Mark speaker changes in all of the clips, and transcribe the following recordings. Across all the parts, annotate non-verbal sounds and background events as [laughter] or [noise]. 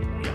Speaker 1: 模样。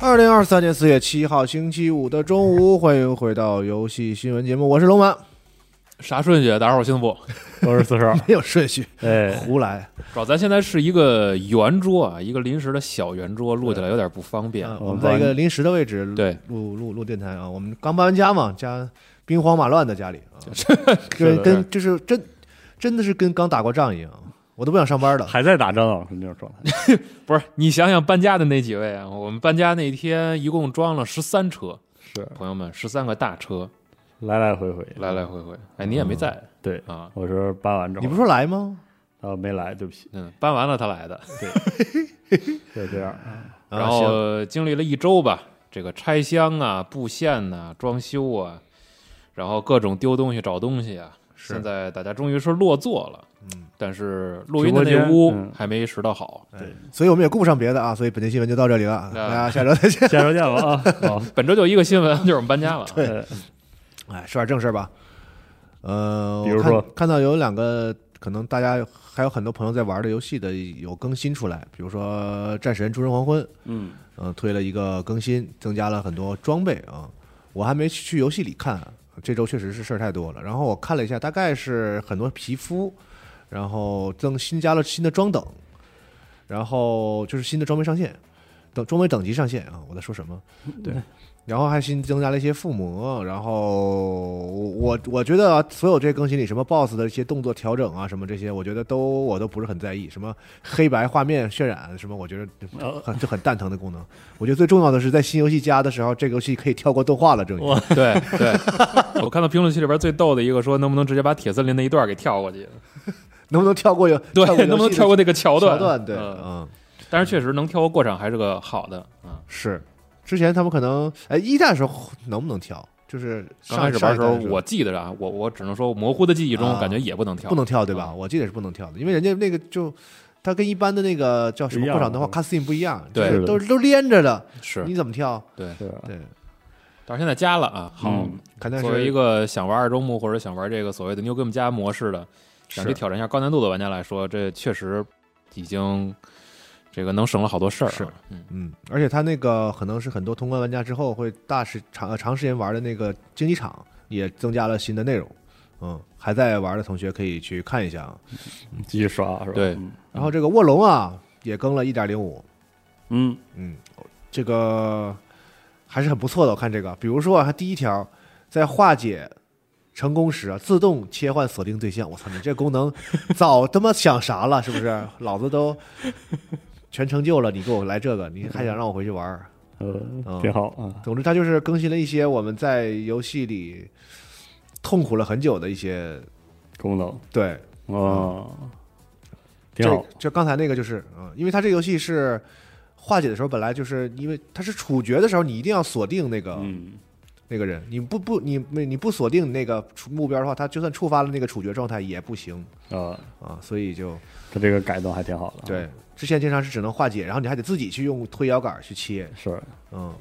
Speaker 2: 二零二三年四月七号星期五的中午，欢迎回到游戏新闻节目，我是龙马，
Speaker 3: 啥顺序？打扰我幸福。 [laughs]
Speaker 4: 我是四十二，
Speaker 2: [laughs] 没有顺序，
Speaker 4: 哎，
Speaker 2: 胡来。
Speaker 3: 主要咱现在是一个圆桌啊，一个临时的小圆桌，录起来有点不方便。
Speaker 2: 嗯，
Speaker 4: 我
Speaker 2: 我们
Speaker 4: 们
Speaker 2: 在
Speaker 4: 把
Speaker 2: 一个临时的位置录
Speaker 3: 对
Speaker 2: 录录录电台啊，我们刚搬完家嘛，家兵荒马乱的家里啊，就是
Speaker 4: 是的
Speaker 2: 跟就是真真的是跟刚打过仗一样，我都不想上
Speaker 4: [laughs]
Speaker 2: 班了。
Speaker 4: 还在打仗啊，是那种状态。
Speaker 3: 不是，你想想搬家的那几位啊，我们搬家那天一共装了十三车，
Speaker 4: 是
Speaker 3: 朋友们，十三个大车，
Speaker 4: 来来回回，
Speaker 3: 来来回回。哎，你也没在
Speaker 4: 嗯对，
Speaker 3: 啊？
Speaker 4: 我是搬完之后，
Speaker 2: 你不是说来吗？
Speaker 4: 啊没来，对不起，
Speaker 3: 嗯，搬完了他来的，
Speaker 4: 就这样。
Speaker 2: 啊
Speaker 3: 然
Speaker 2: 行
Speaker 3: 后经历了一周吧，这个拆箱啊、布线呐、装修啊，然后各种丢东西、找东西啊。
Speaker 2: 是
Speaker 3: 现在大家终于是落座了，
Speaker 2: 嗯，
Speaker 3: 但是录音的
Speaker 4: 直播间
Speaker 3: 那屋
Speaker 4: 嗯
Speaker 3: 还没拾到好。
Speaker 2: 哎所以我们也顾不上别的啊，所以本期新闻就到这里了，
Speaker 3: 那
Speaker 2: 大家下周再见。
Speaker 4: 下周见吧啊，好，
Speaker 3: 本周就一个
Speaker 2: [laughs]
Speaker 3: 新闻，就是我们搬家了。
Speaker 2: 对
Speaker 4: 哎
Speaker 2: 哎，说点正事儿吧。呃，
Speaker 4: 比如
Speaker 2: 我看
Speaker 4: 说
Speaker 2: 看到有两个可能大家还有很多朋友在玩的游戏的有更新出来，比如说《战神：诸神黄昏》，
Speaker 4: 嗯，
Speaker 2: 嗯、推了一个更新，增加了很多装备啊。我还没去游戏里看，这周确实是事儿太多了。然后我看了一下，大概是很多皮肤，然后增新加了新的装等，然后就是新的装备上线，等装备等级上线啊。我在说什么？对。然后还新增加了一些附魔，然后我我觉得啊所有这些更新里，什么 BOSS 的一些动作调整啊，什么这些，我觉得都我都不是很在意。什么黑白画面渲染什么，我觉得
Speaker 4: 哦
Speaker 2: 很就很蛋疼的功能。我觉得最重要的是在新游戏加的时候，这个游戏可以跳过动画了，这
Speaker 4: 哇
Speaker 2: 个
Speaker 3: 对 [laughs] 对，我看到评论区里边最逗的一个说，能不能直接把铁森林那一段给跳过去？
Speaker 2: 能不能跳过有
Speaker 3: [laughs] 对
Speaker 2: 跳过，游戏
Speaker 3: 能不能
Speaker 2: 的
Speaker 3: 跳过那个桥段？
Speaker 2: 桥段？对，
Speaker 3: 嗯
Speaker 2: 嗯，
Speaker 3: 但是确实能跳过过场还是个好的啊。
Speaker 2: 是。之前他们可能哎一代的时候能不能跳？就是
Speaker 3: 刚
Speaker 2: 上
Speaker 3: 开始
Speaker 2: 上
Speaker 3: 玩
Speaker 2: 一
Speaker 3: 的时
Speaker 2: 代
Speaker 3: 候
Speaker 2: 的，时候
Speaker 3: 我记得啊，我我只能说模糊的记忆中，
Speaker 2: 啊
Speaker 3: 感觉也不能跳，
Speaker 2: 不能跳对吧？
Speaker 3: 嗯
Speaker 2: 我记得是不能跳的，因为人家那个就它跟一般的那个叫什么
Speaker 4: 不一样
Speaker 2: 过场动画
Speaker 4: 对
Speaker 2: cutscene 不一样，
Speaker 3: 对
Speaker 2: 就是
Speaker 4: 是
Speaker 2: 都都连着的，
Speaker 3: 是
Speaker 2: 你怎么跳？
Speaker 3: 对。
Speaker 4: 是啊
Speaker 2: 对，
Speaker 3: 但是现在加了啊，好。
Speaker 4: 嗯
Speaker 2: 肯定
Speaker 3: 作为一
Speaker 2: 是
Speaker 3: 个想玩二周目或者想玩这个所谓的 New Game 加模式的，想去
Speaker 2: 是
Speaker 3: 挑战一下高难度的玩家来说，这确实已经这个能省了好多事儿、啊。
Speaker 2: 是，
Speaker 3: 嗯，
Speaker 2: 嗯，而且它那个可能是很多通关玩家之后会大时长呃长时间玩的那个竞技场也增加了新的内容，嗯，还在玩的同学可以去看一下啊。
Speaker 4: 继续刷是吧？
Speaker 3: 对
Speaker 4: 嗯
Speaker 2: 然后这个卧龙啊也更了一点零五，
Speaker 4: 嗯，
Speaker 2: 嗯，这个还是很不错的。我看这个，比如说啊，它第一条，在化解成功时啊，自动切换锁定对象。我操，你这功能早他妈想啥了？是不是？老子都全成就了，你给我来这个，你还想让我回去玩儿？
Speaker 4: 呃，挺好啊，
Speaker 2: 总之，它就是更新了一些我们在游戏里痛苦了很久的一些
Speaker 4: 功能
Speaker 2: 对
Speaker 4: 啊，挺
Speaker 2: 这
Speaker 4: 好，
Speaker 2: 就刚才那个就是，嗯，因为它这个游戏是化解的时候，本来就是因为它是处决的时候，你一定要锁定那个、
Speaker 4: 嗯，
Speaker 2: 那个人，你不不你你不锁定那个处目标的话，他就算触发了那个处决状态也不行
Speaker 4: 啊，
Speaker 2: 啊，所以就
Speaker 4: 他这个改动还挺好的，啊
Speaker 2: 对，，之前经常是只能化解，然后你还得自己去用推摇杆去切，
Speaker 4: 是，
Speaker 2: 嗯，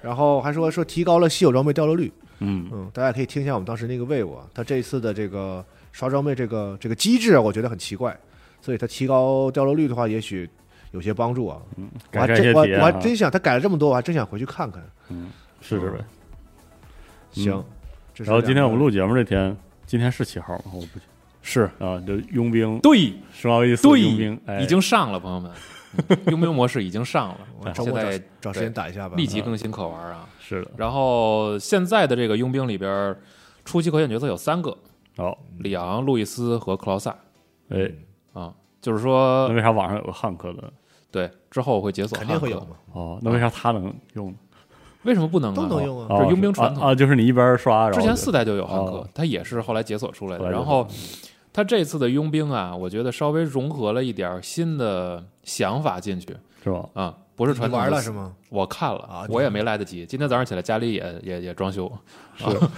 Speaker 2: 然后还说说提高了稀有装备掉落率，
Speaker 4: 嗯
Speaker 2: 嗯，大家可以听一下我们当时那个 Wave，啊它这一次的这个刷装备这个这个机制啊，我觉得很奇怪，所以它提高掉落率的话，也许有些帮助啊。我
Speaker 4: 改
Speaker 2: 还
Speaker 4: 善一些
Speaker 2: 真我
Speaker 4: 体验
Speaker 2: 我还
Speaker 4: 啊
Speaker 2: 真想，它改了这么多，我还真想回去看看。
Speaker 4: 试试呗。
Speaker 2: 行，
Speaker 4: 嗯
Speaker 2: 这是
Speaker 4: 然后今天我
Speaker 2: 两
Speaker 4: 们
Speaker 2: 个
Speaker 4: 录节目这天，今天是几号吗？我不记
Speaker 3: 是
Speaker 4: 啊，就佣兵，
Speaker 3: 对，
Speaker 4: 生化危机四
Speaker 3: 对
Speaker 4: 佣兵，哎
Speaker 3: 已经上了，朋友们，嗯佣兵模式已经上
Speaker 4: [laughs]
Speaker 3: 了，
Speaker 2: 我
Speaker 3: 嗯
Speaker 2: 周
Speaker 3: 现
Speaker 2: 末找
Speaker 3: 在
Speaker 2: 找时间打一下吧。嗯
Speaker 3: 立即更新可玩啊。
Speaker 4: 是的，
Speaker 3: 然后现在的这个佣兵里边，初期可选角色有三个：
Speaker 4: 好，
Speaker 3: 里昂、路易斯和克劳萨
Speaker 4: 哎，
Speaker 3: 啊。就是
Speaker 4: 那
Speaker 3: 说，
Speaker 4: 为啥网上有个汉克的？
Speaker 3: 对，之后会解锁
Speaker 2: 肯定会
Speaker 3: 汉
Speaker 2: 有
Speaker 3: 克
Speaker 2: 嘛，
Speaker 4: 哦，那为啥他能用？
Speaker 3: 为什么不能啊？
Speaker 2: 都能用啊。
Speaker 3: 这
Speaker 4: 哦
Speaker 3: 佣兵传统
Speaker 4: 啊，啊就是你一边刷，然后
Speaker 3: 之前
Speaker 4: 就
Speaker 3: 四代就有汉克
Speaker 4: 哦，
Speaker 3: 它也是后来解锁出来的。
Speaker 4: 后来
Speaker 3: 然
Speaker 4: 就
Speaker 3: 后它这次的佣兵啊，我觉得稍微融合了一点儿新的想法进去
Speaker 4: 是吧？
Speaker 3: 啊，不是传
Speaker 2: 你
Speaker 3: 统的
Speaker 2: 玩了是吗？
Speaker 3: 我看了
Speaker 2: 啊，
Speaker 3: 我也没来得及。今天早上起来家里也也也装修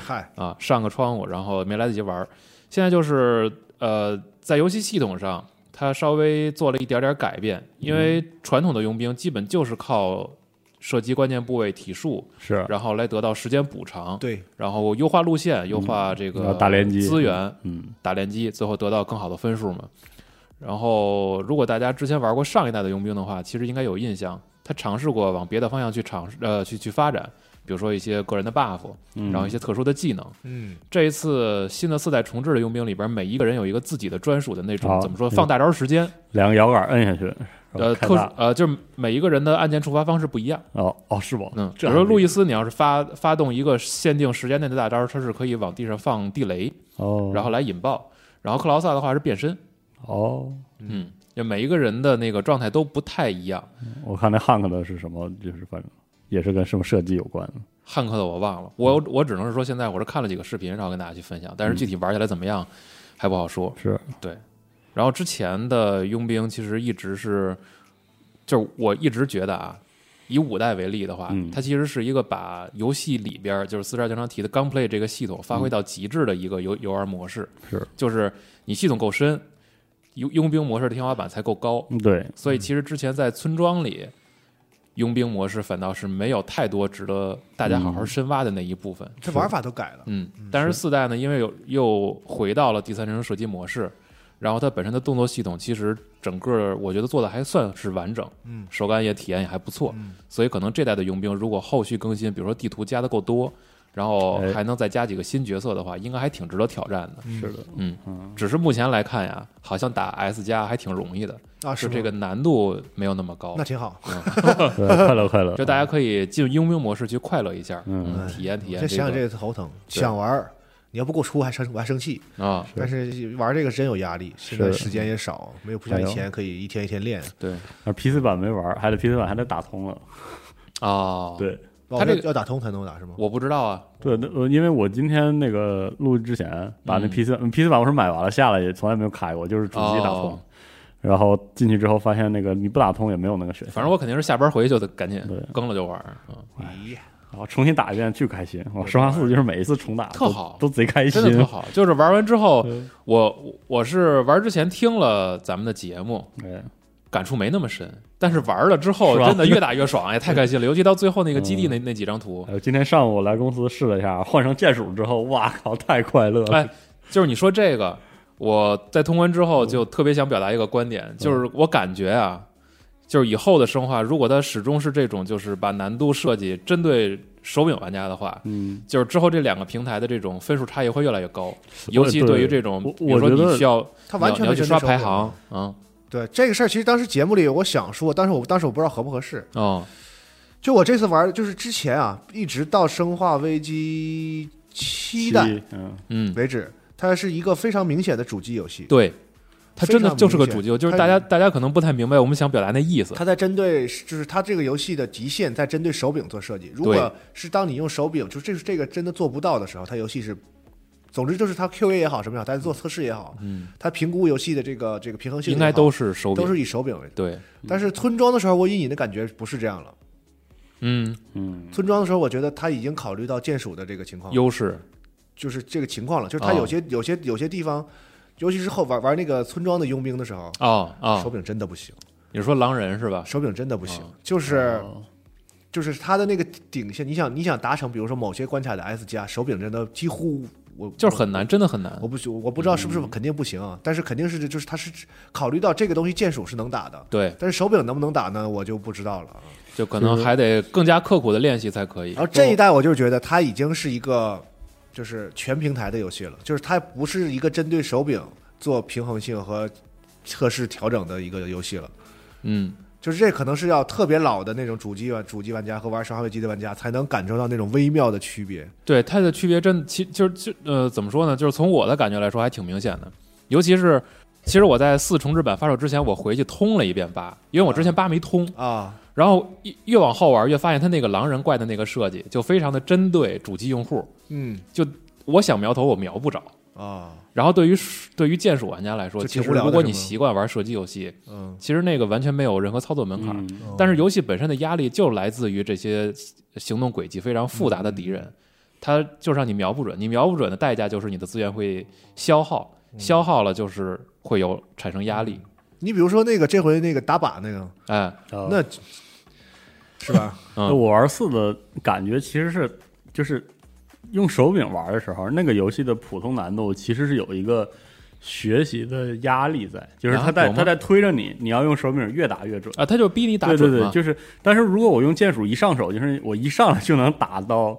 Speaker 2: 嗨，
Speaker 3: 啊，上个窗户，然后没来得及玩儿。现在就是呃，在游戏系统上，它稍微做了一点点改变，因为
Speaker 4: 嗯
Speaker 3: 传统的佣兵基本就是靠射击关键部位体术，
Speaker 4: 是，
Speaker 3: 然后来得到时间补偿，
Speaker 2: 对，
Speaker 3: 然后优化路线，优化这
Speaker 4: 然
Speaker 3: 个
Speaker 4: 后嗯打联机
Speaker 3: 资源，
Speaker 4: 嗯，
Speaker 3: 打联机，最后得到更好的分数嘛。然后，如果大家之前玩过上一代的佣兵的话，其实应该有印象，他尝试过往别的方向去尝试，呃，去去发展，比如说一些个人的 buff，
Speaker 4: 嗯
Speaker 3: 然后一些特殊的技能。
Speaker 2: 嗯，
Speaker 3: 这一次新的四代重置的佣兵里边，每一个人有一个自己的专属的那种、
Speaker 4: 啊
Speaker 3: 怎么说
Speaker 4: 嗯
Speaker 3: 放大招时间，
Speaker 4: 两个摇杆摁下去，然
Speaker 3: 呃，
Speaker 4: 后开
Speaker 3: 特殊
Speaker 4: 大，
Speaker 3: 呃，就是每一个人的按键触发方式不一样。
Speaker 4: 哦哦是吧？
Speaker 3: 嗯，比
Speaker 4: 这
Speaker 3: 如说
Speaker 4: 还没
Speaker 3: 路易斯，你要是发发动一个限定时间内的大招，他是可以往地上放地雷，
Speaker 4: 哦，
Speaker 3: 然后来引爆。然后克劳萨的话是变身，
Speaker 4: 哦，
Speaker 3: 嗯，就每一个人的那个状态都不太一样。
Speaker 4: 我看那汉克的是什么？就是反正也是跟什么设计有关的。
Speaker 3: 汉克的我忘了，我我只能是说现在我是看了几个视频，然后跟大家去分享，但是
Speaker 4: 嗯
Speaker 3: 具体玩起来怎么样还不好说。
Speaker 4: 是，
Speaker 3: 然后之前的佣兵其实一直是，就是我一直觉得啊，以五代为例的话，
Speaker 4: 嗯
Speaker 3: 它其实是一个把游戏里边儿就是四十二经常提的 gunplay 这个系统发挥到极致的一个游游玩模式，
Speaker 4: 嗯是，
Speaker 3: 就是你系统够深，佣佣兵模式的天花板才够高，
Speaker 4: 嗯对，
Speaker 3: 所以其实之前在村庄里，佣兵模式反倒是没有太多值得大家好
Speaker 4: 嗯
Speaker 3: 好深挖的那一部分。
Speaker 2: 这玩法都改了。
Speaker 3: 嗯，但是四代呢，因为有又回到了第三人称射击模式，然后它本身的动作系统其实整个我觉得做的还算是完整，
Speaker 2: 嗯，
Speaker 3: 手感也体验也还不错，
Speaker 2: 嗯
Speaker 3: 所以可能这代的佣兵如果后续更新，比如说地图加的够多，然后
Speaker 4: 哎
Speaker 3: 还能再加几个新角色的话，应该还挺值得挑战的。
Speaker 4: 是
Speaker 3: [laughs]
Speaker 4: 的，
Speaker 3: 嗯，
Speaker 4: 嗯，
Speaker 3: 只是目前来看呀，好像打 S 加还挺容易的，
Speaker 2: 啊，
Speaker 3: 是
Speaker 2: 吗
Speaker 3: 这个，难度没有那么高
Speaker 2: 那。挺好。
Speaker 4: 对，快乐快
Speaker 3: [laughs]
Speaker 4: 乐，
Speaker 3: 就大家可以进佣兵模式去快乐一下，
Speaker 4: 嗯
Speaker 3: 体验体验
Speaker 2: 这想想
Speaker 3: 这
Speaker 2: 这个头疼，想玩儿，你要不给我出，我还生我还生气。
Speaker 3: 个啊，
Speaker 2: 但是玩这个真有压力，现在
Speaker 4: 是
Speaker 2: 时间也少，没有不像以
Speaker 4: 哎
Speaker 2: 前可以一天一天练。
Speaker 3: 对
Speaker 4: 而 PC 版没玩儿，还得 PC 版还得打通了。
Speaker 3: 哦，，
Speaker 4: 对
Speaker 2: 哦
Speaker 3: 他这个
Speaker 2: 要要打通才能打是吗？
Speaker 3: 我不知道啊，
Speaker 4: 对，那呃因为我今天那个录之前把那
Speaker 3: 嗯
Speaker 4: PC 版、PC 版我是买完了下来，也从来没有卡过，就是主机打通。
Speaker 3: 哦
Speaker 4: 然后进去之后发现那个你不打通也没有那个选项，
Speaker 3: 反正我肯定是下班回去就得赶紧
Speaker 4: 对
Speaker 3: 更了就玩儿，嗯，
Speaker 2: 咦，
Speaker 4: 然后重新打一遍巨开心。我生化四就是每一次重打
Speaker 3: 特
Speaker 4: 都
Speaker 3: 好
Speaker 4: 都贼开心
Speaker 3: 真。的特好。就是玩完之后，
Speaker 4: 嗯
Speaker 3: 我我是玩之前听了咱们的节目，
Speaker 4: 对，
Speaker 3: 感触没那么深，但是玩了之后
Speaker 4: 是吧
Speaker 3: 真的越打越爽，也太开心了。尤其到最后那个基地那那几张图，
Speaker 4: 呃，今天上午我来公司试了一下，换成键鼠之后，哇靠，太快乐了！
Speaker 3: 哎就是你说这个，我在通关之后就特别想表达一个观点，就是我感觉啊，就是以后的生化，如果它始终是这种，就是把难度设计针对手柄玩家的话。
Speaker 4: 嗯，
Speaker 3: 就是之后这两个平台的这种分数差异会越来越高，尤其对于这种，
Speaker 4: 呃我
Speaker 3: 比如说
Speaker 4: 我觉得
Speaker 3: 你需要
Speaker 2: 他完全
Speaker 3: 你要
Speaker 2: 没
Speaker 3: 你要
Speaker 2: 针对
Speaker 3: 去刷
Speaker 2: 手
Speaker 3: 排
Speaker 2: 柄
Speaker 3: 行。，嗯，
Speaker 2: 对这个事儿，其实当时节目里我想说，但是我当时我不知道合不合适。
Speaker 3: 哦，
Speaker 2: 就我这次玩，就是之前啊，一直到《生化危机》七代
Speaker 4: 嗯，
Speaker 3: 嗯，
Speaker 2: 为止，它是一个非常明显的主机游戏。
Speaker 3: 对，它真的就是个主
Speaker 2: 非常明
Speaker 3: 机，
Speaker 2: 显
Speaker 3: 就是大家大家可能不太明白我们想表达那意思，
Speaker 2: 它在针对，就是它这个游戏的极限在针对手柄做设计。如果是当你用手柄，就这这个真的做不到的时候，它游戏是总之就是它 QA 也好，什么也好，它做测试也好，
Speaker 3: 嗯，
Speaker 2: 它评估游戏的这个这个平衡性
Speaker 3: 应该
Speaker 2: 也好
Speaker 3: 都是手柄嗯
Speaker 2: 都，是以手柄为主。
Speaker 3: 对，
Speaker 2: 但是村庄的时候，我隐隐的感觉不是这样了。
Speaker 3: 嗯，
Speaker 4: 嗯，
Speaker 2: 村庄的时候，我觉得他已经考虑到键鼠的这个情况，
Speaker 3: 优势，
Speaker 2: 就是这个情况了，就是他
Speaker 3: 哦
Speaker 2: 有些、有些有些地方，尤其是后玩玩那个村庄的佣兵的时候，
Speaker 3: 哦
Speaker 2: 手
Speaker 3: 哦，
Speaker 2: 柄真的不行，
Speaker 3: 你说狼人是吧？
Speaker 2: 手柄真的不行，
Speaker 3: 哦
Speaker 2: 就是
Speaker 4: 哦
Speaker 2: 就是他的那个顶线，你想你想达成，比如说某些关卡的 S 加，手柄真的几乎我
Speaker 3: 就是很难，真的很难
Speaker 2: 我。不我我不知道是不是肯定不行啊，但是肯定是就是他是考虑到这个东西键鼠是能打的，
Speaker 3: 对，
Speaker 2: 但是手柄能不能打呢，我就不知道了啊。
Speaker 3: 就可能还得更加刻苦的练习才可以
Speaker 2: 然。后这一代我就是觉得它已经是一个就是全平台的游戏了，就是它不是一个针对手柄做平衡性和测试调整的一个游戏了。
Speaker 3: 嗯，
Speaker 2: 就是这可能是要特别老的那种主机玩主机玩家和玩上号机的玩家才能感受到那种微妙的区别。
Speaker 3: 对，它的区别真其就是就呃怎么说呢？就是从我的感觉来说还挺明显的，尤其是其实我在四重置版发售之前，我回去通了一遍八，因为我之前八没通，
Speaker 2: 啊，
Speaker 3: 然后越越往后玩越发现它那个狼人怪的那个设计就非常的针对主机用户，
Speaker 2: 嗯
Speaker 3: 我想瞄头我瞄不着。
Speaker 2: 啊，
Speaker 3: 然后对于对于键鼠玩家来说，
Speaker 2: 就
Speaker 3: 其
Speaker 2: 挺
Speaker 3: 实
Speaker 2: 无聊的
Speaker 3: 如果
Speaker 2: 是
Speaker 3: 你
Speaker 2: 吗
Speaker 3: 习惯玩射击游戏，
Speaker 2: 嗯，
Speaker 3: 其实那个完全没有任何操作门槛。
Speaker 4: 嗯
Speaker 3: 但是游戏本身的压力就来自于这些行动轨迹非常复杂的敌
Speaker 4: 嗯
Speaker 3: 人，它就让你瞄不准，你瞄不准的代价就是你的资源会消耗，
Speaker 4: 嗯
Speaker 3: 消耗了就是会有产生压力，
Speaker 2: 你比如说那个这回那个打靶那个，
Speaker 3: 哎，
Speaker 4: 哦
Speaker 2: 那是
Speaker 4: [laughs]
Speaker 2: 吧？
Speaker 3: 嗯
Speaker 4: 那我玩四的感觉其实是就是用手柄玩的时候，那个游戏的普通难度其实是有一个学习的压力在，就是
Speaker 3: 啊
Speaker 4: 他在
Speaker 3: 有吗
Speaker 4: 他、在推着你，你要用手柄越打越准。
Speaker 3: 啊，他就逼你打
Speaker 4: 对
Speaker 3: 准
Speaker 4: 对对，
Speaker 3: 嘛，
Speaker 4: 就是，但是如果我用键鼠一上手，就是我一上来就能打到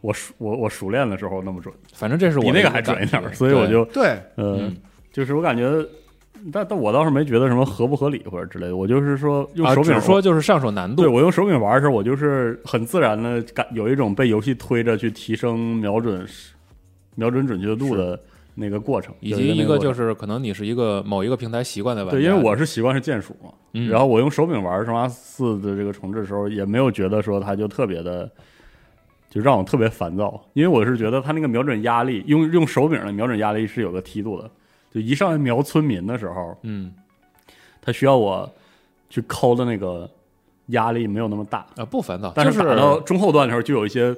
Speaker 4: 我熟我我熟练的时候那么准，
Speaker 3: 反正这是我
Speaker 4: 比
Speaker 3: 的
Speaker 4: 那
Speaker 3: 一
Speaker 4: 个
Speaker 3: 个
Speaker 4: 还准一点
Speaker 3: 感
Speaker 4: 儿，
Speaker 3: 觉
Speaker 4: 所以我
Speaker 3: 对
Speaker 4: 就
Speaker 2: 对，
Speaker 4: 呃
Speaker 3: 嗯
Speaker 4: 就是我感觉，但但我倒是没觉得什么合不合理或者之类的，我就是说用
Speaker 3: 啊，
Speaker 4: 手
Speaker 3: 只
Speaker 4: 柄
Speaker 3: 是说就是上手难
Speaker 4: 对
Speaker 3: 度，
Speaker 4: 我用手柄玩的时候，我就是很自然的感有一种被游戏推着去提升瞄准瞄准准确度的那个过程，
Speaker 3: 以及一个就是是可能你是一个某一个平台习惯的玩家，
Speaker 4: 对，因为我是习惯是键鼠嘛，
Speaker 3: 嗯
Speaker 4: 然后我用手柄玩《生化四》的这个重置的时候，也没有觉得说它就特别的。就让我特别烦躁，因为我是觉得它那个瞄准压力，用用手柄的瞄准压力是有个梯度的。就一上来瞄村民的时候，
Speaker 3: 嗯
Speaker 4: 它需要我去抠的那个压力没有那么大，
Speaker 3: 啊不烦躁，
Speaker 4: 但
Speaker 3: 就是
Speaker 4: 打到中后段的时候，就有一些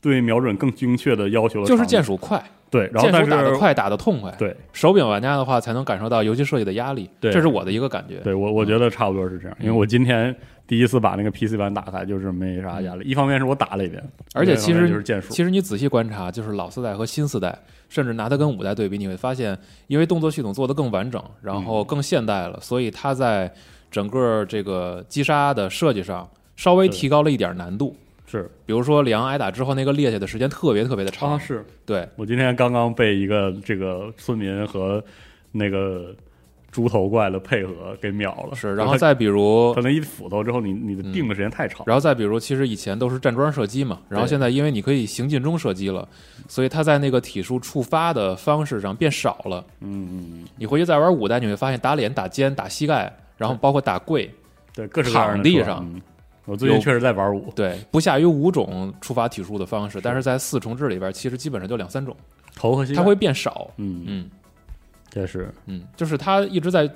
Speaker 4: 对瞄准更精确的要求了。
Speaker 3: 就是键鼠快，
Speaker 4: 对，然后
Speaker 3: 键
Speaker 4: 但
Speaker 3: 鼠打得
Speaker 4: 是
Speaker 3: 快，打得痛快，
Speaker 4: 对
Speaker 3: 手柄玩家的话才能感受到游戏设计的压力，
Speaker 4: 对
Speaker 3: 这是我的一个感觉。
Speaker 4: 对，我我觉得差不多是这样，
Speaker 3: 嗯
Speaker 4: 因为我今天第一次把那个 PC 版打开，就是没啥压力。一方面是我打了一遍，
Speaker 3: 嗯而且
Speaker 4: 另一
Speaker 3: 其
Speaker 4: 方面
Speaker 3: 实
Speaker 4: 就是键鼠，
Speaker 3: 其实你仔细观察，就是老四代和新四代，甚至拿它跟五代对比，你会发现，因为动作系统做得更完整，然
Speaker 4: 嗯
Speaker 3: 后更现代了，所以它在整个这个击杀的设计上稍微
Speaker 4: 对
Speaker 3: 提高了一点难度。
Speaker 4: 是
Speaker 3: 比如说里昂挨打之后那个趔趄的时间特别特别的长，
Speaker 4: 啊，是
Speaker 3: 对，
Speaker 4: 我今天刚刚被一个这个村民和那个猪头怪的配合给秒了，
Speaker 3: 是。然后
Speaker 4: 他
Speaker 3: 再比如
Speaker 4: 他，那一斧头之后，你你的
Speaker 3: 嗯
Speaker 4: 定的时间太长，
Speaker 3: 然后再比如，其实以前都是站桩射击嘛，然后
Speaker 4: 对
Speaker 3: 现在因为你可以行进中射击了，所以它在那个体术触发的方式上变少了。
Speaker 4: 嗯嗯，嗯
Speaker 3: 你回去再玩五代，你会发现打脸、打肩、打膝盖，然后包括打跪，
Speaker 4: 对，各式各样的
Speaker 3: 躺地
Speaker 4: 出来
Speaker 3: 上。
Speaker 4: 嗯我最近
Speaker 3: 有
Speaker 4: 确实在玩五，
Speaker 3: 对，不下于五种触发体术的方式，但是在四重制里边，其实基本上就两三种，
Speaker 4: 头和膝盖，
Speaker 3: 它会变少。
Speaker 4: 嗯
Speaker 3: 嗯
Speaker 4: 这是，
Speaker 3: 嗯，就是它一直在，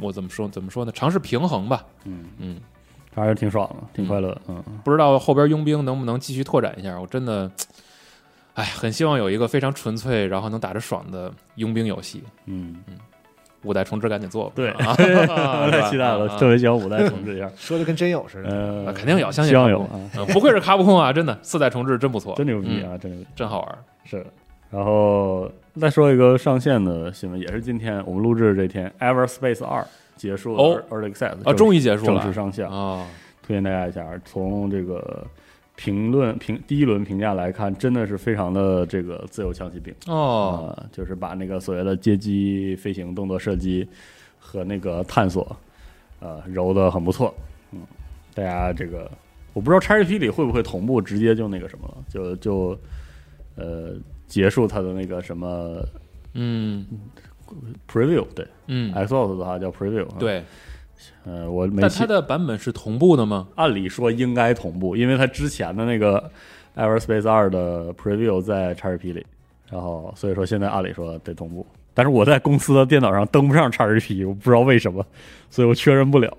Speaker 3: 我怎么说怎么说呢？尝试平衡吧。
Speaker 4: 嗯
Speaker 3: 嗯，
Speaker 4: 还是挺爽的，挺快乐的，嗯，
Speaker 3: 不知道后边佣兵能不能继续拓展一下？我真的，哎，很希望有一个非常纯粹，然后能打着爽的佣兵游戏。
Speaker 4: 嗯，
Speaker 3: 五代重置赶紧做吧。
Speaker 4: [laughs] 对
Speaker 3: 啊
Speaker 4: 我太期待了，特
Speaker 3: 对，
Speaker 4: 别喜欢五代重置一下，
Speaker 2: 说的跟真有似的。
Speaker 4: 呃，
Speaker 3: 啊肯定有相信
Speaker 4: [laughs] 希望有
Speaker 3: 卡
Speaker 4: 啊，
Speaker 3: 嗯不愧是卡普空啊，真的四代重置真不错，
Speaker 4: 真牛逼
Speaker 3: 嗯，
Speaker 4: 啊，真牛逼，
Speaker 3: 真好玩。
Speaker 4: 是的。然后再说一个上线的新闻，也是今天我们录制这天，Everspace 二结束了
Speaker 3: 哦
Speaker 4: Early Access
Speaker 3: 啊，
Speaker 4: 于
Speaker 3: 终于结束
Speaker 4: 正
Speaker 3: 了
Speaker 4: 式上线，
Speaker 3: 啊，
Speaker 4: 推荐大家一下，从这个。评论评第一轮评价来看，真的是非常的这个自由枪骑兵。
Speaker 3: 哦，
Speaker 4: 呃，就是把那个所谓的街机飞行动作射击和那个探索，呃，揉的很不错。嗯，大家这个我不知道 XGP 里会不会同步直接就那个什么了，就就呃结束它的那个什么
Speaker 3: 嗯
Speaker 4: preview，对、
Speaker 3: 嗯，
Speaker 4: Xbox 的话叫 preview，啊，
Speaker 3: 对，
Speaker 4: 呃，我哎没
Speaker 3: 但
Speaker 4: 记
Speaker 3: 它，的版本是同步的吗？
Speaker 4: 按理说应该同步，因为它之前的那个 Everspace 二的 preview 在 XGP 里。然后所以说现在按理说得同步，但是我在公司的电脑上登不上 XGP，我不知道为什么，所以我确认不了。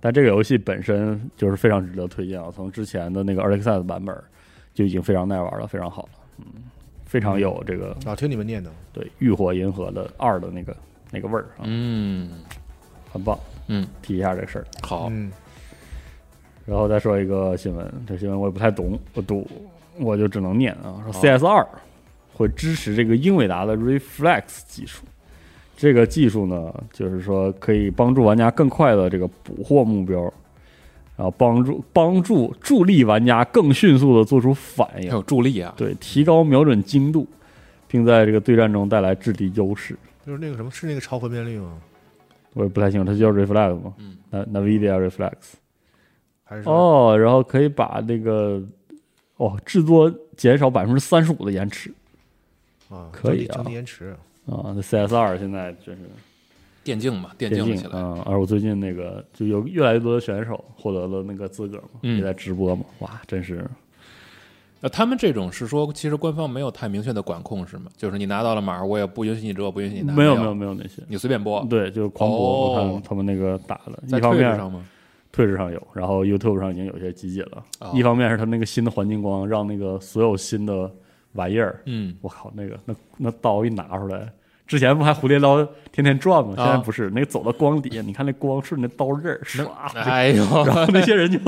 Speaker 4: 但这个游戏本身就是非常值得推荐啊，从之前的那个 Early Access 版本就已经非常耐玩了，非常好了，嗯，非常有这个
Speaker 2: 老听你们念叨，
Speaker 4: 对浴火银河的二的那个那个味儿啊，
Speaker 3: 嗯
Speaker 4: 很棒，
Speaker 3: 嗯，
Speaker 4: 提一下这个事儿。
Speaker 3: 好，
Speaker 2: 嗯，
Speaker 4: 然后再说一个新闻，这新闻我也不太懂，我读我就只能念啊。说
Speaker 3: 好
Speaker 4: CS 二会支持这个英伟达的 Reflex 技术，这个技术呢，就是说可以帮助玩家更快的这个捕获目标，然后帮助帮助助力玩家更迅速的做出反
Speaker 3: 还
Speaker 4: 应，
Speaker 3: 有助力啊，
Speaker 4: 对，提高瞄准精度，并在这个对战中带来质地优势。
Speaker 2: 就是那个什么，是那个超分辨率吗？
Speaker 4: 我也不太清楚，它叫 Reflex 吗？
Speaker 3: 嗯
Speaker 4: 那 NVIDIA Reflex。
Speaker 2: 还是
Speaker 4: 哦，然后可以把那个哦制作减少百分之三十五的延迟
Speaker 2: 啊，
Speaker 4: 可以啊
Speaker 2: 整体延迟，
Speaker 4: 啊！那 CS 二现在真是
Speaker 3: 电竞嘛，电
Speaker 4: 电
Speaker 3: 竞
Speaker 4: 竞
Speaker 3: 起来，
Speaker 4: 啊！而我最近那个就有越来越多的选手获得了那个资格嘛，
Speaker 3: 嗯
Speaker 4: 也在直播嘛，哇，真是
Speaker 3: 那他们这种是说，其实官方没有太明确的管控，是吗？就是你拿到了码，我也不允许你这，我不允许你拿，
Speaker 4: 没有
Speaker 3: 没
Speaker 4: 没有，没有那些。
Speaker 3: 你随便播，
Speaker 4: 对，就是狂博，我
Speaker 3: 哦
Speaker 4: 看他们那个打的，
Speaker 3: 在
Speaker 4: 一方
Speaker 3: Twitch
Speaker 4: 面
Speaker 3: 上吗？
Speaker 4: 退置上有，然后 YouTube 上已经有些集锦了。
Speaker 3: 哦
Speaker 4: 一方面是他们那个新的环境光，让那个所有新的玩意儿
Speaker 3: 嗯，
Speaker 4: [laughs] 我靠，那个那那刀一拿出来，之前不还蝴蝶刀天天转吗？
Speaker 3: 啊
Speaker 4: 现在不是，那个走到光底下，你看那光顺着刀刃儿唰，
Speaker 3: 哎呦，
Speaker 4: [laughs] 然后那些人就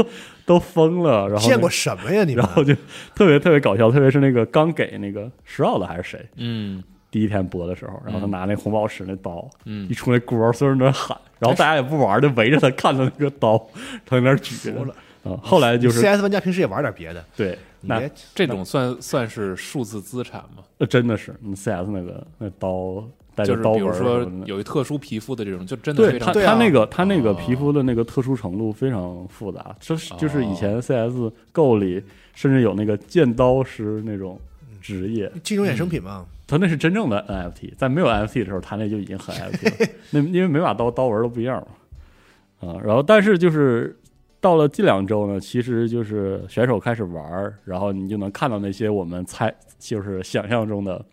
Speaker 4: 都疯了，然后那
Speaker 2: 见过什么呀？你们
Speaker 4: 然后就特别特别搞笑，特别是那个刚给那个石奥的还是谁
Speaker 3: 嗯
Speaker 4: 第一天播的时候，然后他拿那红宝石那刀、
Speaker 3: 嗯
Speaker 4: 一，出那锅，所有人都在喊，然后大家也不玩，就围着他看他那个刀，他在那儿举着
Speaker 2: 服了
Speaker 4: 啊。后来就是
Speaker 2: CS 玩家平时也玩点别的，
Speaker 4: 对，
Speaker 2: 你
Speaker 4: 那
Speaker 2: 别
Speaker 3: 这种算算是数字资产吗？
Speaker 4: 呃真的是嗯 CS 那个那刀带
Speaker 3: 就
Speaker 4: 着
Speaker 3: 是
Speaker 4: 刀
Speaker 3: 比如
Speaker 4: 纹儿
Speaker 3: 说
Speaker 4: 什么的
Speaker 3: 有一特殊皮肤的这种，就真的
Speaker 4: 对
Speaker 3: 非
Speaker 4: 他
Speaker 3: 常
Speaker 2: 对
Speaker 4: 他
Speaker 2: 啊
Speaker 4: 那个他那个
Speaker 3: 哦
Speaker 4: 皮肤的那个特殊程度非常复杂，就是就是
Speaker 3: 哦
Speaker 4: 以前 CS GO 里甚至有那个剑刀师那种职业，
Speaker 2: 金融衍生品嘛，
Speaker 4: 他那是真正的 NFT，在没有 NFT 的时候，他那就已经很 NFT 了，
Speaker 3: [laughs]
Speaker 4: 那因为每把刀刀纹都不一样嘛，啊，然后但是就是。到了近两周呢，其实就是选手开始玩儿，然后你就能看到那些我们猜就是想象中的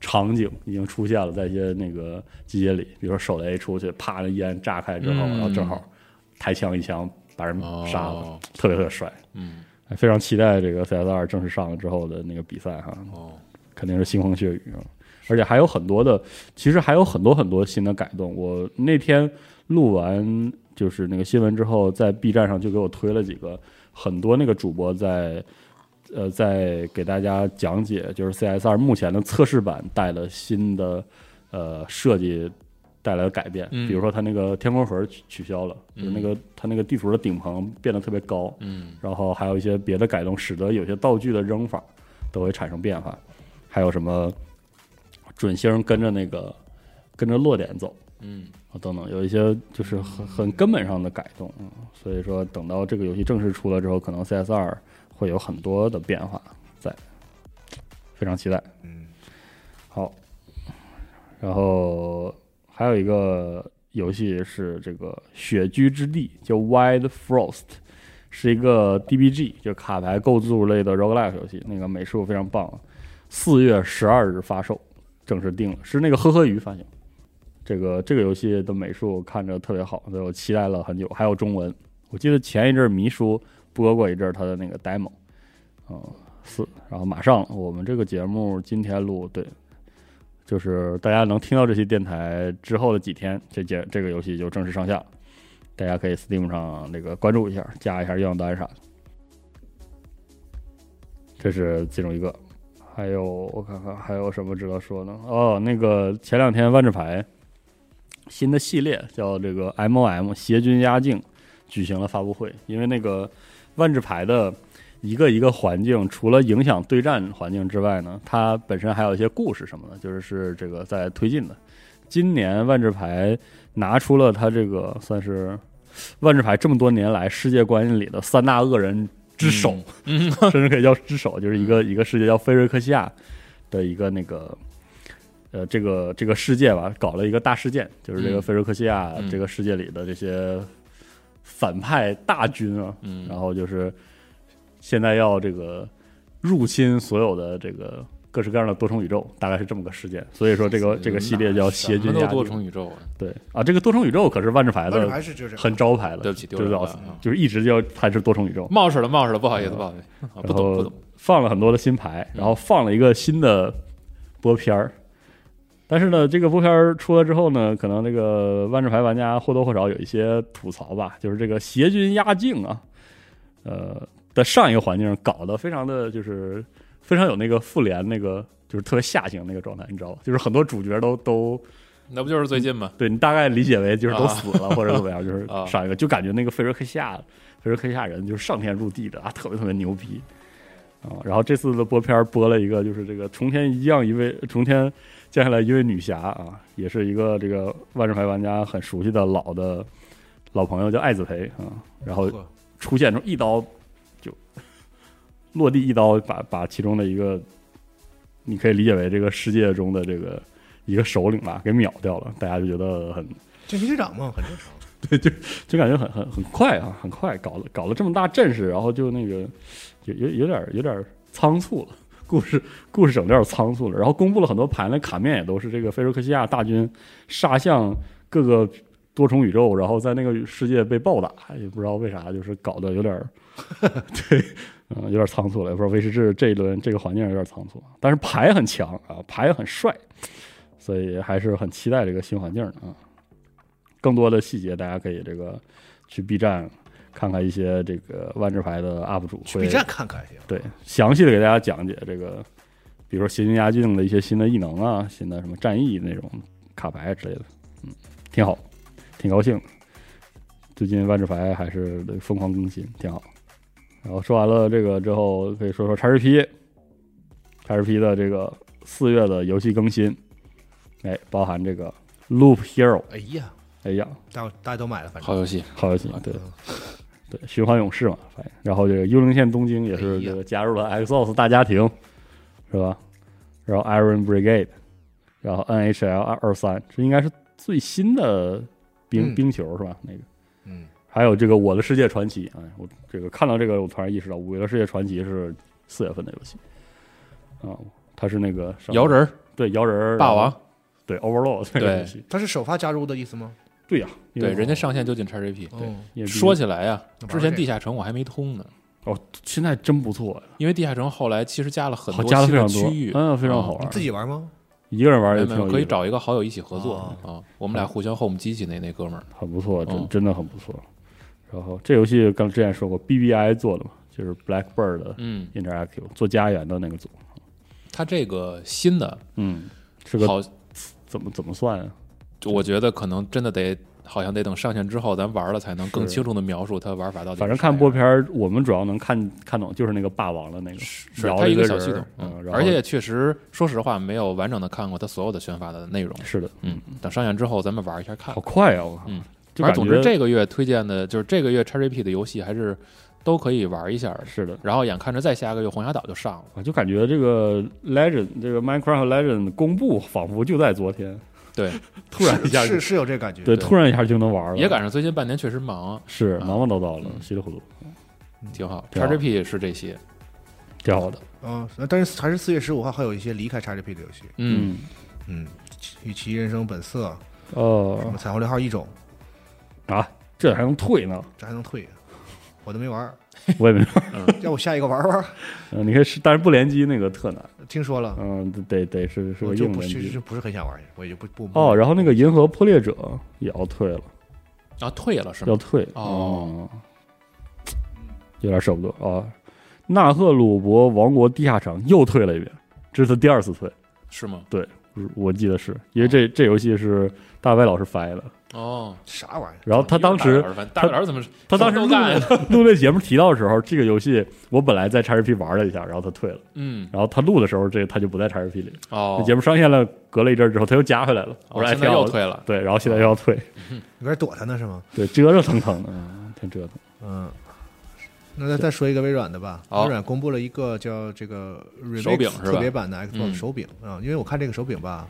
Speaker 4: 场景已经出现了，在一些那个集结里，比如说手雷出去，啪，那烟炸开之后，
Speaker 3: 嗯
Speaker 4: 然后正好抬枪一枪把人杀了，
Speaker 3: 哦
Speaker 4: 特别特别帅。
Speaker 3: 嗯
Speaker 4: 哎非常期待这个 CS 二正式上了之后的那个比赛哈，
Speaker 3: 哦，
Speaker 4: 肯定是腥风血雨啊！而且还有很多的，其实还有很多很多新的改动。我那天录完就是那个新闻之后，在 B 站上就给我推了几个很多那个主播在呃在给大家讲解，就是 CS 二目前的测试版带了新的呃设计带来的改变，
Speaker 3: 嗯
Speaker 4: 比如说它那个天空盒取取消了，就是那个它那个地图的顶棚变得特别高，
Speaker 3: 嗯
Speaker 4: 然后还有一些别的改动，使得有些道具的扔法都会产生变化，还有什么准星跟着那个跟着落点走
Speaker 3: 嗯，
Speaker 4: 啊等等，有一些就是很很根本上的改动。嗯所以说，等到这个游戏正式出了之后，可能 CS 二会有很多的变化在，非常期待。
Speaker 2: 嗯，
Speaker 4: 好，然后还有一个游戏是这个《雪居之地》，叫 Wild Frost，是一个 DBG，就卡牌构筑类的 roguelike 游戏，那个美术非常棒，四月十二日发售，正式定了，是那个呵呵鱼发行。这个这个游戏的美术看着特别好，所以我期待了很久。还有中文，我记得前一阵儿迷叔播过一阵儿他的那个 demo，嗯，四，然后马上我们这个节目今天录，对，就是大家能听到这期电台之后的几天，这节这个游戏就正式上架了，大家可以 Steam 上那个关注一下，加一下愿望单啥的。这是其中一个，还有我看看还有什么值得说呢？哦，那个前两天万智牌新的系列叫这个 MOM 邪军压境举行了发布会，因为那个万智牌的一个一个环境，除了影响对战环境之外呢，它本身还有一些故事什么的，就是是这个在推进的。今年万智牌拿出了它这个算是万智牌这么多年来世界观里的三大恶人之首，
Speaker 3: 嗯， [laughs]
Speaker 4: 甚至可以叫之首，就是一个一个世界叫菲瑞克西亚的一个那个。呃，这个这个世界吧，搞了一个大事件，就是这个
Speaker 3: 嗯
Speaker 4: 菲瑞克西亚
Speaker 3: 嗯
Speaker 4: 这个世界里的这些反派大军啊，
Speaker 3: 嗯，
Speaker 4: 然后就是现在要这个入侵所有的这个各式各样的多重宇宙，大概是这么个事件。所以说这
Speaker 3: 嗯
Speaker 4: 个这个系列叫《邪
Speaker 3: 什
Speaker 4: 君
Speaker 3: 么
Speaker 4: 压
Speaker 3: 都多》。
Speaker 4: 境
Speaker 3: 重宇宙啊，
Speaker 4: 对啊，这个多重宇宙可是万智牌
Speaker 2: 但是
Speaker 4: 的
Speaker 2: 还是就是
Speaker 4: 很招牌的，
Speaker 3: 对不起丢
Speaker 4: 就
Speaker 3: 人
Speaker 4: 是
Speaker 3: 了
Speaker 4: 老四
Speaker 3: 啊
Speaker 4: 就是一直叫它是多重宇宙。
Speaker 3: 冒失了，冒失了，不好意思，不好意思，啊不
Speaker 4: 嗯然
Speaker 3: 懂，
Speaker 4: 后
Speaker 3: 不懂，
Speaker 4: 放了很多的新牌，然后放了一个新的播片儿。但是呢，这个播片儿出了之后呢，可能这个万智牌玩家或多或少有一些吐槽吧，就是这个邪君压境啊，呃的上一个环境搞得非常的就是非常有那个复联那个就是特别下行那个状态，你知道吧？就是很多主角都都
Speaker 3: 那不就是最近吗？
Speaker 4: 对你大概理解为就是都
Speaker 3: 啊
Speaker 4: 死了、或者怎么样，就是
Speaker 3: 啊
Speaker 4: 上一个就感觉那个费瑞克夏，费瑞克夏人就是上天入地的啊，特别特别牛逼啊。然后这次的播片儿播了一个就是这个从天一降一位从天降下来一位女侠啊，也是一个这个万智牌玩家很熟悉的老的老朋友叫艾子培啊，然后
Speaker 2: 呵
Speaker 4: 出现中一刀就落地一刀把把其中的一个，你可以理解为这个世界中的这个一个首领吧给秒掉了，大家就觉得很
Speaker 2: 这局长嘛，很正常。
Speaker 4: 就感觉很很很快啊，很快搞了搞了这么大阵势，然后就那个有有有点有点仓促了，故事故事整得有点仓促了，然后公布了很多盘的卡面也都是这个菲洛克西亚大军杀向各个多重宇宙，然后在那个世界被暴打，哎也不知道为啥，就是搞得有
Speaker 2: [laughs]
Speaker 4: 点儿对。嗯，有点仓促了，也不知道威士忌这一轮这个环境有点仓促，啊但是牌很强啊，牌很帅，所以还是很期待这个新环境的啊。更多的细节，大家可以这个去 B 站看看一些这个万智牌的 UP 主
Speaker 2: 去
Speaker 4: 会
Speaker 2: B 站看看也行。
Speaker 4: 对详细的给大家讲解这个，比如说邪君压境的一些新的异能啊，新的什么战役那种卡牌之类的，嗯，挺好，挺高兴的。最近万智牌还是疯狂更新，挺好。然后说完了这个之后，可以说说 XGP，XGP 的这个四月的游戏更新，哎，包含这个 Loop Hero，
Speaker 2: 哎呀，
Speaker 4: 哎呀，
Speaker 2: 大大家都买了，反正
Speaker 3: 好游戏，
Speaker 4: 好游戏，对
Speaker 2: 嗯
Speaker 4: 对，循环勇士嘛，反正然后这个幽灵线东京也
Speaker 3: 哎
Speaker 4: 是这个加入了 Xbox 大家庭，是吧？然后 Iron Brigade，然后 NHL 二二三，这应该是最新的冰、
Speaker 2: 嗯
Speaker 4: 冰球是吧？那个
Speaker 2: 嗯，
Speaker 4: 还有这个《我的世界传奇》啊，我这个看到这个，我突然意识到，《我的世界传奇》是四月份的游戏啊，它是那个什么
Speaker 3: 摇人儿
Speaker 4: 对摇人儿
Speaker 3: 霸王，，
Speaker 4: 对 Overlord 那个
Speaker 3: 对
Speaker 4: 游戏，
Speaker 2: 它是首发加入的意思吗？
Speaker 4: 对呀、因为
Speaker 3: 对，人家上线就进 XGP。
Speaker 2: 哦，
Speaker 4: 因为毕竟
Speaker 3: 说起来呀
Speaker 2: 那，玩
Speaker 3: 之
Speaker 2: 儿
Speaker 3: 前
Speaker 2: 这
Speaker 3: 地下城我还没通呢，
Speaker 4: 哦，现在真不错呀，
Speaker 3: 因为地下城后来其实加了很
Speaker 4: 好
Speaker 3: 多
Speaker 4: 加的
Speaker 3: 新
Speaker 4: 非常
Speaker 3: 的
Speaker 4: 多
Speaker 3: 区域，，啊
Speaker 4: 嗯，非常好玩
Speaker 2: 你。自己玩吗？
Speaker 4: 一个人玩
Speaker 3: 没
Speaker 4: 也
Speaker 3: 有
Speaker 4: 挺
Speaker 3: 没有，
Speaker 4: 有意
Speaker 3: 嗯可以
Speaker 4: 思的嗯
Speaker 3: 找一个好友一起合作
Speaker 2: 哦
Speaker 3: 啊，我们俩互相 home 机器那那哥们儿，
Speaker 4: 很不错，真
Speaker 3: 嗯
Speaker 4: 真的很不错。然后这游戏刚之前说过，BBI 做的嘛，就是 Blackbird 的
Speaker 3: 嗯，
Speaker 4: Interactive 做家园的那个组，
Speaker 3: 他这个新的
Speaker 4: 嗯，是个
Speaker 3: 好，
Speaker 4: 怎么怎么算啊？
Speaker 3: 我觉得可能真的得好像得等上线之后咱玩了才能更
Speaker 4: 是
Speaker 3: 清楚的描述它玩法到底是啥样。
Speaker 4: 反正看播片儿，我们主要能看看懂就是那个霸王的那个，
Speaker 3: 是
Speaker 4: 摇
Speaker 3: 它
Speaker 4: 一
Speaker 3: 一
Speaker 4: 个
Speaker 3: 个小
Speaker 4: 人
Speaker 3: 系
Speaker 4: 儿
Speaker 3: 统，
Speaker 4: 嗯然后
Speaker 3: 而且也确实，说实话，没有完整的看过它所有的宣发的内容。
Speaker 4: 是的，
Speaker 3: 嗯，等上线之后咱们玩一下看
Speaker 4: 好。快啊！我靠
Speaker 3: 嗯，
Speaker 4: 就
Speaker 3: 反正
Speaker 4: 感
Speaker 3: 总之
Speaker 4: 觉
Speaker 3: 这个月推荐的就是这个月 XGP 的游戏还是都可以玩一下的。
Speaker 4: 是的。
Speaker 3: 然后眼看着再下个月红霞岛就上了，
Speaker 4: 啊，就感觉这个 Legend 这个 Minecraft Legend 公布仿佛就在昨天，
Speaker 3: 对，
Speaker 4: 突然一下
Speaker 2: 是
Speaker 4: 就是
Speaker 2: 是有这感觉。
Speaker 4: 对，
Speaker 3: 对
Speaker 4: 突然一下就能玩了，
Speaker 3: 也赶上最近半年确实忙，
Speaker 4: 是
Speaker 3: 啊
Speaker 4: 忙忙叨叨了，
Speaker 3: 嗯
Speaker 4: 稀里糊涂，
Speaker 3: 挺好。
Speaker 4: 挺好
Speaker 3: XGP 是这些，
Speaker 4: 挺好的。
Speaker 2: 嗯，但是还是四月十五号还有一些离开 XGP 的游戏，
Speaker 3: 嗯，，
Speaker 2: 嗯，与其人生本色，
Speaker 4: 哦
Speaker 2: 什么彩虹六号一种，
Speaker 4: 啊，这还能退呢？
Speaker 2: 这还能退， [laughs] 我都没玩儿，
Speaker 4: [laughs] 我也没
Speaker 2: 要不下一个玩玩？
Speaker 4: 嗯，你可以试，但是不联机那个特难，
Speaker 2: 听说了，
Speaker 4: 嗯，得得是是
Speaker 2: 啊我
Speaker 4: 个
Speaker 2: 就
Speaker 4: 硬
Speaker 2: 不
Speaker 4: 联
Speaker 2: 是
Speaker 4: 机
Speaker 2: 就不是很想玩，我也就不不
Speaker 4: 哦。然后那个银河破裂者也要退了，
Speaker 3: 然后啊退了是吗
Speaker 4: 要？退
Speaker 3: 哦
Speaker 4: 嗯有点舍不得啊。纳赫鲁伯王国地下城又退了一遍，这是他第二次退，
Speaker 3: 是吗？
Speaker 4: 我记得是因为这这游戏是大卫老师翻译的，
Speaker 3: 哦，
Speaker 2: 啥玩意儿？
Speaker 4: 然后他当时
Speaker 3: 大老师怎么
Speaker 4: 他当时
Speaker 3: 都
Speaker 4: 录
Speaker 3: 干
Speaker 4: [laughs] 那录那节目提到的时候，这个游戏我本来在 XGP 玩了一下，然后他退了，
Speaker 3: 嗯
Speaker 4: 然后他录的时候这他就不在 XGP 里了。
Speaker 3: 哦
Speaker 4: 那，节目上线了，隔了一阵儿之后，他又加回来了。我
Speaker 3: 哦
Speaker 4: 说哎，
Speaker 3: 现在
Speaker 4: 挺好
Speaker 3: 又
Speaker 4: 的
Speaker 3: 退哦了，
Speaker 4: 对，然后现在又要退，
Speaker 2: 有点躲他呢是吗？
Speaker 4: 对，折折腾腾的，嗯挺折腾。
Speaker 2: 嗯，那再再说一个微软的吧。
Speaker 3: 好
Speaker 2: 微软公布了一个叫这个 Remix
Speaker 3: 手柄是吧
Speaker 2: 特别版的 Xbox
Speaker 3: 嗯
Speaker 2: 手柄啊、因为我看这个手柄吧，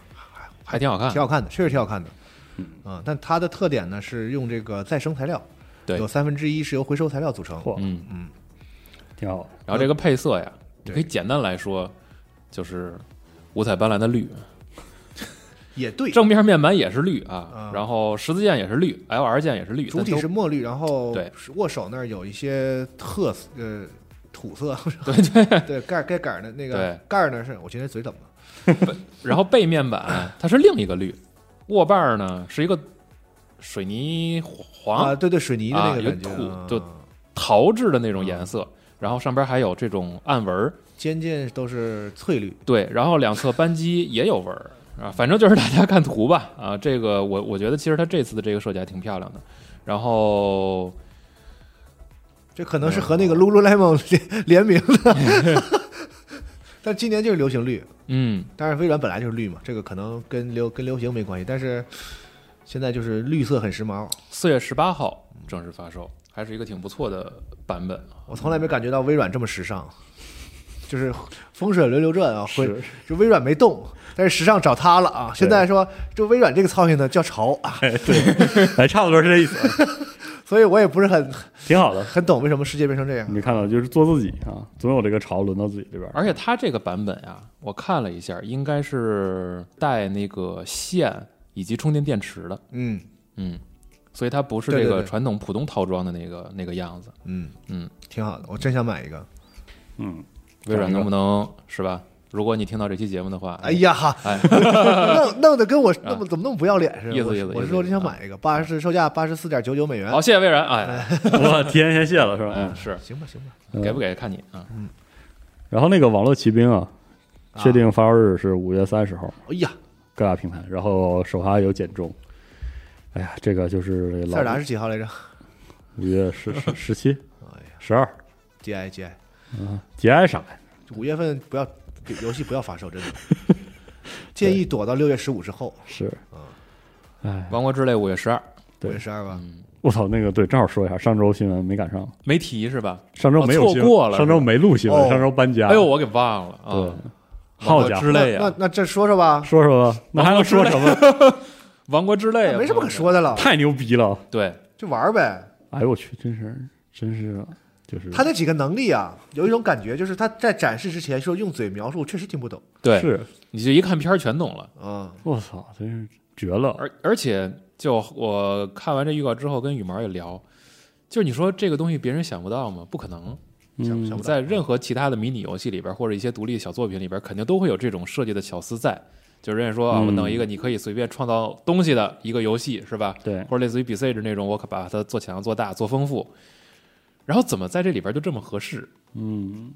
Speaker 3: 还挺好看
Speaker 2: 挺。好看的，确实挺好看的。
Speaker 3: 嗯
Speaker 2: 啊、但它的特点呢是用这个再生材料，
Speaker 3: 对
Speaker 2: 有三分之一是由回收材料组成。
Speaker 4: 嚯，
Speaker 3: 嗯，
Speaker 2: 嗯，
Speaker 4: 挺好。嗯
Speaker 3: 然后这个配色呀，
Speaker 2: 对
Speaker 3: 可以简单来说，就是五彩斑斓的绿，
Speaker 2: 也对，
Speaker 3: 正面面板也是绿啊
Speaker 4: 嗯
Speaker 2: 啊，
Speaker 3: 然后十字键也是绿，L R 键也是绿，
Speaker 2: 主体
Speaker 3: 但都
Speaker 2: 是墨绿，然后
Speaker 3: 对
Speaker 2: 握手那儿有一些特色呃土
Speaker 3: [laughs]
Speaker 2: 色，
Speaker 3: 对对，
Speaker 2: 对盖盖杆儿的那个
Speaker 3: 对
Speaker 2: 盖儿呢是，我今天嘴怎么了？
Speaker 3: 然后背面板它是另一个绿，握把儿呢是一个水泥
Speaker 2: 啊，
Speaker 3: 黄
Speaker 2: 对对，水泥的那个
Speaker 3: 啊有
Speaker 2: 感觉，
Speaker 3: 土
Speaker 2: 啊
Speaker 3: 就陶制的那种颜色，然后上边还有这种暗纹儿，
Speaker 2: 尖尖都是翠绿，
Speaker 3: 对，然后两侧扳机也有纹儿啊，反正就是大家看图吧啊，这个我我觉得其实它这次的这个设计还挺漂亮的，然后
Speaker 2: 这可
Speaker 3: 嗯
Speaker 2: 能是和那
Speaker 3: 哦
Speaker 2: 个 Lululemon 联联名的，
Speaker 3: [laughs]
Speaker 2: 但今年就是流行绿，
Speaker 3: 嗯
Speaker 2: 当然微软本来就是绿嘛，这个可能跟流跟流行没关系，但是现在就是绿色很时髦，
Speaker 3: 四月十八号正式发售，还是一个挺不错的版本，
Speaker 2: 我从来没感觉到微软这么时尚，就是风水轮流转啊，会
Speaker 4: 是
Speaker 2: 就微软没动，但是时尚找他了啊！现在说就微软这个操性呢叫潮啊，
Speaker 4: 哎，差不多是这意思，
Speaker 2: 所以我也不是很
Speaker 4: 挺好的。
Speaker 2: 很懂为什么世界变成这样。
Speaker 4: 你看到就是做自己啊，总有这个潮轮到自己这边儿。
Speaker 3: 而且它这个版本呀、我看了一下，应该是带那个线以及充电电池的，
Speaker 2: 嗯
Speaker 3: 嗯，所以它不是
Speaker 2: 对
Speaker 3: 这
Speaker 2: 对
Speaker 3: 个
Speaker 2: 对
Speaker 3: 传统普通套装的那个那个样子。
Speaker 2: 嗯
Speaker 3: 嗯，
Speaker 2: 挺好的，我真想买一个。
Speaker 4: 嗯，
Speaker 3: 微软
Speaker 4: [laughs]
Speaker 3: 能不能是吧？如果你听到这期节目的话，
Speaker 2: 哎，呀哈，
Speaker 3: 哎， [laughs]
Speaker 2: 弄弄得跟我那么怎么那么不要脸似的。
Speaker 3: 意思
Speaker 2: 我
Speaker 3: 意思
Speaker 2: 我
Speaker 3: 意
Speaker 2: 是
Speaker 3: 思
Speaker 2: 说真想
Speaker 3: 啊
Speaker 2: 买一个，八十售价八十四点九九美元
Speaker 3: 好，。谢谢微软，哎，
Speaker 4: 我提前先谢了是吧？
Speaker 3: 嗯，是
Speaker 2: 行吧行吧，
Speaker 4: 嗯
Speaker 3: 给不给看你啊？
Speaker 4: 然后那个网络骑兵啊，
Speaker 2: 啊
Speaker 4: 确。定发售日是五月三十号，
Speaker 2: 哎呀，
Speaker 4: 各大平台，然后首发有减重。哎呀，这个就是
Speaker 2: 塞
Speaker 4: 老
Speaker 2: 尔达是几号来着
Speaker 4: 五月十十十七
Speaker 2: 哎呀、
Speaker 4: 十二，
Speaker 2: ？G I G I，
Speaker 4: 节哀啥呀？
Speaker 2: 五月份不要游戏不要发售，真的。建议躲到六月十五之后，
Speaker 4: 是，哎，
Speaker 3: 王国之泪五月十二，
Speaker 2: 五
Speaker 4: 对
Speaker 2: 月十二吧。
Speaker 4: 我操，那个对，正好说一下，上周新闻没赶上，
Speaker 3: 没提是吧？
Speaker 4: 上周没有
Speaker 3: 哦
Speaker 4: 新闻
Speaker 3: 错过了
Speaker 4: 上周没录
Speaker 2: 是
Speaker 4: 新闻，
Speaker 2: 吧
Speaker 4: 上周搬家。
Speaker 3: 哎呦，，我给忘了啊！
Speaker 4: 对，
Speaker 3: 王
Speaker 4: 好
Speaker 3: 国
Speaker 4: 家
Speaker 3: 之
Speaker 4: 伙，
Speaker 3: 泪
Speaker 2: 那
Speaker 3: 啊，
Speaker 2: 那这说说吧，
Speaker 4: 说说吧，那还能说什么？
Speaker 3: 王国之泪啊，
Speaker 2: 没什么可说
Speaker 3: 的。
Speaker 2: 的了，
Speaker 4: 太牛逼了！
Speaker 3: 对，
Speaker 2: 就玩儿呗。
Speaker 4: 哎呦我去，真是真是，就是
Speaker 2: 他那几个能力啊，有一种感觉，就是他在展示之前说用嘴描述，确实听不懂。
Speaker 3: 对，
Speaker 4: 是，
Speaker 3: 你这一看片儿全懂了。
Speaker 2: 嗯，
Speaker 4: 我操，真是绝了！
Speaker 3: 而而且，就我看完这预告之后，跟羽毛也聊，就是你说这个东西别人想不到吗？不可能，
Speaker 2: 想想
Speaker 4: 嗯
Speaker 2: 不，到
Speaker 3: 在任何其他的迷你游戏里边，或者一些独立小作品里边，肯定都会有这种设计的巧思在。就是人家说啊，
Speaker 4: 嗯
Speaker 3: 我弄一个你可以随便创造东西的一个游戏，是吧？
Speaker 4: 对，
Speaker 3: 或者类似于比赛制那种，我可把它做强、做大、做丰富。然后怎么在这里边就这么合适？
Speaker 4: 嗯，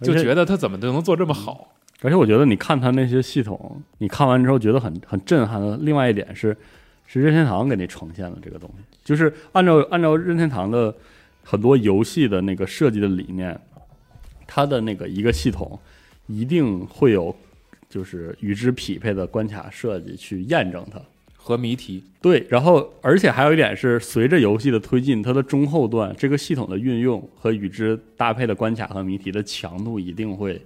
Speaker 3: 就
Speaker 4: 而且
Speaker 3: 觉得它怎么就能做这么好？
Speaker 4: 而且我觉得你看他那些系统，你看完之后觉得很很震撼的。另外一点是，是任天堂给你呈现了这个东西，就是按照按照任天堂的很多游戏的那个设计的理念，它的那个一个系统一定会有就是与之匹配的关卡设计去验证它。
Speaker 3: 和谜题，
Speaker 4: 对，然后而且还有一点是，随着游戏的推进，它的中后段这个系统的运用和与之搭配的关卡和谜题的强度一定会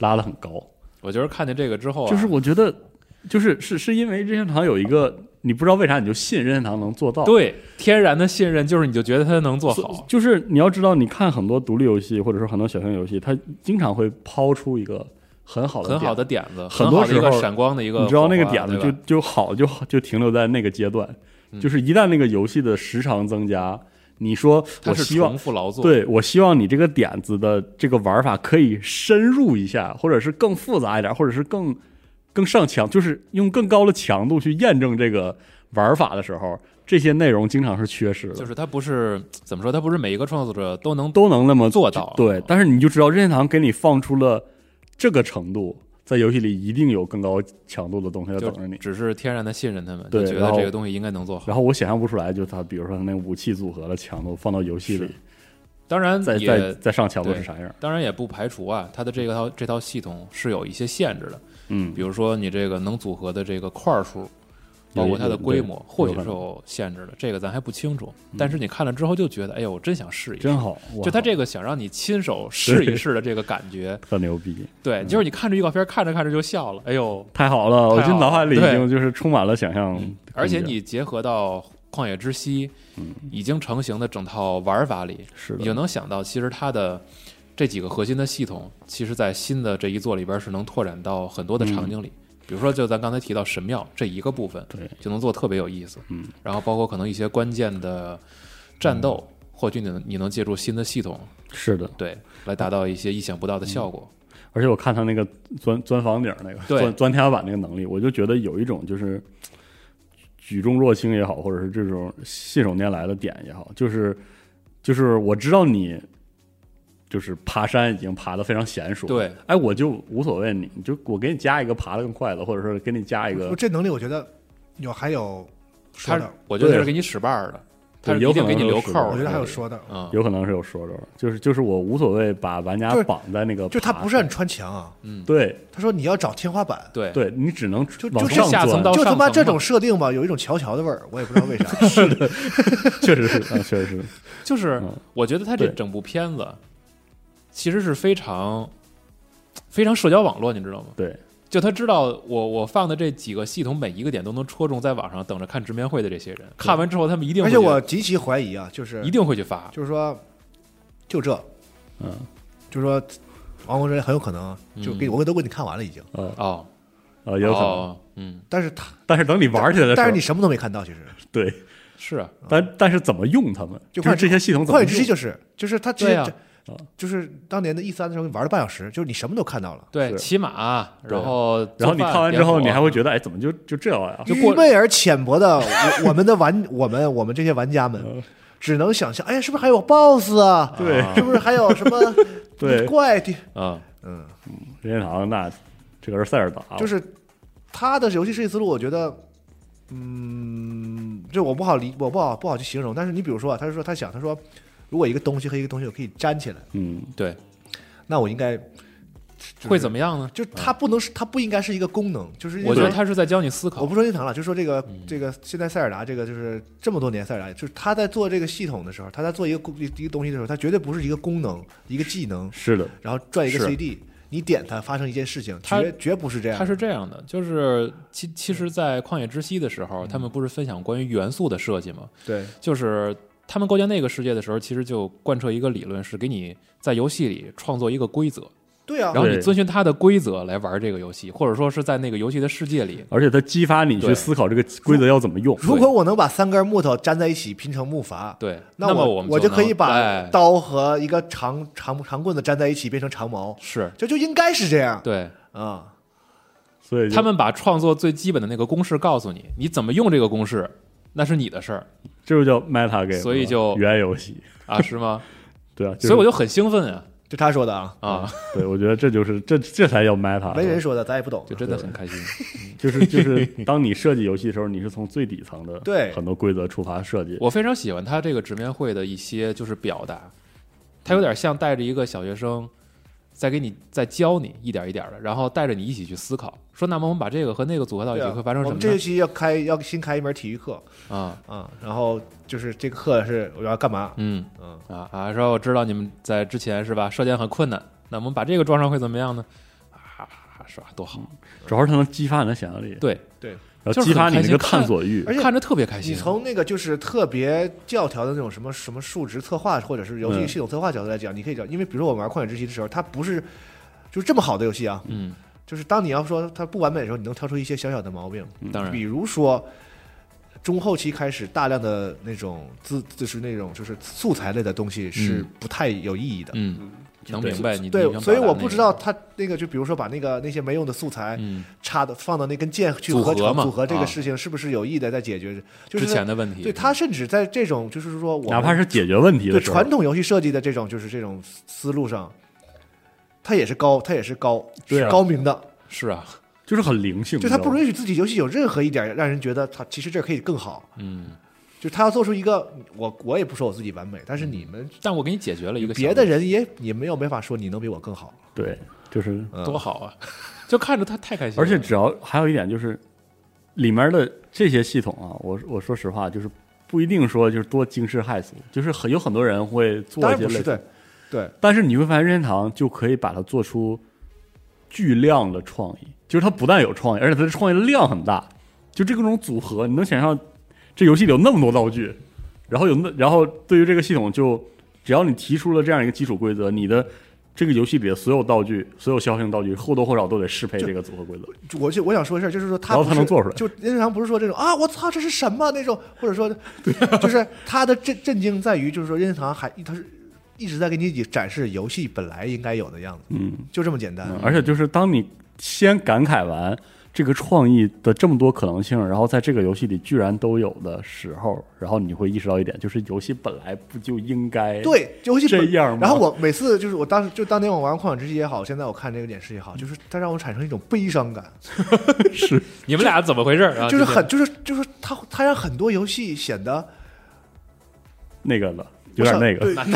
Speaker 4: 拉得很高。
Speaker 3: 我觉得看见这个之后、啊，
Speaker 4: 就是我觉得，就是是是因为任天堂有一个，你不知道为啥你就信任天堂能做到。
Speaker 3: 对天然的信任，就是你就觉得它能做
Speaker 4: 所，
Speaker 3: 好。
Speaker 4: 就是你要知道，你看很多独立游戏或者说很多小型游戏，它经常会抛出一个很好的
Speaker 3: 很
Speaker 4: 点
Speaker 3: 好的点子，
Speaker 4: 很
Speaker 3: 好
Speaker 4: 多
Speaker 3: 的一
Speaker 4: 时候
Speaker 3: 个闪光的一个火花，
Speaker 4: 你知道那个点子就
Speaker 3: 对吧嗯
Speaker 4: 就好就好就停留在那个阶段，就是一旦那个游戏的时长增加，你说
Speaker 3: 它
Speaker 4: 我
Speaker 3: 是
Speaker 4: 希望
Speaker 3: 重复劳作，，
Speaker 4: 对我希望你这个点子的这个玩法可以深入一下，或者是更复杂一点，或者是更更上强，就是用更高的强度去验证这个玩法的时候，这些内容经常是缺失的，
Speaker 3: 就是它不是怎么说，它不是每一个创作者都能
Speaker 4: 都能那么
Speaker 3: 做啊到
Speaker 4: 对，但是你就知道任天堂给你放出了这个程度，在游戏里一定有更高强度的东西在
Speaker 3: 就
Speaker 4: 等着你。
Speaker 3: 只是天然的信任他们，
Speaker 4: 对
Speaker 3: 就觉
Speaker 4: 然
Speaker 3: 得
Speaker 4: 后
Speaker 3: 这个东西应该能做好。
Speaker 4: 然后我想象不出来，就它，比如说它那武器组合的强度放到游戏里，
Speaker 3: 当然
Speaker 4: 再再
Speaker 3: 也
Speaker 4: 再上强度
Speaker 3: 对
Speaker 4: 是啥样？
Speaker 3: 当然也不排除啊，它的这个套这套系统是有一些限制的，
Speaker 4: 嗯
Speaker 3: 比，如说你这个能组合的这个块儿数，包括它的规模，
Speaker 4: 有
Speaker 3: 或
Speaker 4: 有嗯
Speaker 3: 许是有限制的，这个咱还不清楚。但是你看了之后就觉得，哎呦，我真想试一试。
Speaker 4: 真好，哇
Speaker 3: 就他这个想让你亲
Speaker 4: [laughs]
Speaker 3: 手试一试的这个感觉，
Speaker 4: 特牛逼。
Speaker 3: 对，就是你看着预告片看着看着就笑了，哎呦，
Speaker 4: 太好了，我
Speaker 3: 太
Speaker 4: 这
Speaker 3: 好了
Speaker 4: 脑海里已
Speaker 3: 对
Speaker 4: 经就是充满了想象空间。
Speaker 3: 而且你结合到《旷野之息》已经成型的整套玩法里，
Speaker 4: 嗯是
Speaker 3: 你就
Speaker 4: 的，
Speaker 3: 能想到，其实它的这几个核心的系统，其实在新的这一座里边是能拓展到很多的场景里。比如说，就咱刚才提到神庙这一个部分，
Speaker 4: 嗯对，
Speaker 3: 就能做得特别有意思。
Speaker 4: 嗯，
Speaker 3: 然后包括可能一些关键的战斗，或许你能你能借助新的系统，
Speaker 4: 是的，
Speaker 3: 对，来达到一些意想不到的效果。
Speaker 4: 而且我看他那个钻钻房顶儿那个
Speaker 3: 对
Speaker 4: 钻钻天花板那个能力，我就觉得有一种就是举重若轻也好，或者是这种信手拈来的点也好，就是就是我知道你就是爬山已经爬得非常娴熟，
Speaker 3: 对，
Speaker 4: 哎，我就无所谓你，你就我给你加一个爬得更快的，或者说给你加一个
Speaker 2: 这能力我觉得有还有说
Speaker 3: 他是
Speaker 2: 道，
Speaker 3: 我觉得
Speaker 4: 对
Speaker 3: 他是给你使绊儿的，他是
Speaker 4: 有
Speaker 3: 一
Speaker 4: 可
Speaker 3: 定
Speaker 4: 能
Speaker 3: 给你
Speaker 4: 有
Speaker 3: 留
Speaker 4: 使
Speaker 3: 扣儿
Speaker 4: 绊儿
Speaker 3: 的。
Speaker 2: 我觉得还有
Speaker 3: 对
Speaker 2: 说道，
Speaker 3: 嗯，
Speaker 4: 有可能是有说着的，就是就是我无所谓把玩家
Speaker 2: 对
Speaker 4: 绑在那个爬山，
Speaker 2: 就他不是很穿墙啊。
Speaker 4: 对
Speaker 2: 他说你要找天花板，
Speaker 3: 对
Speaker 4: 对，你只能
Speaker 2: 就
Speaker 4: 往
Speaker 2: 就
Speaker 4: 上
Speaker 2: 是
Speaker 3: 下层
Speaker 4: 钻
Speaker 3: 到
Speaker 2: 就他妈
Speaker 3: 上层
Speaker 2: 这种
Speaker 3: 嘛
Speaker 2: 设定吧，有一种乔乔的味儿，我也不知道为啥。
Speaker 4: 确实是，啊确实是，
Speaker 3: 就是
Speaker 4: 嗯
Speaker 3: 我觉得他这
Speaker 4: 对
Speaker 3: 整部片子其实是非常非常社交网络，你知道吗？
Speaker 4: 对，
Speaker 3: 就他知道我我放的这几个系统每一个点都能戳中在网上等着看直面会的这些人，看完之后他们一定
Speaker 2: 而
Speaker 3: 会
Speaker 2: 且我
Speaker 3: 去
Speaker 2: 极其怀疑啊，就是
Speaker 3: 一定会去发，
Speaker 2: 就是说，就这，
Speaker 4: 嗯，
Speaker 2: 就是说，王国之很有可能就给
Speaker 3: 嗯
Speaker 2: 我们都给你看完了已经，
Speaker 4: 呃
Speaker 3: 哦，
Speaker 4: 呃，也有可能。
Speaker 3: 哦，嗯，
Speaker 2: 但是他
Speaker 4: 但是等你玩起来的时候，
Speaker 2: 但是你什么都没看到，其实。
Speaker 4: 对，
Speaker 3: 是啊，
Speaker 4: 但但是怎么用它们，
Speaker 2: 就
Speaker 4: 就是这些系统怎
Speaker 2: 旷
Speaker 4: 么
Speaker 2: 野之息
Speaker 4: 用？
Speaker 2: 就是就是他直
Speaker 3: 对
Speaker 2: 接
Speaker 3: 呀、
Speaker 2: 这
Speaker 4: 啊
Speaker 2: 就是当年的 E 三的时候玩了半小时，就是你什么都看到了。
Speaker 3: 对，
Speaker 4: 是
Speaker 3: 骑马，
Speaker 4: 对啊
Speaker 3: 然后做
Speaker 4: 然后你
Speaker 3: 饭
Speaker 4: 看完之
Speaker 3: 点
Speaker 4: 后，
Speaker 3: 火
Speaker 4: 你还会觉得，哎，怎么就就这样呀？
Speaker 3: 就
Speaker 2: 愚
Speaker 3: 过
Speaker 2: 昧而浅薄的我我们的玩我们我们这些玩家们
Speaker 4: 嗯，
Speaker 2: 只能想象，哎，是不是还有 BOSS 啊？
Speaker 4: 对
Speaker 2: 是不是还有什么
Speaker 4: [laughs] 对
Speaker 2: 怪的？
Speaker 3: 嗯，
Speaker 2: 嗯，
Speaker 4: 任天堂那这个是塞尔达，
Speaker 2: 就是他的游戏设计思路，我觉得，嗯，就我不好理，我不好不好去形容。但是你比如说啊，他是说他想，他说如果一个东西和一个东西我可以粘起来，
Speaker 4: 嗯，
Speaker 3: 对，
Speaker 2: 那我应该
Speaker 3: 会怎么样呢？
Speaker 2: 就它不能是它不应该是一个功能，就是因为
Speaker 3: 我觉得他是在教你思
Speaker 2: 我
Speaker 3: 考
Speaker 2: 不，说任天堂了，就说这个这个现在塞尔达这个就是这么多年塞尔达，就是他在做这个系统的时候，他在做一个功一一个东西的时候，他绝对不是一个功能一个技能，
Speaker 4: 是的，
Speaker 2: 然后转一个
Speaker 4: 是
Speaker 2: CD，你点它发生一件事情，
Speaker 3: 它
Speaker 2: 绝绝不是这样
Speaker 3: 他。是这样的，就是其其实，在旷野之息的时
Speaker 4: 嗯
Speaker 3: 候，他们不是分享关于元素的设计吗？
Speaker 2: 对，
Speaker 3: 就是他们构建那个世界的时候，其实就贯彻一个理论，是给你在游戏里创作一个规则，
Speaker 2: 对啊
Speaker 3: 然，后你
Speaker 4: 对
Speaker 3: 遵循它的规则来玩这个游戏，或者说是在那个游戏的世界里。
Speaker 4: 而且它激发你去
Speaker 3: 对
Speaker 4: 思考这个规则要怎么用。
Speaker 2: 如果我能把三根木头粘在一起拼成木筏，
Speaker 3: 对，
Speaker 2: 那
Speaker 3: 么
Speaker 2: 我
Speaker 3: 们
Speaker 2: 就可以
Speaker 3: 能
Speaker 2: 把
Speaker 3: 哎
Speaker 2: 刀和一个长长长棍子粘在一起变成长矛，
Speaker 3: 是
Speaker 2: 这就应该是这样
Speaker 3: 对
Speaker 2: 啊。
Speaker 4: 所以就
Speaker 3: 他们把创作最基本的那个公式告诉你，你怎么用这个公式，那是你的事儿
Speaker 4: 这就叫 meta game，
Speaker 3: 所以就
Speaker 4: 原游戏，
Speaker 3: 啊， [laughs] 是吗？
Speaker 4: 对啊，
Speaker 3: 所以我
Speaker 4: 就
Speaker 3: 就很兴奋啊
Speaker 2: 就他说的啊，
Speaker 3: 啊，
Speaker 4: 是对我觉得这就是这这才叫 meta，
Speaker 2: 没人说的，咱也不懂啊
Speaker 3: 就。真的很开心。
Speaker 4: 就是
Speaker 2: [laughs]
Speaker 4: 就是当你设计游戏的时候，你是从最底层的
Speaker 2: 对
Speaker 4: 很多规则出发设计，
Speaker 3: 我非常喜欢他这个直面会的一些就是表达，他有
Speaker 2: 嗯
Speaker 3: 点像带着一个小学生，在给你在教你一点一点的，然后带着你一起去思考，说那么我们把这个和那个组合到一
Speaker 2: 对
Speaker 3: 起
Speaker 2: 啊
Speaker 3: 会发生
Speaker 2: 我
Speaker 3: 什
Speaker 2: 们
Speaker 3: 么
Speaker 2: 这学
Speaker 3: 呢？
Speaker 2: 期要开要新开一门体育课
Speaker 3: 啊，
Speaker 2: 啊，然后就是这个课是我要干嘛？
Speaker 3: 嗯
Speaker 2: 嗯
Speaker 3: 啊啊，说我知道你们在之前是吧，射箭很困难，那我们把这个装上会怎么样呢？啊，是吧，多好，
Speaker 4: 主要是它能激发你的想象力，
Speaker 3: 对，
Speaker 4: 然
Speaker 3: 就
Speaker 4: 后
Speaker 3: 是
Speaker 4: 激发
Speaker 3: 很
Speaker 4: 你
Speaker 3: 开
Speaker 4: 那
Speaker 3: 心
Speaker 4: 个
Speaker 3: 看
Speaker 4: 探索欲
Speaker 2: 而，且
Speaker 3: 看着特别开
Speaker 2: 你
Speaker 3: 心。
Speaker 2: 从那个就是特别教条的那种什么什么数值策划，或者是游戏
Speaker 4: 嗯
Speaker 2: 系统策划角度来讲，你可以讲，因为比如说我玩《旷野之息》的时候，它不是就是这么好的游戏啊，
Speaker 3: 嗯，
Speaker 2: 就是当你要说它不完美的时候，你能挑出一些小小的毛病，
Speaker 3: 当然
Speaker 2: 比如说中后期开始大量的那种自就是那种就是素材类的东西是
Speaker 3: 嗯
Speaker 2: 不太有意义的，
Speaker 3: 嗯，能明白你
Speaker 2: 对，所以我不知。道
Speaker 3: 你想表达
Speaker 2: 他那个就比如说把那个那些没用的素材
Speaker 3: 那个嗯，
Speaker 2: 插的放到那根剑去
Speaker 3: 组
Speaker 2: 合成
Speaker 3: 合嘛
Speaker 2: 组合这个
Speaker 3: 啊
Speaker 2: 事情是不是有意的在解决？就是
Speaker 3: 之
Speaker 2: 在
Speaker 3: 前的问题，
Speaker 2: 对他甚至在这种就是说我们
Speaker 4: 哪怕是解决问题
Speaker 2: 对
Speaker 4: 的时候
Speaker 2: 传，统游戏设计的这种就是这种思路上，他也是高，他也是高，
Speaker 4: 对啊
Speaker 2: 是高明的，
Speaker 3: 是啊，
Speaker 4: 就是很灵性，
Speaker 2: 就他
Speaker 4: 你知道
Speaker 2: 不
Speaker 4: 吗
Speaker 2: 允许自己游戏有任何一点让人觉得他其实这可以更好，
Speaker 3: 嗯，
Speaker 2: 就他要做出一个我我也不说我自己完美，但
Speaker 4: 嗯
Speaker 2: 是你们
Speaker 3: 但我给你解决了一个
Speaker 2: 别
Speaker 3: 小
Speaker 2: 的
Speaker 3: 问
Speaker 2: 人也也没有没法说你能比我更好，
Speaker 4: 对，就是，
Speaker 3: 题
Speaker 2: 嗯
Speaker 3: 多好啊，就看着他太开心了，
Speaker 4: 而且只要还有一点就是，里面的这些系统啊，我我说实话就是不一定说就是多惊世骇俗，就是很有很多人会做
Speaker 2: 当
Speaker 4: 一
Speaker 2: 然
Speaker 4: 些
Speaker 2: 不
Speaker 4: 类
Speaker 2: 是
Speaker 4: 似，
Speaker 2: 对对，
Speaker 4: 但是你会发现任天堂就可以把它做出巨量的创意，就是它不但有创意，而且它的创意量很大，就这种组合，你能想象这游戏里有那么多道具，然后有那然后对于这个系统就只要你提出了这样一个基础规则，你的这个游戏里的所有道具、所有消耗性道具或多或少都得适配这个组合规则。
Speaker 2: 我就我想说一下，就是说他
Speaker 4: 然后
Speaker 2: 不
Speaker 4: 他
Speaker 2: 是
Speaker 4: 能做出来
Speaker 2: 就任天堂不是说这种啊，我操，这是什么那种，或
Speaker 4: [laughs]
Speaker 2: 者说，
Speaker 4: 啊
Speaker 2: 就是他的震震惊在于，就是说任天堂还他是一直在给你展示游戏本来应该有的样子，
Speaker 4: 嗯，
Speaker 2: 就这么简单。
Speaker 4: 而且就是当你先感慨完这个创意的这么多可能性，然后在这个游戏里居然都有的时候，然后你会意识到一点，就是游戏本来不就应该
Speaker 2: 对，游戏本
Speaker 4: 这样吗
Speaker 2: 然后我每次就是我当时就当年我玩《旷野之息》也好，现在我看这个演示也好，就是它让我产生一种悲伤感，
Speaker 4: 啊
Speaker 3: 你们俩怎么回事儿啊？
Speaker 2: 就是
Speaker 3: 这
Speaker 2: 很就是就是它它让很多游戏显得
Speaker 4: 那个了，有点那个。
Speaker 2: 对
Speaker 4: 哎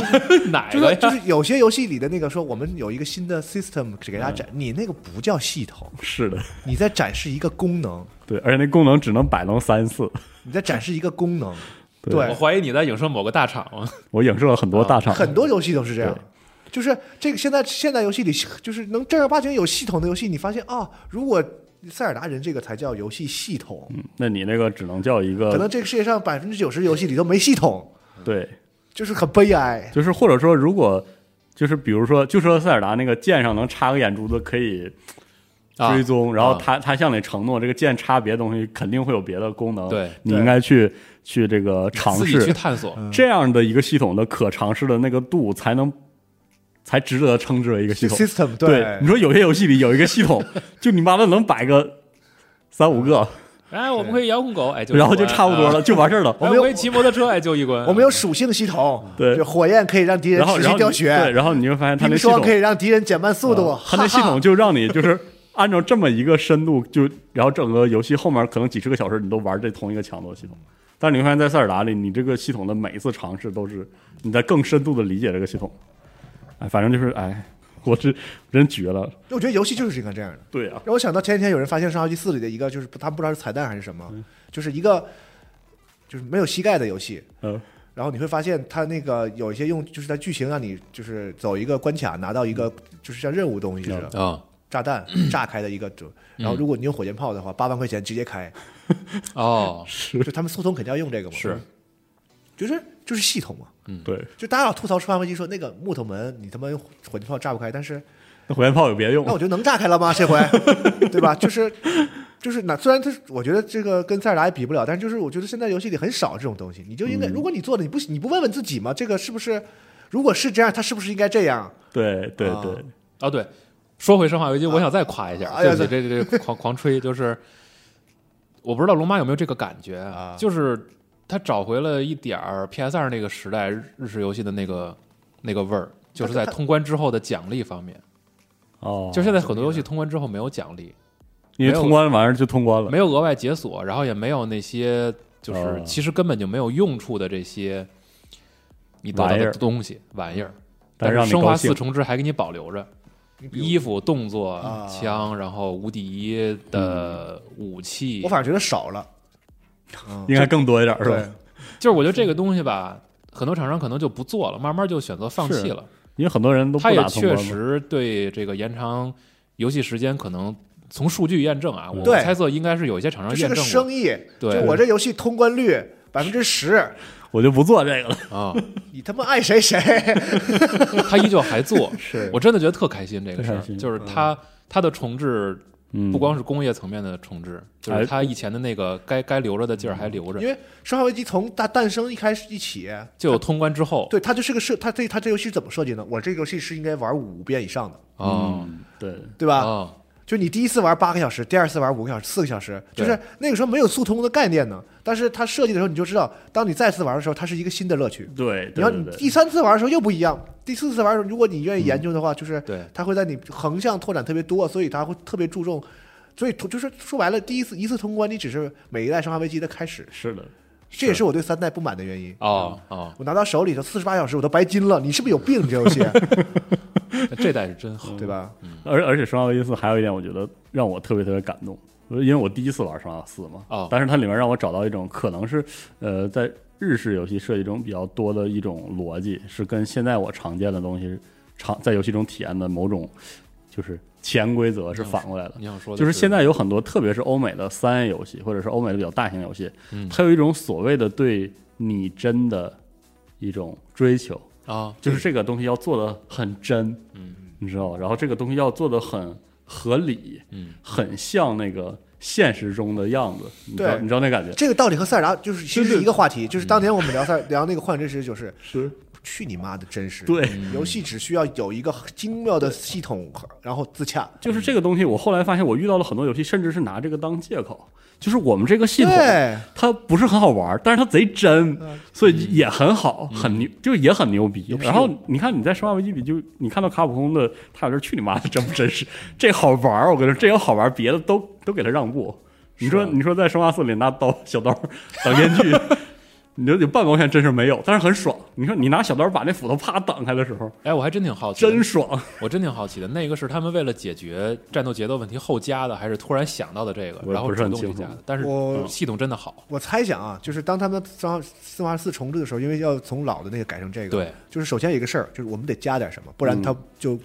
Speaker 3: 哪
Speaker 2: 就
Speaker 3: 个
Speaker 2: 是
Speaker 3: 呀？ [laughs]
Speaker 2: 就是有些游戏里的那个说我们有一个新的 system 给
Speaker 4: 嗯
Speaker 2: 大家展，你那个不叫系统，
Speaker 4: 是的，
Speaker 2: 你在展示一个功能，
Speaker 4: 对，而且那功能只能摆弄三次。
Speaker 2: 你在展示一个功能。
Speaker 4: 对
Speaker 2: 对
Speaker 3: 我，怀疑你在影射某个大厂啊。
Speaker 4: 我影射了很多大厂，
Speaker 2: 很多游戏都是这样
Speaker 4: 对。
Speaker 2: 就是这个现在现代游戏里，就是能正儿八经有系统的游戏，你发现啊，如果塞尔达人这个才叫游戏系统，
Speaker 4: 嗯那你那个只能叫一
Speaker 2: 可
Speaker 4: 个
Speaker 2: 能这个世界上百分之九十游戏里都没系统，
Speaker 4: 对，
Speaker 2: 就是很悲哀。
Speaker 4: 就是或者说，如果就是比如说，就说塞尔达那个剑上能插个眼珠子可以
Speaker 2: [laughs]
Speaker 3: 啊
Speaker 4: 追踪，然后
Speaker 3: 啊
Speaker 4: 他、他向你承诺，这个剑插别的东西肯定会有别的功能，
Speaker 3: 对
Speaker 4: 你
Speaker 2: 对
Speaker 4: 应该去去这个尝
Speaker 3: 自己去
Speaker 4: 试
Speaker 3: 探索，
Speaker 2: 嗯
Speaker 4: 这样的一个系统的可尝试的那个度，才能才值得称之为一个系统。
Speaker 2: system
Speaker 4: 对，你说有些游戏里有一个系统，就你妈的能摆个三五个，
Speaker 3: 哎，我们会遥控狗，哎，就
Speaker 4: 然后就
Speaker 3: 一关
Speaker 4: 差不多了，。就完事儿了。
Speaker 3: 我们会骑摩托车，哎，就一关。
Speaker 2: 我们有属性系统，
Speaker 4: 对
Speaker 2: 就火焰可以让敌人
Speaker 4: 然后
Speaker 2: 持
Speaker 4: 然
Speaker 2: 续
Speaker 4: 后
Speaker 2: 掉
Speaker 4: 你对，
Speaker 2: 血，
Speaker 4: 然后你就发现它那
Speaker 2: 冰
Speaker 4: 系统
Speaker 2: 霜可以让敌人减慢速度
Speaker 4: 啊。它那系
Speaker 2: 哈
Speaker 4: 统
Speaker 2: 哈
Speaker 4: 就让你就是按照这么一个深度，就然后整个游戏后面可能几十个小时你都玩这同一个强度的系统。但是你会发现在塞尔达里，你这个系统的每一次尝试都是你在更深度的理解这个系统。哎，反正就是哎，我是真绝了。
Speaker 2: 我觉得游戏就是应该这样的。
Speaker 4: 对啊，
Speaker 2: 让我想到前几天有人发现《上游记四》里的一个，就是不他不知道是彩蛋还是什么，就是一个就是没有膝盖的游戏，
Speaker 4: 嗯，
Speaker 2: 然后你会发现它那个有一些用，就是它剧情让你就是走一个关卡，拿到一个就是像任务东西似的
Speaker 3: 啊
Speaker 2: 炸弹炸开的一个就，然后如果你用火箭炮的话，八万块钱直接开，
Speaker 3: 哦，
Speaker 2: 就他们速通肯定要用这个嘛，
Speaker 3: 是，
Speaker 2: 就是就是系统嘛，
Speaker 4: 对，
Speaker 2: 就大家老吐槽《生化危机》说那个木头门你他妈用火箭炮炸不开，但是
Speaker 4: 那火焰炮有别
Speaker 2: [laughs]
Speaker 4: 用
Speaker 2: 那。
Speaker 3: 哦
Speaker 2: 我觉得能炸开了吗？这回，对吧？就是就是那虽然它是我觉得这个跟塞尔达也比不了，但是就是我觉得现在游戏里很少这种东西，你就应
Speaker 3: 嗯
Speaker 2: 该，如果你做的你不你不问问自己吗？这个是不是？如果是这样，它是不是应该这样？
Speaker 4: 对对
Speaker 2: 啊
Speaker 4: 对，
Speaker 3: 哦对，说回生化危机，我想再夸一下，
Speaker 2: 哎
Speaker 3: 对
Speaker 2: 呀
Speaker 3: 不起，这这这狂狂吹，就是我不知道龙妈有没有这个感觉
Speaker 2: 啊
Speaker 3: 就是他找回了一点儿 PS 二那个时代日日式游戏的那个那个味儿，就是在
Speaker 2: 它
Speaker 3: 通关之后的奖励方面，
Speaker 4: 哦，
Speaker 3: 就现在很
Speaker 2: 啊
Speaker 3: 多游戏通关之后没有奖励，
Speaker 4: 因为通关完事儿就通关了。
Speaker 3: 没有额外解锁，然后也没有那些就是
Speaker 4: 哦
Speaker 3: 其实根本就没有用处的这些你得到
Speaker 4: 玩意
Speaker 3: 的
Speaker 4: 儿
Speaker 3: 东西玩意儿。但
Speaker 4: 但是让
Speaker 3: 是
Speaker 4: 你
Speaker 3: 生
Speaker 4: 高
Speaker 3: 化
Speaker 4: 兴
Speaker 3: 四重置还给你保留着，
Speaker 2: 你比如
Speaker 3: 衣服、动作
Speaker 2: 啊、
Speaker 3: 枪，然后无敌的
Speaker 4: 嗯
Speaker 3: 武器
Speaker 2: 我，反正觉得少了，嗯，
Speaker 4: 应该更多一点儿是吧
Speaker 2: 对？，
Speaker 3: 就是我觉得这个东西吧，很多厂商可能就不做了，慢慢就选择放弃了。
Speaker 4: 因为很多人都不
Speaker 3: 他也
Speaker 4: 打通
Speaker 3: 确
Speaker 4: 关嘛。
Speaker 3: 实对这个延长游戏时间，可能从数据验证啊，我
Speaker 2: 对
Speaker 3: 猜测应该是有一些厂
Speaker 2: 这
Speaker 3: 商
Speaker 2: 是
Speaker 3: 验
Speaker 2: 个
Speaker 3: 证过
Speaker 2: 生意。
Speaker 3: 对
Speaker 2: 就我这游戏通关率百分之十，
Speaker 4: 我就不做这个了。
Speaker 3: 啊，
Speaker 2: 你他妈爱谁谁。
Speaker 3: 他依旧还做。
Speaker 2: 是
Speaker 3: 我真的觉得特开心这个事儿
Speaker 4: 特开，心
Speaker 3: 就是他他的重置
Speaker 4: 嗯
Speaker 3: 不光是工业层面的重置，就是
Speaker 4: 哎嗯
Speaker 3: 他以前的那个该该留着的劲儿还留着
Speaker 2: 因。为《生化危机》从大诞生一开始一起，
Speaker 3: 就有通关之后
Speaker 2: 对它就是个设，它这它这游戏怎么设计呢？我这个游戏是应该玩五遍以上的，
Speaker 3: 啊
Speaker 4: 嗯，对，
Speaker 2: 对吧？
Speaker 3: 啊，
Speaker 2: 就你第一次玩八个小时，第二次玩五个小时、四个小时，就
Speaker 3: 对
Speaker 2: 是那个时候没有速通的概念呢。但是它设计的时候，你就知道，当你再次玩的时候，它是一个新的乐趣。
Speaker 4: 对，
Speaker 2: 你
Speaker 4: 对
Speaker 2: 要
Speaker 4: 对
Speaker 2: 你
Speaker 4: 对
Speaker 2: 第三次玩的时候又不一样，第四次玩的时候，如果你愿意研究的话，就是
Speaker 3: 对
Speaker 2: 它会在你横向拓展特别多，所以它会特别注重。所以就是说白了，第一次一次通关，你只是每一代《生化危机》的开始，
Speaker 4: 是的，
Speaker 2: 这也是我对三代不满的原因。
Speaker 3: 哦哦，
Speaker 2: 我拿到手里头四十八小时，我都白金了。你是不是有病？这游戏，
Speaker 3: 这代是真好。
Speaker 2: 对吧？
Speaker 4: 而而且《生化危机四》还有一点，我觉得让我特别特别感动，因为我第一次玩《生化四》嘛，
Speaker 3: 哦
Speaker 4: 但是它里面让我找到一种可能是呃，在日式游戏设计中比较多的一种逻辑，是跟现在我常见的东西常在游戏中体验的某种就是潜规则是反过来的。
Speaker 3: [laughs] 你想说的
Speaker 4: 就是现
Speaker 3: 在
Speaker 4: 在有很多，特别是欧美的三 A 游戏，或者是欧美的比较大型游戏，
Speaker 3: 嗯
Speaker 4: 它有一种所谓的对拟真的一种追求，
Speaker 3: 啊，
Speaker 4: 就是这个东西要做的很真，
Speaker 3: 嗯，
Speaker 4: 你知道吧？然后这个东西要做的很合理，
Speaker 3: 嗯，
Speaker 4: 很像那个现实中的样子，你知道
Speaker 2: 对
Speaker 4: 你知道那感觉？
Speaker 2: 这个道理和塞尔达就是其实
Speaker 4: 对对
Speaker 2: 是一个话题，就是当年我们聊塞
Speaker 3: 嗯
Speaker 2: 聊那个《幻影真实》，就是
Speaker 4: 是，
Speaker 2: 去你妈的真实。，
Speaker 4: 对，
Speaker 2: 游戏只需要有一个精妙的系统，然后自洽。
Speaker 4: 就是这个东西。我后来发现，我遇到了很多游戏，甚至是拿这个当借口，就是我们这个系统
Speaker 2: 对，
Speaker 4: 它不是很好玩，但是它贼真，所以也很好，很牛，就也很牛逼。然后你看你在《生化危机》里就，你看到卡普空的，他有这去你妈的，真不真实？ [laughs] 这好玩儿，我跟你说，这要好玩儿，别的都都给他让步。你说，你说在《生化四》里拿刀小刀挡编剧， [laughs] 你就有半毛钱真是没有，但是很爽。你说你拿小刀把那斧头啪挡开的时候，
Speaker 3: 哎，我还真挺好奇的，
Speaker 4: 真爽。
Speaker 3: 我真挺好奇的，那个是他们为了解决战斗节奏问题后加的，还是突然想到的这个，
Speaker 4: 我也
Speaker 3: 然后
Speaker 4: 不是
Speaker 3: 主
Speaker 4: 很
Speaker 3: 动去
Speaker 4: 清楚
Speaker 3: 加的？但是
Speaker 2: 我
Speaker 3: 系统真的好，
Speaker 2: 我猜想啊，就是当他们上四八四重置的时候，因为要从老的那个改成这个，
Speaker 3: 对，嗯
Speaker 2: 就是首先有一个事儿，就是我们得加点什么，不然它就、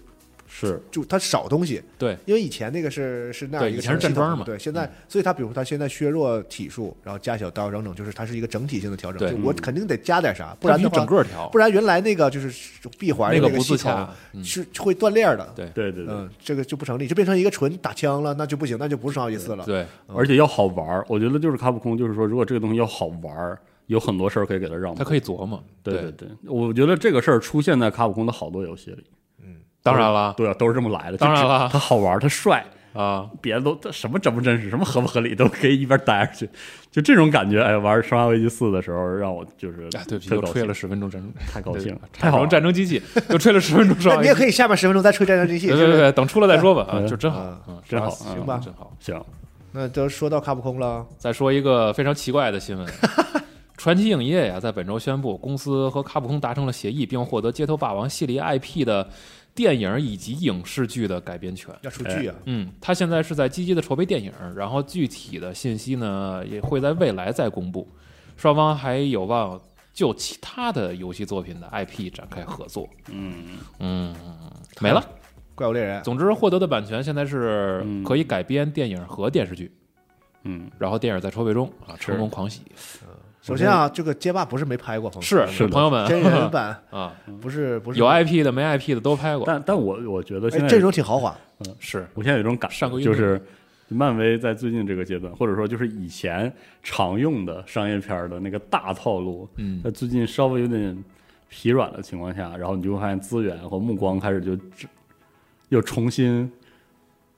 Speaker 4: 是，
Speaker 2: 就它少东西。
Speaker 3: 对，
Speaker 2: 因为以前那个是是那样
Speaker 3: 对
Speaker 2: 一个
Speaker 3: 以前是
Speaker 2: 系统
Speaker 3: 站桩嘛嗯
Speaker 2: 对，现在所以它比如说它现在削弱体术，然后加小刀等等，就是它是一个整体性的调整。
Speaker 3: 对嗯
Speaker 2: 就我肯定得加点啥，不然
Speaker 3: 它
Speaker 2: 的
Speaker 3: 必须
Speaker 2: 话
Speaker 3: 整，个调，
Speaker 2: 不然原来那个就是闭环
Speaker 3: 那
Speaker 2: 的
Speaker 3: 个
Speaker 2: 那
Speaker 3: 不
Speaker 2: 系
Speaker 3: 自
Speaker 2: 统
Speaker 3: 洽。嗯
Speaker 2: 是会断裂的。
Speaker 3: 对
Speaker 4: 对对对。
Speaker 2: 嗯，这个就不成立，就变成一个纯打枪了，那就不行，那就不是生化危机四了。
Speaker 3: 对，
Speaker 4: 而且要好玩儿，我觉得就是卡普空，就是说，如果这个东西要好玩儿，有很多事儿可以给他让
Speaker 3: 他
Speaker 4: 步。
Speaker 3: 可以琢磨。
Speaker 4: 对对对，我觉得这个事儿出现在卡普空的好多游戏里。
Speaker 3: 当然了
Speaker 4: 对啊，都是这么来的。
Speaker 3: 当然了
Speaker 4: 他好玩，他帅，
Speaker 3: 啊，
Speaker 4: 别的都他什么真不真实，什么合不合理，都可以一边待着去。就这种感觉，哎，玩《生化危机四》的时候，让我就是
Speaker 3: 哎，对不起，
Speaker 4: 特
Speaker 3: 又
Speaker 4: 高兴
Speaker 3: 吹了，十分钟战争，
Speaker 4: 太高兴了，太
Speaker 3: 太
Speaker 4: 好
Speaker 3: 好
Speaker 4: 了
Speaker 3: 了，战争机器 [laughs] 又吹了十分
Speaker 2: [laughs]
Speaker 3: 钟上
Speaker 2: 那
Speaker 3: 来，
Speaker 2: 你也可以下面十分钟再吹战争机器。
Speaker 3: 对
Speaker 2: 是
Speaker 3: 对
Speaker 2: 不
Speaker 3: 对，
Speaker 2: 是
Speaker 3: 对等出来再说吧，啊，
Speaker 4: 嗯
Speaker 3: 就真好，嗯，
Speaker 4: 真好
Speaker 3: 是
Speaker 4: 嗯
Speaker 2: 行吧
Speaker 3: 真好。
Speaker 4: 行，
Speaker 2: 那都说到卡普空了，
Speaker 3: 再说一个非常奇怪的新闻。传奇影业呀，在本周宣布，公司和卡普空达成了协议，并获得《街头霸王》系列 IP 的电影以及影视剧的改编权。
Speaker 2: 要出剧啊，
Speaker 3: 嗯，他现在是在积极的筹备电影，然后具体的信息呢也会在未来再公布。双方还有望就其他的游戏作品的 IP 展开合作。
Speaker 4: 嗯，
Speaker 3: 嗯，没了。
Speaker 2: 怪物猎人》
Speaker 3: 总之，获得的版权现在是
Speaker 2: 嗯
Speaker 3: 可以改编电影和电视剧，
Speaker 4: 嗯，
Speaker 3: 然后电影在筹备中啊，成功狂喜。
Speaker 2: 首先啊，这个街霸不是没拍过，朋友
Speaker 3: 是
Speaker 2: 们
Speaker 4: 是的
Speaker 3: 朋友们
Speaker 2: 真人
Speaker 3: [laughs]
Speaker 2: 版
Speaker 3: 啊，
Speaker 2: 不是不是
Speaker 3: 有 IP 的没 IP 的都拍过，
Speaker 4: 但但我我觉得现
Speaker 2: 哎，
Speaker 4: 在
Speaker 2: 阵容挺豪华，
Speaker 3: 是
Speaker 4: 我现在有一种感觉
Speaker 3: 上个，月
Speaker 4: 就是漫威在最近这个阶段，或者说就是以前常用的商业片儿的那个大套路，
Speaker 3: 嗯
Speaker 4: 在最近稍微有点疲软的情况下，然后你就会发现资源和目光开始就只又重新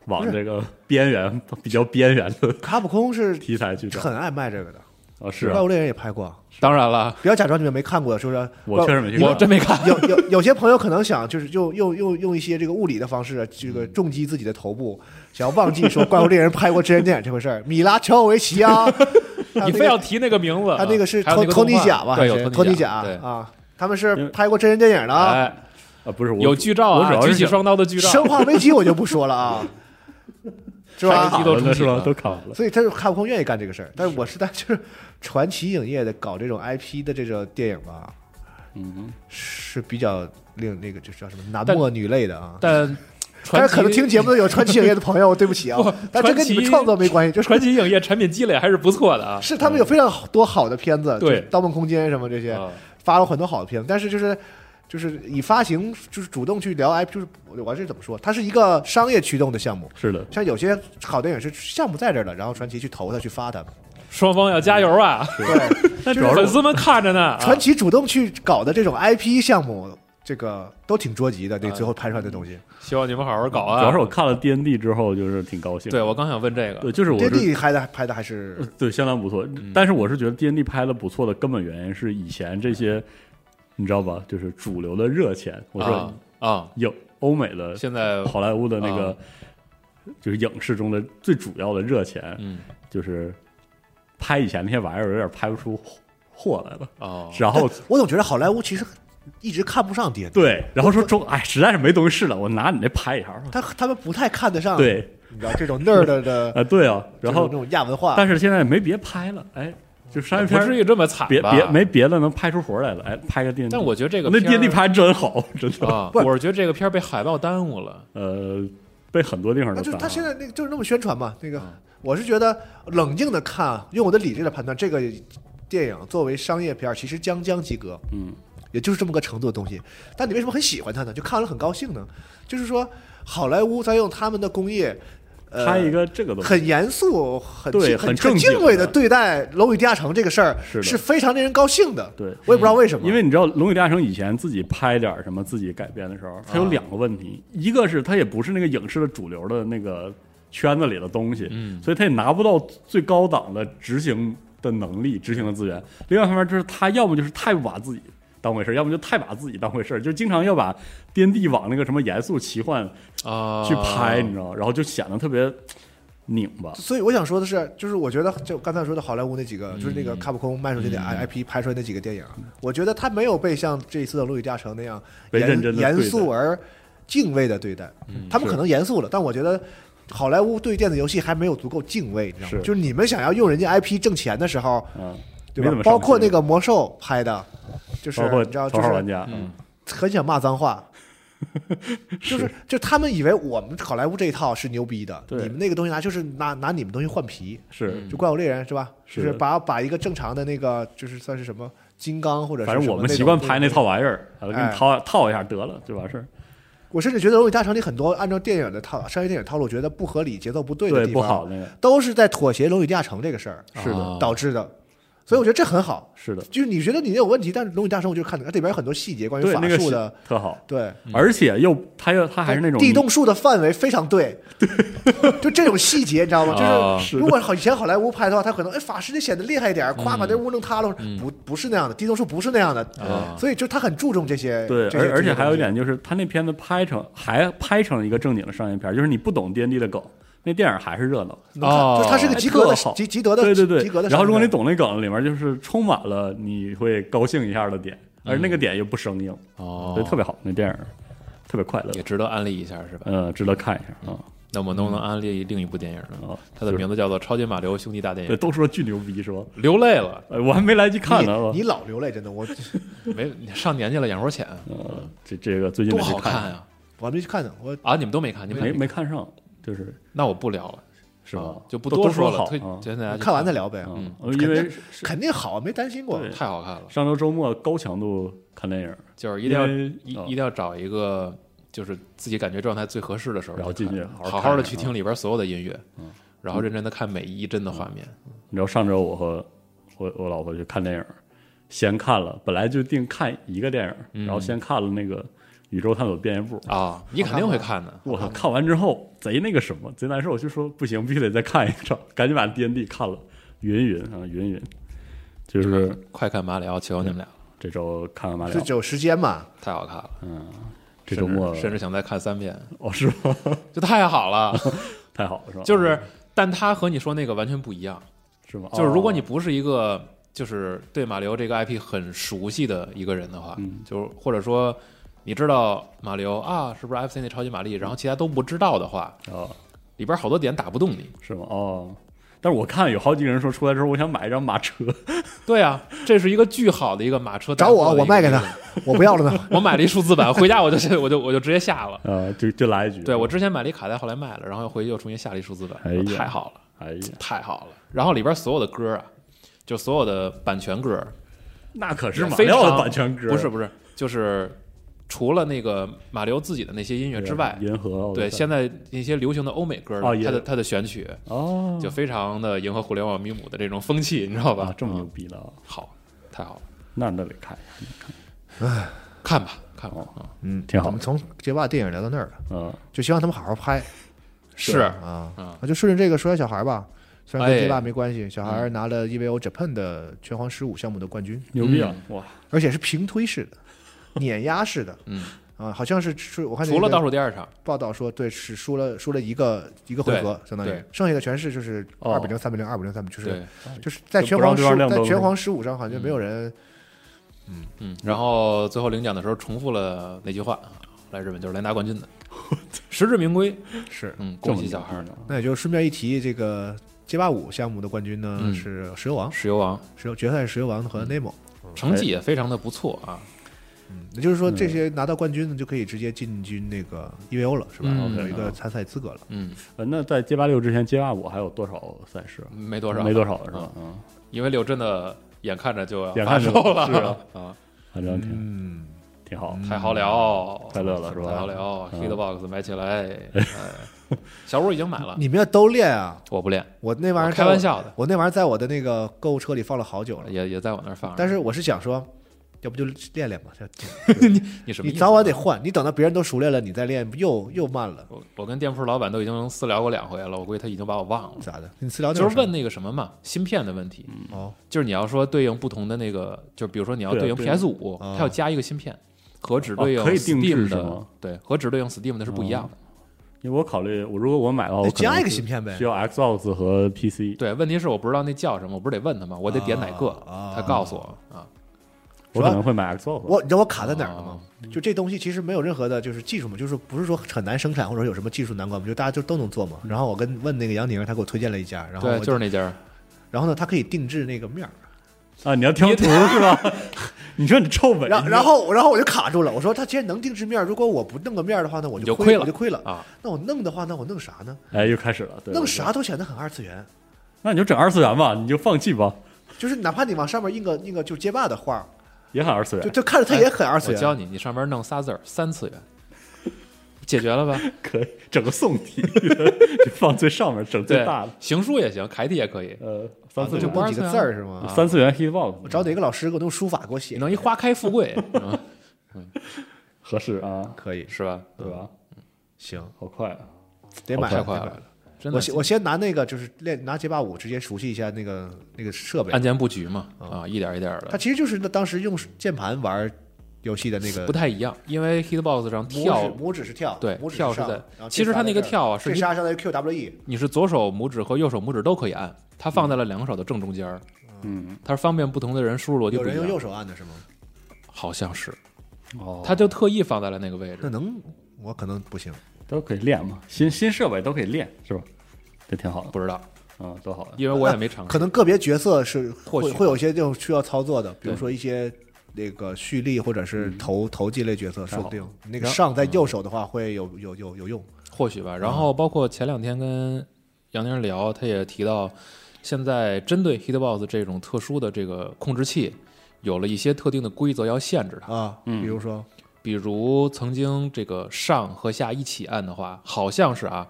Speaker 4: 往这个边缘比较边缘的
Speaker 2: 卡普空是
Speaker 4: 题材去找
Speaker 2: 很爱卖这个的，
Speaker 4: 啊，是
Speaker 2: 怪
Speaker 4: 啊
Speaker 2: 物，猎人》也拍过，
Speaker 3: 当然了，
Speaker 2: 不要假装你们没看过，是不是？
Speaker 4: 我确实没听过
Speaker 3: 我真没看。
Speaker 2: 有有有些朋友可能想，就是用用用用一些这个物理的方式，这
Speaker 4: 嗯
Speaker 2: 个重击自己的头部，想要忘记说《怪物猎人》拍过真人电影这回事儿。米拉乔维奇
Speaker 4: [laughs]
Speaker 2: 啊，
Speaker 3: 你非要提那个名字，啊
Speaker 2: 他那个是
Speaker 3: 还有
Speaker 2: 托
Speaker 3: 那个
Speaker 2: 托尼
Speaker 3: 动画
Speaker 2: 贾吧？
Speaker 3: 对，
Speaker 2: 还
Speaker 3: 有
Speaker 2: 是
Speaker 3: 托
Speaker 2: 托尼贾，
Speaker 3: 贾对，
Speaker 2: 啊，他们是
Speaker 4: 因为
Speaker 2: 拍过真人电影的啊。
Speaker 3: 哎，
Speaker 4: 啊，不是我
Speaker 3: 有剧照
Speaker 4: 我主
Speaker 3: 啊，
Speaker 4: 要
Speaker 3: 举
Speaker 4: 是
Speaker 3: 起双刀的剧照，
Speaker 2: 生化危机我就不说了
Speaker 4: [laughs]
Speaker 2: 啊，是
Speaker 3: 上一
Speaker 2: 吧
Speaker 3: 季？
Speaker 4: 卡
Speaker 3: 都
Speaker 4: 了呢是
Speaker 3: 重
Speaker 4: 吧？
Speaker 3: 启
Speaker 4: 都卡了，
Speaker 2: 所以他是卡普空愿意干这个事儿，但是我是在就是传奇影业的搞这种 IP 的这种电影吧，
Speaker 4: 嗯，
Speaker 2: 是比较令那个就是叫什么男
Speaker 3: 但
Speaker 2: 莫女泪的啊。 [laughs]
Speaker 3: 但
Speaker 2: 但
Speaker 3: 传
Speaker 2: 是可能听节目的有传奇影业的朋友，对不起啊
Speaker 3: [laughs] 不，
Speaker 2: 但这跟你们
Speaker 3: 传奇
Speaker 2: 创作没关系，就是
Speaker 3: 传奇影业产品积累还是不错的啊。
Speaker 2: 是他们有非常好多好的片子，
Speaker 3: 对
Speaker 2: 就是《盗梦空间》什么这些，
Speaker 3: 啊
Speaker 2: 发了很多好的片子，但是就是就是以发行就是主动去聊 IP，就是我这怎么说？它是一个商业驱动的项目，
Speaker 4: 是的，
Speaker 2: 像有些好电影是项目在这儿的，然后传奇去投它去发它，
Speaker 3: 双方要加油啊！
Speaker 2: 对，
Speaker 4: 但主要
Speaker 3: 粉
Speaker 4: 是
Speaker 3: 丝们看着呢。啊
Speaker 2: [laughs] 传奇主动去搞的这种 IP 项目，这个都挺捉急的，
Speaker 3: 啊
Speaker 2: 那最后拍出来的东西。
Speaker 3: 希望你们好好搞
Speaker 4: 主
Speaker 3: 啊！
Speaker 4: 要是我看了 D N D 之后就是挺高兴，
Speaker 3: 对我嗯刚想问这个
Speaker 4: 对，就是我
Speaker 2: 这
Speaker 4: 是
Speaker 2: 地拍的拍的还是
Speaker 4: 呃对，相当不错。
Speaker 3: 嗯
Speaker 4: 但是我是觉得 D N D 拍的不错的根本原因是以前这些，你知道吧？就是主流的热钱，我说
Speaker 3: 啊啊！
Speaker 4: 有欧美的
Speaker 3: [laughs] 现
Speaker 4: [laughs]
Speaker 3: 在
Speaker 4: 好莱坞的那
Speaker 3: 啊
Speaker 4: 个，就是影视中的最主要的热钱，
Speaker 3: 嗯
Speaker 4: 就是拍以前那些玩意儿有点拍不出货来了。
Speaker 3: 哦，
Speaker 4: [laughs] 然后
Speaker 2: 我总觉得好莱坞其实一直看不上爹，
Speaker 4: 对，然后说中哎，实在是没东西试了，我拿你这拍一下吧。
Speaker 2: 他他们不太看得
Speaker 3: 啊
Speaker 2: 上，
Speaker 4: 对
Speaker 2: 你知道这种 nerd
Speaker 4: [laughs]
Speaker 2: 的，
Speaker 4: 啊，对啊，然后
Speaker 2: 这种亚文化，
Speaker 4: 但是现在没别拍了，哎，就商业
Speaker 3: 不
Speaker 4: 片
Speaker 3: 至
Speaker 4: 儿
Speaker 3: 于这么惨
Speaker 4: 别
Speaker 3: 吧？
Speaker 4: 别没。别的能拍出活来了，哎，拍个电
Speaker 3: 但我觉得这个
Speaker 4: 那
Speaker 3: 片儿
Speaker 4: D N D 拍真好，真的。
Speaker 3: 啊，
Speaker 2: 不是
Speaker 3: 我是觉得这个片儿被海报耽误了。
Speaker 4: 呃，被很多地方
Speaker 2: 那
Speaker 4: 都
Speaker 2: 啊就是他
Speaker 4: 打
Speaker 2: 现在那个就是那么宣传嘛，那个
Speaker 3: 嗯
Speaker 2: 我是觉得冷静的看，用我的理智来判断，这个电影作为商业片儿，其实将将及格。
Speaker 4: 嗯，
Speaker 2: 也就是这么个程度的东西。但你为什么很喜欢它呢？就看完了很高兴呢？就是说，好莱坞在用他们的工业，呃，
Speaker 4: 拍一个这个东西，
Speaker 2: 很严肃、很
Speaker 4: 对
Speaker 2: 敬
Speaker 4: 很
Speaker 2: 很
Speaker 4: 正经
Speaker 2: 敬畏的
Speaker 4: 的
Speaker 2: 对待《楼宇地下城》这个事儿，
Speaker 4: 是的
Speaker 2: 是非常令人高兴的。
Speaker 4: 对，
Speaker 2: 我也不知道为什么，
Speaker 4: 因为你知道《龙与地下城》以前自己拍点什么自己改编的
Speaker 2: 啊
Speaker 4: 时候，它有两个问题，一个是它也不是那个影视的主流的那个圈子里的东西，
Speaker 3: 嗯
Speaker 4: 所以它也拿不到最高档的执行的能力、执行的资源。另外一方面就是他要么就是太不把自己当回事儿，要么就太把自己当回事儿，就经常要把边地往那个什么严肃奇幻
Speaker 3: 啊，
Speaker 4: [laughs] 去拍，你知道吗，然后就显得特别拧巴。
Speaker 2: 所以我想说的是，就是我觉得就刚才说的好莱坞那几
Speaker 4: 嗯
Speaker 2: 个，就是那个卡普空卖出去的 I IP 拍出来那几个电影，啊我觉得他没有被像这一次的《陆羽大城》那样
Speaker 4: 被认
Speaker 2: 严
Speaker 4: 真地
Speaker 2: 严
Speaker 4: 对待嗯
Speaker 2: 肃而敬畏的对待。他们可能严肃了，但我觉得。好莱坞对电子游戏还没有足够敬畏，你知道吗？
Speaker 4: 是
Speaker 2: 就是你们想要用人家 IP 挣钱的时候，
Speaker 4: 嗯，
Speaker 2: 对吧
Speaker 4: 没怎么？上
Speaker 2: 包括
Speaker 4: 心
Speaker 2: 那个魔兽拍的，就是
Speaker 4: 包括
Speaker 2: 你知道，
Speaker 4: 《
Speaker 2: 就
Speaker 4: 头号
Speaker 2: 是
Speaker 4: 玩家》
Speaker 3: 嗯
Speaker 2: 很想骂脏
Speaker 4: [laughs]
Speaker 2: 话，就是就他们以为我们好莱坞这一套是牛逼的，
Speaker 4: 对
Speaker 2: 你们那个东西拿就是拿拿你们东西换皮，
Speaker 4: 是
Speaker 3: 嗯
Speaker 2: 就怪物猎人是吧？
Speaker 4: 是
Speaker 2: 就是把把一个正常的那个就是算是什么金刚或者是
Speaker 4: 反正
Speaker 2: 什么
Speaker 4: 我们
Speaker 2: 种
Speaker 4: 习惯拍那。套
Speaker 2: 对
Speaker 4: 玩意儿，完了给
Speaker 2: 哎
Speaker 4: 你套套一下得了，就完事儿。
Speaker 2: 我甚至觉得《龙与大城》里很多按照电影的套商业电影套路，觉得不合理、节奏不对的
Speaker 4: 对，
Speaker 2: 地
Speaker 4: 不
Speaker 2: 方，
Speaker 4: 好啊那个
Speaker 2: 都是在妥协《龙与地下城》这个事儿
Speaker 4: 是的，
Speaker 2: 导致的。所以我觉得这很好，
Speaker 4: 是的，
Speaker 2: 就是你觉得你有问题，但是《龙与地下城》我就看它里边有很多细节关于
Speaker 4: 对
Speaker 2: 法
Speaker 4: 那个
Speaker 2: 术
Speaker 4: 是
Speaker 2: 的，
Speaker 4: 特好，
Speaker 2: 对，
Speaker 3: 嗯
Speaker 4: 而且又他又他还是那种
Speaker 2: 地动术的范围非常
Speaker 4: [laughs]
Speaker 2: 对，对，就这种细节你知道吗？
Speaker 3: 啊
Speaker 2: 就是如果好以前好莱坞拍的话，他可能哎法师得显得厉害一点，夸
Speaker 4: 嗯
Speaker 2: 把这屋弄塌了，不不是那样的，地动术不是那样的，
Speaker 3: 啊
Speaker 2: 所以就他很注重这些，
Speaker 4: 对，
Speaker 2: 这些
Speaker 4: 而而且还有一，
Speaker 2: 这些东
Speaker 4: 点就是他那片子拍成还拍成一个正经的商业片儿，就是你不懂 D N D 的梗，那电影还是热闹。
Speaker 2: 西能看就是他是个
Speaker 4: 哦
Speaker 2: 及格的
Speaker 4: 特好
Speaker 2: 及及德的，
Speaker 4: 对对对
Speaker 2: 及格，的商品。
Speaker 4: 然后如果你懂那梗，里面就是充满了你会高兴一下的点，而那个点又不生硬，
Speaker 3: 嗯哦
Speaker 4: 所以，特别好，那电影特别快乐
Speaker 3: 也，值得安利一下是吧？
Speaker 4: 呃，值得看一下啊
Speaker 3: 那我们能不能安利另一部电影呢？
Speaker 4: 啊！
Speaker 3: 它的
Speaker 4: 就是
Speaker 3: 名字叫做《超级马里奥兄弟大电影
Speaker 4: 对，》，都说巨牛逼是吧？
Speaker 3: 流泪了，
Speaker 4: 呃我还没来得及看呢，
Speaker 2: 你你老流泪，真的，我
Speaker 3: 没上年纪了，眼窝浅，
Speaker 4: 呃，这这个最近
Speaker 3: 多
Speaker 4: 没去
Speaker 3: 好看
Speaker 4: 看，
Speaker 3: 呀！
Speaker 2: 我还没去看呢，我
Speaker 3: 啊，你们都没看，你们
Speaker 4: 没
Speaker 3: 俩
Speaker 4: 没看上，就是
Speaker 3: 那我不聊了，
Speaker 4: 是吧
Speaker 3: 啊？就不
Speaker 4: 都
Speaker 3: 多
Speaker 4: 都说
Speaker 3: 了，
Speaker 4: 好
Speaker 3: 推
Speaker 4: 啊
Speaker 3: 荐大家去
Speaker 2: 看完再聊呗，
Speaker 4: 嗯，
Speaker 2: 肯
Speaker 4: 因为
Speaker 2: 定肯定好，没担心过，
Speaker 4: 对
Speaker 3: 太好看了，
Speaker 4: 上周周末高强度看电影，
Speaker 3: 就是一定要
Speaker 4: 因为
Speaker 3: 一
Speaker 4: 哦
Speaker 3: 一定要找一个就是自己感觉状态最合适的时候看，
Speaker 4: 然后进去好好
Speaker 3: 好
Speaker 4: 看
Speaker 3: 好的
Speaker 4: 一下
Speaker 3: 去
Speaker 4: 啊
Speaker 3: 听里边所有的音乐
Speaker 4: 嗯，
Speaker 3: 然后认真的看每一帧的画面。
Speaker 4: 你知道上周我和我我老婆去看电影，先看了，本来就定看一个电影，然后
Speaker 3: 嗯
Speaker 4: 先看了那个《宇宙探索编辑部》。
Speaker 3: 啊，
Speaker 4: 嗯
Speaker 3: 你肯定会看的。
Speaker 4: 我靠！看完之后贼那个什么，贼难受，我就说不行，必须得再看一场，赶紧把 D N D 看了，云云啊云云，就是
Speaker 3: 快看马里奥，求求你们俩了，
Speaker 4: 这周看完马里
Speaker 2: 就
Speaker 4: 奥，
Speaker 2: 只有时间嘛，
Speaker 3: 太好看了。
Speaker 4: 这啊周末
Speaker 3: 甚至甚至想再看三遍，
Speaker 4: 哦是吗？
Speaker 3: 就太好
Speaker 4: [laughs]
Speaker 3: 了。
Speaker 4: 哦太好了是吧？啊
Speaker 3: 就是，但它和你说那个完全不一样。
Speaker 4: 是吗？
Speaker 3: 就是如果
Speaker 4: 哦
Speaker 3: 你不是一个就是对马里奥这个 IP 很熟悉的一个人的话，
Speaker 4: 嗯
Speaker 3: 就是或者说你知道马里奥啊，是不是 FC 那超级玛丽，然后其他都不知道的话，
Speaker 4: 哦
Speaker 3: 里边好多点打不动你。
Speaker 4: 是吗？哦，但是我看有好几个人说出来之后，我想买一张马车，
Speaker 3: 对啊，这是一个巨好的一个马车带
Speaker 2: 找
Speaker 3: 货的一
Speaker 2: 我
Speaker 3: 个。
Speaker 2: 我卖给他，我不要了
Speaker 4: [laughs]
Speaker 2: 呢，
Speaker 3: 我买了一数字版，回家我就我就我就直接下了。
Speaker 4: [laughs] 呃，就就来一局。
Speaker 3: 对我之前买了一卡带，后来卖了，然后又回去又重新下了一数字版，
Speaker 4: 哎呀
Speaker 3: 太好了。
Speaker 4: 哎呀，
Speaker 3: 太好了。然后里边所有的歌啊，就所有的版权歌，
Speaker 4: 那可是
Speaker 3: 也
Speaker 4: 马
Speaker 3: 非
Speaker 4: 里奥的
Speaker 3: 常
Speaker 4: 版权歌，
Speaker 3: 不是不是，就是除了那个马流自己的那些音乐之外，
Speaker 4: 银河
Speaker 3: 对现在那些流行的欧美歌，
Speaker 4: 哦也
Speaker 3: 它的它的选曲
Speaker 4: 哦
Speaker 3: 就非常的迎合互联网迷母的这种风气，你知道吧？
Speaker 4: 啊这么牛
Speaker 3: 嗯
Speaker 4: 逼的啊，
Speaker 3: 好，太好了，
Speaker 4: 那那得看一下，
Speaker 3: 看吧看吧，嗯
Speaker 2: 嗯，
Speaker 4: 挺好
Speaker 2: 我们从街霸电影聊到那儿了，
Speaker 4: 嗯，
Speaker 2: 就希望他们好好拍。
Speaker 3: 是
Speaker 2: 啊
Speaker 3: 啊
Speaker 2: 那就顺着这个说下小孩儿吧。虽然跟
Speaker 3: 哎嗯
Speaker 2: 街霸没关系，小孩儿拿了 EVO Japan 的拳皇十五项目的冠军，
Speaker 4: 牛逼啊，哇，
Speaker 2: 而且是平推式的、碾压式的。
Speaker 3: 嗯
Speaker 2: 啊，好像是是我看
Speaker 3: 除了倒
Speaker 2: 当
Speaker 3: 数第二场，
Speaker 2: 报道说，对，是输了输了一个一个回合，相当于
Speaker 3: 对
Speaker 2: 剩下的全是就是
Speaker 4: 哦
Speaker 2: 二比零、三比零、二比零、三比零，就是
Speaker 3: 对，
Speaker 2: 就是在
Speaker 4: 就
Speaker 2: 拳
Speaker 4: 不让
Speaker 2: 皇十
Speaker 4: 对方亮
Speaker 2: 在
Speaker 4: 灯
Speaker 2: 拳皇十五上好像就没有人
Speaker 3: 嗯，然后最后领奖的时候重复了那句话，来日本就是来拿冠军的，实至名归，
Speaker 2: 是。
Speaker 3: 嗯，
Speaker 4: 这
Speaker 3: 恭
Speaker 4: 么
Speaker 3: 喜小孩儿，
Speaker 4: 呢，
Speaker 2: 那也就顺便一提，这个街霸五项目的冠军呢
Speaker 3: 嗯
Speaker 2: 是石油王，
Speaker 3: 石油王。
Speaker 2: 石油决赛是石油王和 Nemo。
Speaker 3: 成绩也非常的不错啊，
Speaker 2: 也就是说，
Speaker 4: 嗯
Speaker 2: 这些拿到冠军的就可以直接进军那个 EVO 了，是吧？
Speaker 3: 嗯
Speaker 2: 有一个参赛资格了。
Speaker 3: 嗯，
Speaker 4: 呃那在街霸六之前，街霸五还有多少赛事啊？
Speaker 3: 没多少，
Speaker 4: 没多少是吧？嗯，
Speaker 3: 因为柳真的眼看着就要
Speaker 4: 眼
Speaker 3: 发
Speaker 4: 看
Speaker 3: 售
Speaker 4: 着
Speaker 3: 了，
Speaker 4: 是啊
Speaker 3: [laughs] 啊，
Speaker 4: 反正挺
Speaker 2: 嗯，
Speaker 4: 挺好。
Speaker 3: 太好了，
Speaker 4: 太乐了是吧
Speaker 3: 太好了
Speaker 4: 嗯
Speaker 3: ，Hitbox 买起来，哎小五已经买了，
Speaker 2: 你们要都练啊！
Speaker 3: 我不练，
Speaker 2: 我那玩意儿
Speaker 3: 我
Speaker 2: 在
Speaker 3: 开
Speaker 2: 我
Speaker 3: 玩，笑哎的，
Speaker 2: 我那玩意儿在我的那个购物车里放了好久了，
Speaker 3: 也也在我那儿放着。
Speaker 2: 但是我是想说，要不就练练吧，这
Speaker 3: 你什么
Speaker 2: 你
Speaker 3: 意思？
Speaker 2: 早晚得换，你等到别人都熟练了，你再练不又又慢了，
Speaker 3: 我我跟店铺老板都已经私聊过两回了，我估计他已经把我忘了。
Speaker 2: 咋的？你私啊聊那
Speaker 3: 就
Speaker 2: 有
Speaker 3: 是
Speaker 2: 啥
Speaker 3: 问那个什么嘛，芯片的问题，
Speaker 2: 哦，
Speaker 3: 就是你要说对应不同的那个，就比如说你要
Speaker 4: 对啊
Speaker 3: 对应
Speaker 4: 对啊
Speaker 3: PS 五，
Speaker 2: 啊
Speaker 3: 它要加一个芯片，和只对应
Speaker 4: 哦可以定制
Speaker 3: Steam
Speaker 4: 是
Speaker 3: 的
Speaker 4: 吗，
Speaker 3: 对，和只对应 Steam 的是不一样的。
Speaker 4: 因为我考虑，我如果我买的话，我
Speaker 2: 得
Speaker 4: 可能
Speaker 2: 哎加一个芯片
Speaker 3: 哦
Speaker 2: 呗
Speaker 4: 需。要 Xbox 和 PC。
Speaker 3: 对，问题是我不知道那叫什么，我不是得问他吗？我得点哪个？
Speaker 2: 啊
Speaker 3: 他告诉我啊，
Speaker 4: 我可能会买 Xbox。
Speaker 2: 我你知道我卡在哪儿了
Speaker 3: 哦
Speaker 2: 吗？就这东西其实没有任何的，就是技术嘛，就是说不是说很难生产或者有什么技术难关嘛，就大家就都能做嘛。然后我跟问那个杨宁，他给我推荐了一家，然后
Speaker 3: 对，
Speaker 2: 我
Speaker 3: 就是那家儿。
Speaker 2: 然后呢，它可以定制那个面儿，
Speaker 4: 啊，你要挑图是吧？ [laughs] 你说你臭美，
Speaker 2: 然然后然后我就卡住了，我说他既然能定制面儿，如果我不弄个面儿的话，那我
Speaker 3: 你
Speaker 2: 就
Speaker 3: 就亏了
Speaker 2: 我就亏了
Speaker 3: 啊。
Speaker 2: 那我弄的话，那我弄啥呢？
Speaker 4: 哎，又开始了，对
Speaker 2: 弄？啥都显得很二次元，
Speaker 4: 那你就整二次元吧，你就放弃吧，
Speaker 2: 就是哪怕你往上面印个印个就是街霸的画儿，
Speaker 4: 也很二次
Speaker 2: 就
Speaker 4: 元， [laughs]
Speaker 2: 就看着它也很二次
Speaker 3: 哎我教
Speaker 2: 元。啊
Speaker 3: 你，你上边弄仨字儿，三次元，解决了吧？
Speaker 4: 可以整个宋体，就放最上面，整最
Speaker 3: 对
Speaker 4: 大的，，
Speaker 3: 行书也行，楷体也可以。
Speaker 4: 呃，三次
Speaker 2: 那就
Speaker 4: 元啊
Speaker 3: 不
Speaker 2: 不
Speaker 3: 二
Speaker 2: 几
Speaker 3: 次
Speaker 2: 个
Speaker 3: 元啊
Speaker 2: 字儿是吗？
Speaker 4: 三次元 Hitbox，
Speaker 2: 啊我找哪个老师给我用书法给我写
Speaker 3: 你，弄一花开富贵，嗯
Speaker 4: 合适啊，
Speaker 2: 可以
Speaker 3: 是吧？
Speaker 4: 对吧？
Speaker 2: 行，
Speaker 4: 好快啊！
Speaker 2: 得买
Speaker 3: 太
Speaker 2: 了
Speaker 3: 快
Speaker 2: 得买
Speaker 3: 了，真的
Speaker 2: 我。先我先拿那个就是练拿街霸五直接熟悉一下那个那个设备
Speaker 3: 按，键布局嘛，啊，一点一点
Speaker 2: 它
Speaker 3: 的，
Speaker 2: 其实就是那当时用键盘玩游戏的那个
Speaker 3: 不太一样，因为 Hitbox 上
Speaker 2: 拇指
Speaker 3: 跳，
Speaker 2: 拇指是跳，
Speaker 3: 对
Speaker 2: 拇指
Speaker 3: 跳是
Speaker 2: 上
Speaker 3: 在
Speaker 2: 然后
Speaker 3: 其实
Speaker 2: 这仨
Speaker 3: 它那
Speaker 2: 在
Speaker 3: 个
Speaker 2: 这儿
Speaker 3: 跳啊是
Speaker 2: 这
Speaker 3: 一
Speaker 2: 仨相当于 QWE，
Speaker 3: 你是左手拇指和右手拇指都可以按，它放在了两个手的正中间儿，
Speaker 4: 嗯，
Speaker 3: 它是方便不同的人输入逻辑
Speaker 2: 有
Speaker 3: 不
Speaker 2: 人用
Speaker 3: 一
Speaker 2: 右
Speaker 3: 样，
Speaker 2: 手按的是吗？
Speaker 3: 好像是，
Speaker 4: 哦，
Speaker 3: 它就特意放在了那个位
Speaker 2: 那
Speaker 3: 置。
Speaker 2: 能，我可能不行。
Speaker 4: 都可以练嘛，新新设备都可以练，是吧？这挺好的，
Speaker 3: 不知道，
Speaker 4: 嗯，多好呀！
Speaker 3: 因为我也没尝
Speaker 2: 可
Speaker 3: 试。
Speaker 2: 能个别角色是
Speaker 3: 或
Speaker 2: 会
Speaker 3: 许
Speaker 2: 会有一些这种需要操作的，比如
Speaker 3: 对嗯
Speaker 2: 说一些那个蓄力或者是投投技类角色，说不定那个
Speaker 4: 然后
Speaker 2: 上在右手的话会有有有有用。
Speaker 3: 或许
Speaker 2: 嗯
Speaker 3: 吧。然后包括前两天跟杨宁聊，他也提到，现在针对 Hitbox 这种特殊的这个控制器，有了一些特定的规则要限制它。
Speaker 2: 啊，
Speaker 4: 嗯
Speaker 2: 比如说
Speaker 3: 比如曾经这个上和下一起按的话，好像是啊，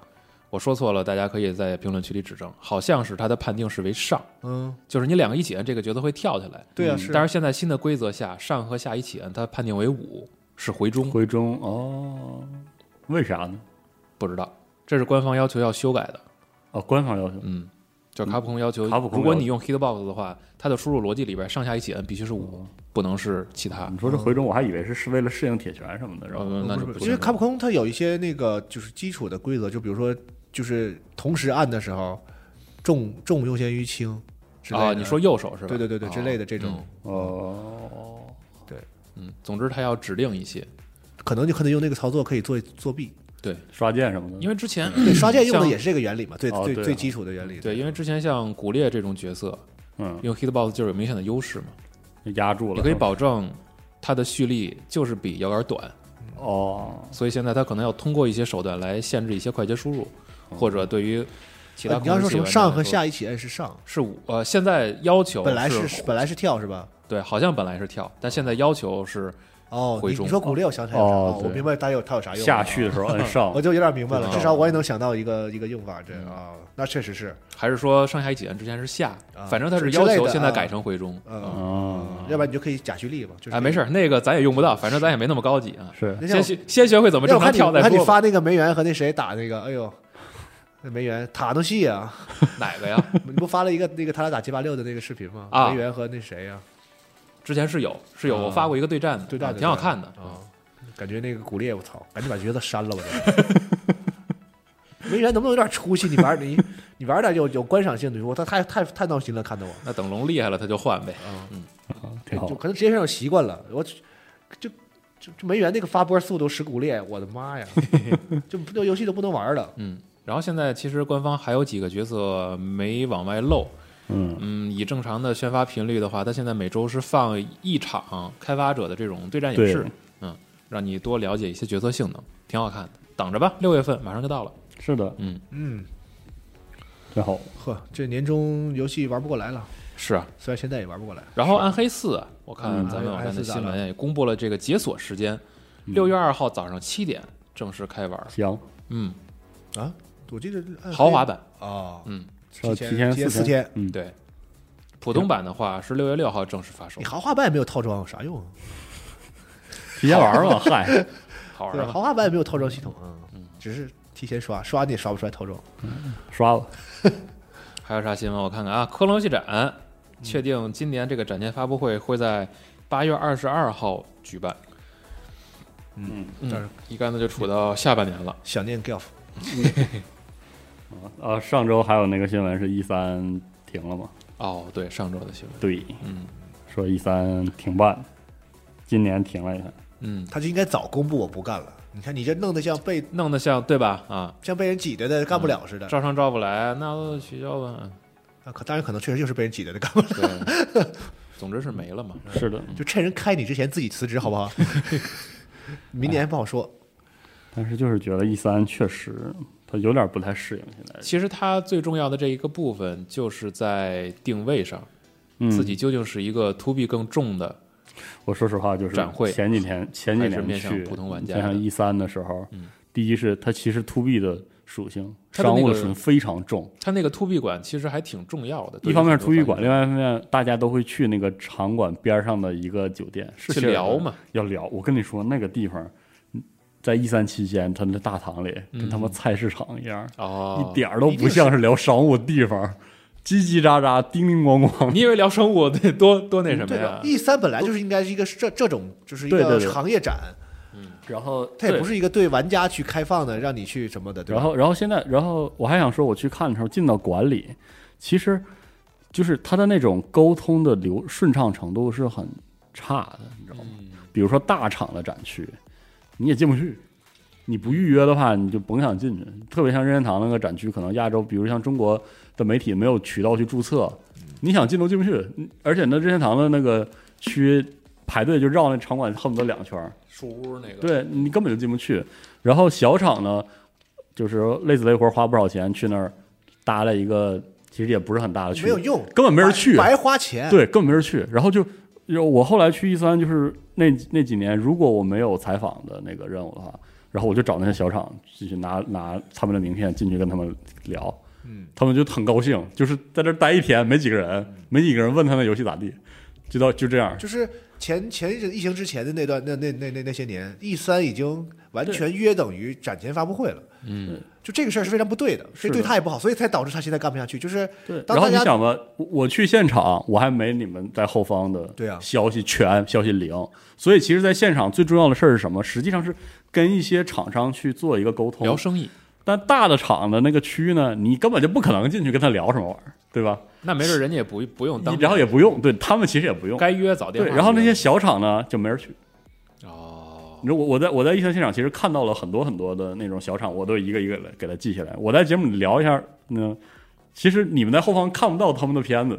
Speaker 3: 我说错了，大家可以在评论区里指正，好像是它的判定是为上，
Speaker 2: 嗯，
Speaker 3: 就是你两个一起按，这个角色会跳起来。
Speaker 2: 对啊，
Speaker 4: 嗯
Speaker 2: 是
Speaker 3: 但是现在新的规则下，上和下一起按，它判定为五，是回中，
Speaker 4: 回中哦，为啥呢？
Speaker 3: 不知道，这是官方要求要修改的。
Speaker 4: 哦，官方要求
Speaker 3: 嗯，就是卡普空要求，
Speaker 4: 卡普空
Speaker 3: 如果
Speaker 4: 要求
Speaker 3: 你用 Hitbox 的话，它的输入逻辑里边上下一起摁必须是五、
Speaker 4: 哦
Speaker 3: 不能是其他。
Speaker 4: 你说这
Speaker 2: 嗯
Speaker 4: 回中，我还以为是是为了适应铁拳什么的，然后
Speaker 3: 嗯，那就不
Speaker 2: 其实
Speaker 3: 是
Speaker 2: 卡普空它有一些那个就是基础的规则，就比如说就是同时按的时候，重重优先于轻之类的。
Speaker 3: 啊，你说右手是吧？
Speaker 2: 对对对对
Speaker 3: 啊
Speaker 2: 之类的这种，
Speaker 4: 哦，
Speaker 3: 嗯，嗯总之它要指定一些。
Speaker 2: 可能就可能用那个操作可以做作弊。
Speaker 3: [clears throat] 对，
Speaker 4: 刷剑什么的，
Speaker 3: 因为之前
Speaker 2: 嗯对，刷剑用的
Speaker 3: 像
Speaker 2: 也是这个原理嘛，最
Speaker 4: 哦
Speaker 2: 最
Speaker 4: 对啊
Speaker 2: 最基础的原理。
Speaker 3: 对，因为之前像古烈这种角色
Speaker 4: 嗯
Speaker 3: 用 Hitbox 就是有明显的优势嘛，
Speaker 4: 压住了，
Speaker 3: 你可以保证它的蓄力就是比摇杆短，
Speaker 4: 哦，
Speaker 3: 所以现在它可能要通过一些手段来限制一些快捷输入，或者对于其他
Speaker 2: 呃
Speaker 3: 控
Speaker 2: 你要
Speaker 3: 制器玩家来
Speaker 2: 说
Speaker 3: 说、
Speaker 2: 什么上和下一起哎按是上，
Speaker 3: 是五，呃，现在要求
Speaker 2: 本来
Speaker 3: 是
Speaker 2: 是本来是跳是吧？
Speaker 3: 对，好像本来是跳，但现在要求是
Speaker 2: 哦，
Speaker 3: 回
Speaker 2: 你
Speaker 3: 中
Speaker 2: 你说古烈，我想起来了，
Speaker 4: 哦
Speaker 2: 哦我
Speaker 4: 对
Speaker 2: 明白它有它有啥用了。哦
Speaker 4: 下去的时 [laughs] 候摁上
Speaker 2: 我，就有点明白了，
Speaker 3: 对哦嗯
Speaker 2: 至少我也能想到一个一个用法，这啊，那确实是，
Speaker 3: 还是说上下一起摁之前是下
Speaker 2: 啊，
Speaker 3: 反正它是
Speaker 2: 之
Speaker 3: 要
Speaker 2: 类
Speaker 3: 求
Speaker 2: 的
Speaker 3: 现在
Speaker 2: 啊
Speaker 3: 改成回中。
Speaker 2: 嗯，
Speaker 4: 哦，
Speaker 2: 要不然你就可以假蓄力嘛，就是
Speaker 3: 哎，没事，儿，那个咱也用不到，反正咱也没那么高级啊。
Speaker 4: 是
Speaker 2: 那天
Speaker 3: 先
Speaker 2: 我
Speaker 3: 学先学会怎么
Speaker 2: 那
Speaker 3: 正
Speaker 2: 我看
Speaker 3: 常
Speaker 2: 你
Speaker 3: 跳
Speaker 2: 我
Speaker 3: 再
Speaker 2: 看你
Speaker 3: 说吧。
Speaker 2: 发那个梅园和那谁打那个，哎呦， [laughs] 那梅园塔诺西啊，
Speaker 3: 哪个呀？
Speaker 2: 你不发了一个那个他俩打街霸六的那个视频吗？
Speaker 3: 啊
Speaker 2: 梅园和那谁呀，
Speaker 3: 之前是有是有，
Speaker 2: 啊
Speaker 3: 我发过一个对战的，
Speaker 2: 对战
Speaker 3: 啊
Speaker 2: 的
Speaker 3: 挺好看的。
Speaker 2: 啊，感觉那个古烈，我操，赶紧把角色删了吧。 [laughs] 这梅园能不能有点出息？你玩你你玩点有有观赏性的，我他太太太闹心了，看得我。
Speaker 3: 那等龙厉害了，他就换呗。
Speaker 4: 挺好
Speaker 2: 就，可能职业选手习惯了，我就就就就梅园那个发波速度使骨裂，我的妈 [laughs] 呀，就这游戏都不能玩了。
Speaker 3: 嗯，然后现在其实官方还有几个角色没往外露。
Speaker 4: 嗯
Speaker 3: 嗯，以正常的宣发频率的话，它现在每周是放一场开发者的这种对战演示
Speaker 4: 对，
Speaker 3: 嗯，让你多了解一些角色性能，挺好看的。等着吧，六月份马上就到了。
Speaker 4: 是的，
Speaker 3: 嗯，
Speaker 2: 嗯，
Speaker 4: 挺好，
Speaker 2: 呵，这年终游戏玩不过来了，
Speaker 3: 是啊。
Speaker 2: 虽然现在也玩不过来。
Speaker 3: 然后暗黑四啊，我看
Speaker 4: 嗯
Speaker 3: 咱们网站
Speaker 2: 暗
Speaker 3: 的新
Speaker 2: 黑四咋
Speaker 3: 闻
Speaker 2: 了嗯
Speaker 3: 也公布了这个解锁时间，六月二号早上七点正式开玩。
Speaker 4: 行，
Speaker 3: 嗯，
Speaker 2: 啊，我记得暗黑
Speaker 3: 豪华版
Speaker 2: 哦，
Speaker 3: 嗯，
Speaker 4: 要
Speaker 2: 提
Speaker 4: 提
Speaker 2: 前
Speaker 4: 四
Speaker 2: 四天，
Speaker 4: 嗯，
Speaker 3: 对，普通版的话是六月六号正式发售
Speaker 2: 你，豪华版也没有套装，有啥用啊？
Speaker 4: 提前玩嘛，嗨，
Speaker 3: 好玩啊
Speaker 2: 对，
Speaker 3: 吗？
Speaker 2: 豪华版也没有套装系统啊，只是提前刷，刷你也刷不出来套装。
Speaker 4: 刷吧，
Speaker 3: 还有啥新闻？我看看啊，科隆游戏展确定今年这个展前发布会会在八月二十二号举办。
Speaker 4: 嗯，
Speaker 2: 但
Speaker 3: 嗯
Speaker 2: 是，
Speaker 3: 一竿子就杵到下半年了。
Speaker 2: 想念 Golf，
Speaker 4: 呃，上周还有那个新闻是一三停了嘛？
Speaker 3: 哦，对，上周的新闻。
Speaker 4: 对，
Speaker 3: 嗯
Speaker 4: 说一三停办，今年停了一下，
Speaker 3: 嗯，
Speaker 2: 他就应该早公布我不干了。你看你这弄得像被
Speaker 3: 弄得像对吧？啊，
Speaker 2: 像被人挤兑的干不了似
Speaker 4: 嗯
Speaker 2: 的，
Speaker 3: 招商招不来，那都取消吧。
Speaker 2: 啊可当然可能确实就是被人挤兑的干不了，
Speaker 3: 对，总之是没了嘛。
Speaker 4: 是的，
Speaker 2: 就趁人开你之前自己辞职好不
Speaker 4: [laughs]
Speaker 2: 好？明年不好说，
Speaker 4: 但是就是觉得一三确实它有点不太适应现在，
Speaker 3: 其实它最重要的这一个部分就是在定位上，
Speaker 4: 嗯，
Speaker 3: 自己究竟是一个 to B 更重的，
Speaker 4: 我说实话，就是
Speaker 3: 展会
Speaker 4: 前几天前几
Speaker 3: 还是
Speaker 4: 年
Speaker 3: 面向
Speaker 4: 去
Speaker 3: 普通玩家
Speaker 4: 加上
Speaker 3: 的
Speaker 4: 一三的时候，
Speaker 3: 嗯
Speaker 4: 第一是它其实 to B 的属性，
Speaker 3: 它的那
Speaker 4: 商务
Speaker 3: 个
Speaker 4: 的属性非常重。
Speaker 3: 它那个 to B 馆其实还挺重要的。对于
Speaker 4: 一方面
Speaker 3: 很
Speaker 4: 是
Speaker 3: 多
Speaker 4: to B 馆，
Speaker 3: 行
Speaker 4: 另
Speaker 3: 业
Speaker 4: 外一方面大家都会去那个场馆边上的一个酒店，是
Speaker 3: 去
Speaker 4: 希尔
Speaker 3: 聊
Speaker 4: 顿
Speaker 3: 嘛，
Speaker 4: 要聊。我跟你说，那个地方在一三期间，它那大堂里跟他妈菜市场一样，
Speaker 3: 嗯哦，
Speaker 4: 一点儿都不像是聊商务的地方，叽叽喳喳、叮叮咣咣。
Speaker 3: 你以为聊生物得多多那什么
Speaker 2: 对吧
Speaker 3: 呀？
Speaker 4: 嗯
Speaker 2: ？E 三本来就是应该是一个这这种就是一
Speaker 4: 对对
Speaker 2: 个
Speaker 4: 对
Speaker 2: 行业展，
Speaker 4: 然后
Speaker 2: 它也不是一个对玩家去开放的，让你去什么的，对吧？
Speaker 4: 然后，然后现在，然后我还想说，我去看的时候进到馆里，其实就是他的那种沟通的流顺畅程度是很差的，你知道吗？
Speaker 3: 嗯
Speaker 4: 比如说大厂的展区，你也进不去，你不预约的话，你就甭想进去。特别像任天堂那个展区，可能亚洲，比如像中国的媒体没有渠道去注册，
Speaker 2: 嗯
Speaker 4: 你想进都进不去。嗯而且那任天堂的那个区排队就绕那场馆恨不得两圈儿。
Speaker 3: 树屋那个，
Speaker 4: 对你根本就进不去。然后小厂呢，就是累死累活花不少钱去那儿搭了一个，其实也不是很大的区，
Speaker 2: 没有用，
Speaker 4: 根本没人
Speaker 2: 白
Speaker 4: 去，啊
Speaker 2: 白花钱。
Speaker 4: 对，根本没人去。然后就有我后来去一三，就是那那几年，如果我没有采访的那个任务的话，然后我就找那些小厂进去拿拿他们的名片进去跟他们聊。
Speaker 2: 嗯，
Speaker 4: 他们就很高兴，就是在这儿待一天，没几个人，没几个人问他那游戏咋地，就到就这样，
Speaker 2: 就是前前疫情之前的那段那那那那那些年，E 三已经完全约等于展前发布会了。
Speaker 3: 嗯，
Speaker 2: 就这个事儿是非常不对的，
Speaker 4: 是
Speaker 2: 这
Speaker 4: 的
Speaker 2: 对他也不好，所以才导致他现在干不下去。就是
Speaker 4: 对，
Speaker 2: 当
Speaker 4: 然
Speaker 2: 大
Speaker 4: 后你
Speaker 2: 家
Speaker 4: 想吧，我我去现场，我还没你们在后方的
Speaker 2: 对啊
Speaker 4: 消息全、消息零，所以其实，在现场最重要的事儿是什么？实际上是跟一些厂商去做一个沟
Speaker 3: 聊
Speaker 4: 通。
Speaker 3: 生意，
Speaker 4: 但大的厂的那个区呢，你根本就不可能进去跟他聊什么玩意儿，对吧？
Speaker 3: 那没准人家也不不用当，
Speaker 4: 然后也不用，对他们其实也不用。
Speaker 3: 该约早电话
Speaker 4: 对，
Speaker 3: 约。
Speaker 4: 然后那些小厂呢就没人去。
Speaker 3: 哦，
Speaker 4: 你说我我在我在一三现场其实看到了很多很多的那种小厂，我都一个一个来给他记下来。我在节目里聊一下，嗯，其实你们在后方看不到他们的片子，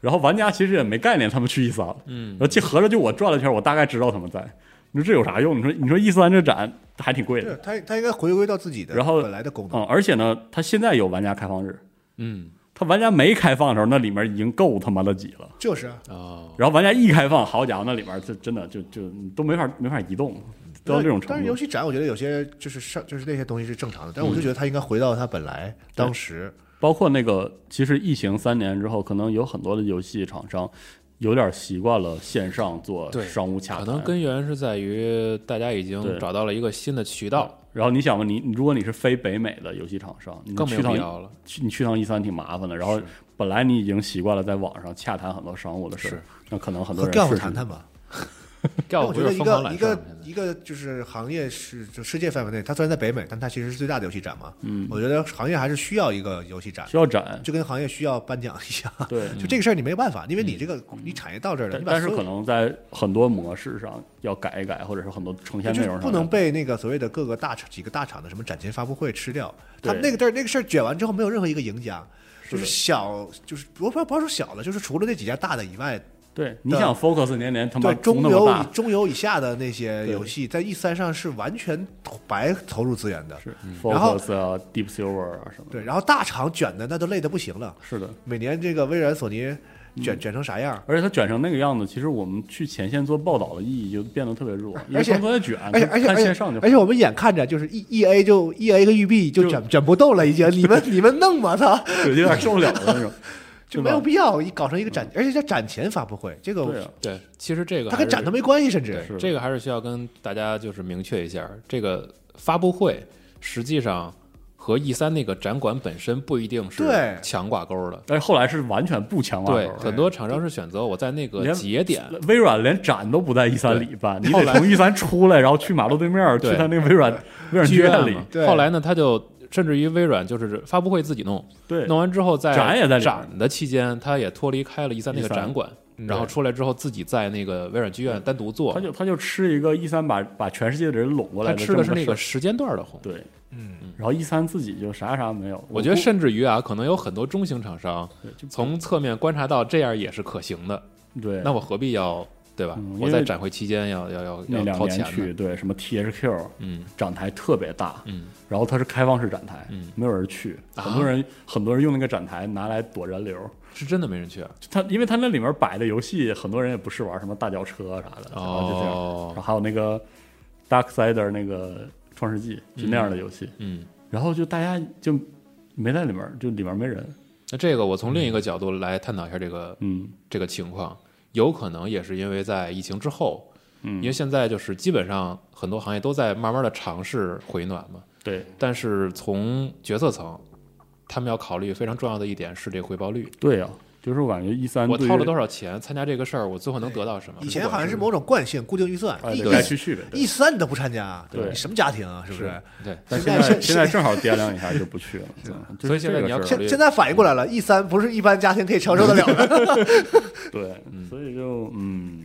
Speaker 4: 然后玩家其实也没概念他们去一三，
Speaker 3: 嗯
Speaker 4: 然，后这合着就我转了一圈，我大概知道他们在。你说这有啥用？你说你说一三这展还挺贵
Speaker 2: 对
Speaker 4: 的，
Speaker 2: 他他应该回归到自己的
Speaker 4: 然后
Speaker 2: 本来的功能。
Speaker 4: 嗯，而且呢，它现在有玩家开放日，
Speaker 3: 嗯，
Speaker 4: 它玩家没开放的时候，那里面已经够他妈的挤了。
Speaker 2: 就是啊，
Speaker 3: 哦，
Speaker 4: 然后玩家一开放，好家伙，那里面就真的就就都没法没法移动，到这种
Speaker 2: 但
Speaker 4: 程
Speaker 2: 是
Speaker 4: 度
Speaker 2: 游。戏展，我觉得有些就是上就是那些东西是正常的，但
Speaker 4: 嗯
Speaker 2: 是我就觉得他应该回到他本来当时。
Speaker 4: 包括那个，其实疫情三年之后，可能有很多的游戏厂商有点习惯了线上做
Speaker 3: 对
Speaker 4: 商务洽
Speaker 3: 可
Speaker 4: 谈。
Speaker 3: 能根源是在于大家已经
Speaker 4: 对
Speaker 3: 找到了一个新的渠道，
Speaker 4: 然后你想吧，你你如果你是非北美的游戏厂商，你
Speaker 3: 更没有
Speaker 4: 去
Speaker 3: 必
Speaker 4: 趟
Speaker 3: 要了。
Speaker 4: 去你去趟一三挺麻烦的。然后
Speaker 3: 是
Speaker 4: 本来你已经习惯了在网上洽谈很多商务的事
Speaker 3: 是
Speaker 4: 儿，那可能很多
Speaker 2: 和
Speaker 4: 人
Speaker 2: Golf
Speaker 4: 是
Speaker 2: 谈谈吧，
Speaker 3: 告
Speaker 2: [laughs] 我
Speaker 3: 不
Speaker 2: 觉
Speaker 3: 是
Speaker 2: 得一
Speaker 3: 疯狂
Speaker 2: 个
Speaker 3: 揽
Speaker 2: 一
Speaker 3: 胜
Speaker 2: 个
Speaker 3: 吗，现在
Speaker 2: 一个就是行业是就世界范围内，它虽然在北美，但它其实是最大的游戏展嘛。嗯，我觉得行业还是需要一个游戏展，
Speaker 4: 需
Speaker 2: [laughs]
Speaker 4: 要展，
Speaker 2: 就跟行业需要颁奖一样。
Speaker 4: [laughs] 对。
Speaker 2: 就这个事儿你没有办法，因为你这个你产业到这儿了，
Speaker 4: 嗯但
Speaker 2: 你把
Speaker 4: 但是
Speaker 2: 所有
Speaker 4: 可能在很多模式上要改一改，或者是很多呈现
Speaker 2: 就
Speaker 4: 内
Speaker 2: 是
Speaker 4: 容
Speaker 2: 不
Speaker 4: 上
Speaker 2: 能被那个所谓的各个大厂几个大厂的什么展前发布会吃掉。他们那
Speaker 4: 对
Speaker 2: 个地儿那个事儿卷完之后，没有任何一个赢家，就是是小就是不不不要说小了，就是除了那几家大的以外，
Speaker 4: 对。你想 Focus 年年他妈
Speaker 2: 对
Speaker 4: 出
Speaker 2: 中
Speaker 4: 那么
Speaker 2: 游以
Speaker 4: 大，
Speaker 2: 中游以下的那些
Speaker 4: 对
Speaker 2: 游戏，在 E 三上是完全白投入资源的。
Speaker 4: 是
Speaker 2: 然后
Speaker 4: Focus 啊，Deep Silver 啊什么的，
Speaker 2: 对，然后大厂卷的那都累得不行了。
Speaker 4: 是的，
Speaker 2: 每年这个微软、索尼
Speaker 4: 嗯
Speaker 2: 卷卷成啥样儿。
Speaker 4: 而且它卷成那个样子，其实我们去前线做报道的意义就变得特别弱，因为
Speaker 2: 而且
Speaker 4: 他们都在卷，
Speaker 2: 而且而且
Speaker 4: 看
Speaker 2: 而
Speaker 4: 线
Speaker 2: 且
Speaker 4: 上就
Speaker 2: 而且我们眼看着就是 E E A 就 E A 跟育碧就
Speaker 4: 就
Speaker 2: 卷卷不动了，已经。你们你们弄吧，操，
Speaker 4: 对 [laughs] 有点受不了的
Speaker 3: [laughs]
Speaker 4: 那种。
Speaker 2: 就没
Speaker 4: 对
Speaker 2: 有
Speaker 4: 吧嗯
Speaker 2: 必要一搞成一个展，而且叫展前发布会，这
Speaker 4: 对
Speaker 2: 个
Speaker 4: 啊，
Speaker 3: 对，其实这个
Speaker 2: 它
Speaker 3: 还
Speaker 2: 跟
Speaker 3: 是
Speaker 2: 展都没关系，甚至
Speaker 3: 对
Speaker 4: 是
Speaker 3: 这个还是需要跟大家就是明确一下，这个发布会实际上和 E 三那个展馆本身不一定是
Speaker 2: 对
Speaker 3: 强挂钩的。
Speaker 4: 但是后来是完全不强挂
Speaker 3: 对
Speaker 4: 钩，的。
Speaker 3: 很多厂商是选择我在那个
Speaker 4: 连
Speaker 3: 节点，
Speaker 4: 微软连展都不在 E 三里办，你
Speaker 3: 后
Speaker 4: 得
Speaker 3: 来
Speaker 4: 从 E 三出来，然后去马路对面儿，
Speaker 3: 对
Speaker 4: 去他那个微软微软剧院里
Speaker 3: 嘛，
Speaker 2: 对
Speaker 3: 后来呢，他就甚至于微软就是发布会自己弄，
Speaker 4: 对，
Speaker 3: 弄完之后在
Speaker 4: 展也在里边
Speaker 3: 展的期间，他也脱离开了 E 三那个展馆，然后出来之后自己在那个微软剧院单独做。
Speaker 4: 他就他就吃一个 E 三把把全世界的人拢过来
Speaker 3: 他
Speaker 4: 的
Speaker 3: 吃
Speaker 4: 这
Speaker 3: 的
Speaker 4: 么个
Speaker 3: 是
Speaker 4: 事儿，
Speaker 3: 那个时间段的红。
Speaker 4: 对，嗯，然后 E 三自己就啥啥没有，
Speaker 3: 我觉得
Speaker 4: 估
Speaker 3: 甚至于啊，可能有很多中型厂商从侧面观察到这样也是可行的，
Speaker 4: 对，
Speaker 3: 那我何必要对吧？
Speaker 4: 嗯因为
Speaker 3: 我在展会期间要要要
Speaker 4: 那
Speaker 3: 要
Speaker 4: 两
Speaker 3: 掏
Speaker 4: 年
Speaker 3: 钱
Speaker 4: 去
Speaker 3: 呢？
Speaker 4: 对什么 THQ
Speaker 3: 嗯
Speaker 4: 展台特别大，
Speaker 3: 嗯，
Speaker 4: 然后它是开放式展台，
Speaker 3: 嗯
Speaker 4: 没有人去，
Speaker 3: 啊
Speaker 4: 很多人很多人用那个展台拿来躲人流，
Speaker 3: 是真的没人去啊。
Speaker 4: 就它因为它那里面摆的游戏，很多人也不是玩什么大轿车啊啥的，然后就这样，
Speaker 3: 哦
Speaker 4: 然后还有那个 Darksider 那个创世纪就那样的游戏，
Speaker 3: 嗯，
Speaker 4: 然后就大家就没在里面，就里面没人，
Speaker 3: 那这个我从另一个角度来探讨一下这个
Speaker 4: 嗯
Speaker 3: 这个情况，有可能也是因为在疫情之后，
Speaker 4: 嗯，
Speaker 3: 因为现在就是基本上很多行业都在慢慢的尝试回暖嘛，
Speaker 4: 对
Speaker 3: 但是从决策层，他们要考虑非常重要的一点是这个回报率，
Speaker 4: 对啊，就是我感觉 E 三
Speaker 3: 我掏了多少钱参加这个事儿，我最后能得到什么？
Speaker 2: 以前
Speaker 3: 不
Speaker 2: 好
Speaker 3: 管
Speaker 2: 像是某种惯性固定预算
Speaker 4: 哎，
Speaker 2: 一
Speaker 4: 对该去去呗，对
Speaker 2: E 三你都不参加，
Speaker 4: 对
Speaker 2: 你什么家庭啊？是不是
Speaker 4: 是？
Speaker 3: 对，
Speaker 4: 但
Speaker 2: 现
Speaker 4: 现
Speaker 2: 在
Speaker 4: 在
Speaker 2: 现
Speaker 4: 现在正好掂量一下就不去了，嗯就是
Speaker 3: 所以现在
Speaker 4: 这个
Speaker 3: 你要
Speaker 4: 事
Speaker 3: 考
Speaker 4: 儿
Speaker 3: 虑
Speaker 2: 现现在反应过来了，E 三不是一般家庭可以承受得了的。
Speaker 4: [laughs] 对，所以就嗯，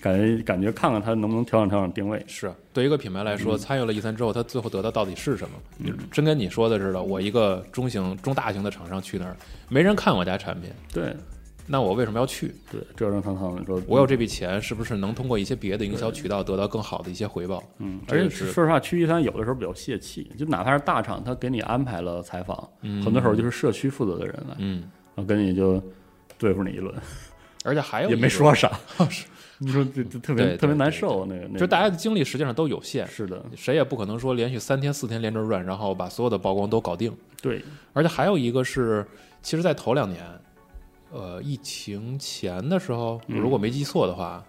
Speaker 4: 感觉感觉看看它能不能调整调整定位。
Speaker 3: 是对于一个品牌来
Speaker 4: 嗯
Speaker 3: 说，参与了 E 三之后，它最后得到到底是什么？真跟你说的似的，我一个中型、中大型的厂商去那儿，没人看我家产品，
Speaker 4: 对
Speaker 3: 那我为什么要去？
Speaker 4: 对，正正堂堂的说，
Speaker 3: 我有这笔钱，是不是能通过一些别的营销渠道得到更好的一些回报？
Speaker 4: 嗯，
Speaker 3: 这
Speaker 4: 而
Speaker 3: 个
Speaker 4: 且
Speaker 3: 是
Speaker 4: 说实话，去一三有的时候比较泄气，就哪怕是大厂，他给你安排了采访，很多时候就是社区负责的人来，
Speaker 3: 嗯，
Speaker 4: 然后跟你就对付你一轮，
Speaker 3: 而且还有
Speaker 4: 也
Speaker 3: 一
Speaker 4: 没
Speaker 3: 个
Speaker 4: 说，啥， [laughs] 你说这这特
Speaker 3: 对
Speaker 4: 别
Speaker 3: 对
Speaker 4: 特
Speaker 3: 对
Speaker 4: 别
Speaker 3: 对
Speaker 4: 难受，那个那
Speaker 3: 就
Speaker 4: 个
Speaker 3: 是大家的精力实际上都有限，
Speaker 4: 是的，
Speaker 3: 谁也不可能说连续三天四天连轴转，然后把所有的曝光都搞定。
Speaker 4: 对，
Speaker 3: 而且还有一个是，其实，在头两年，呃，疫情前的时候，
Speaker 4: 嗯
Speaker 3: 如果没记错的话，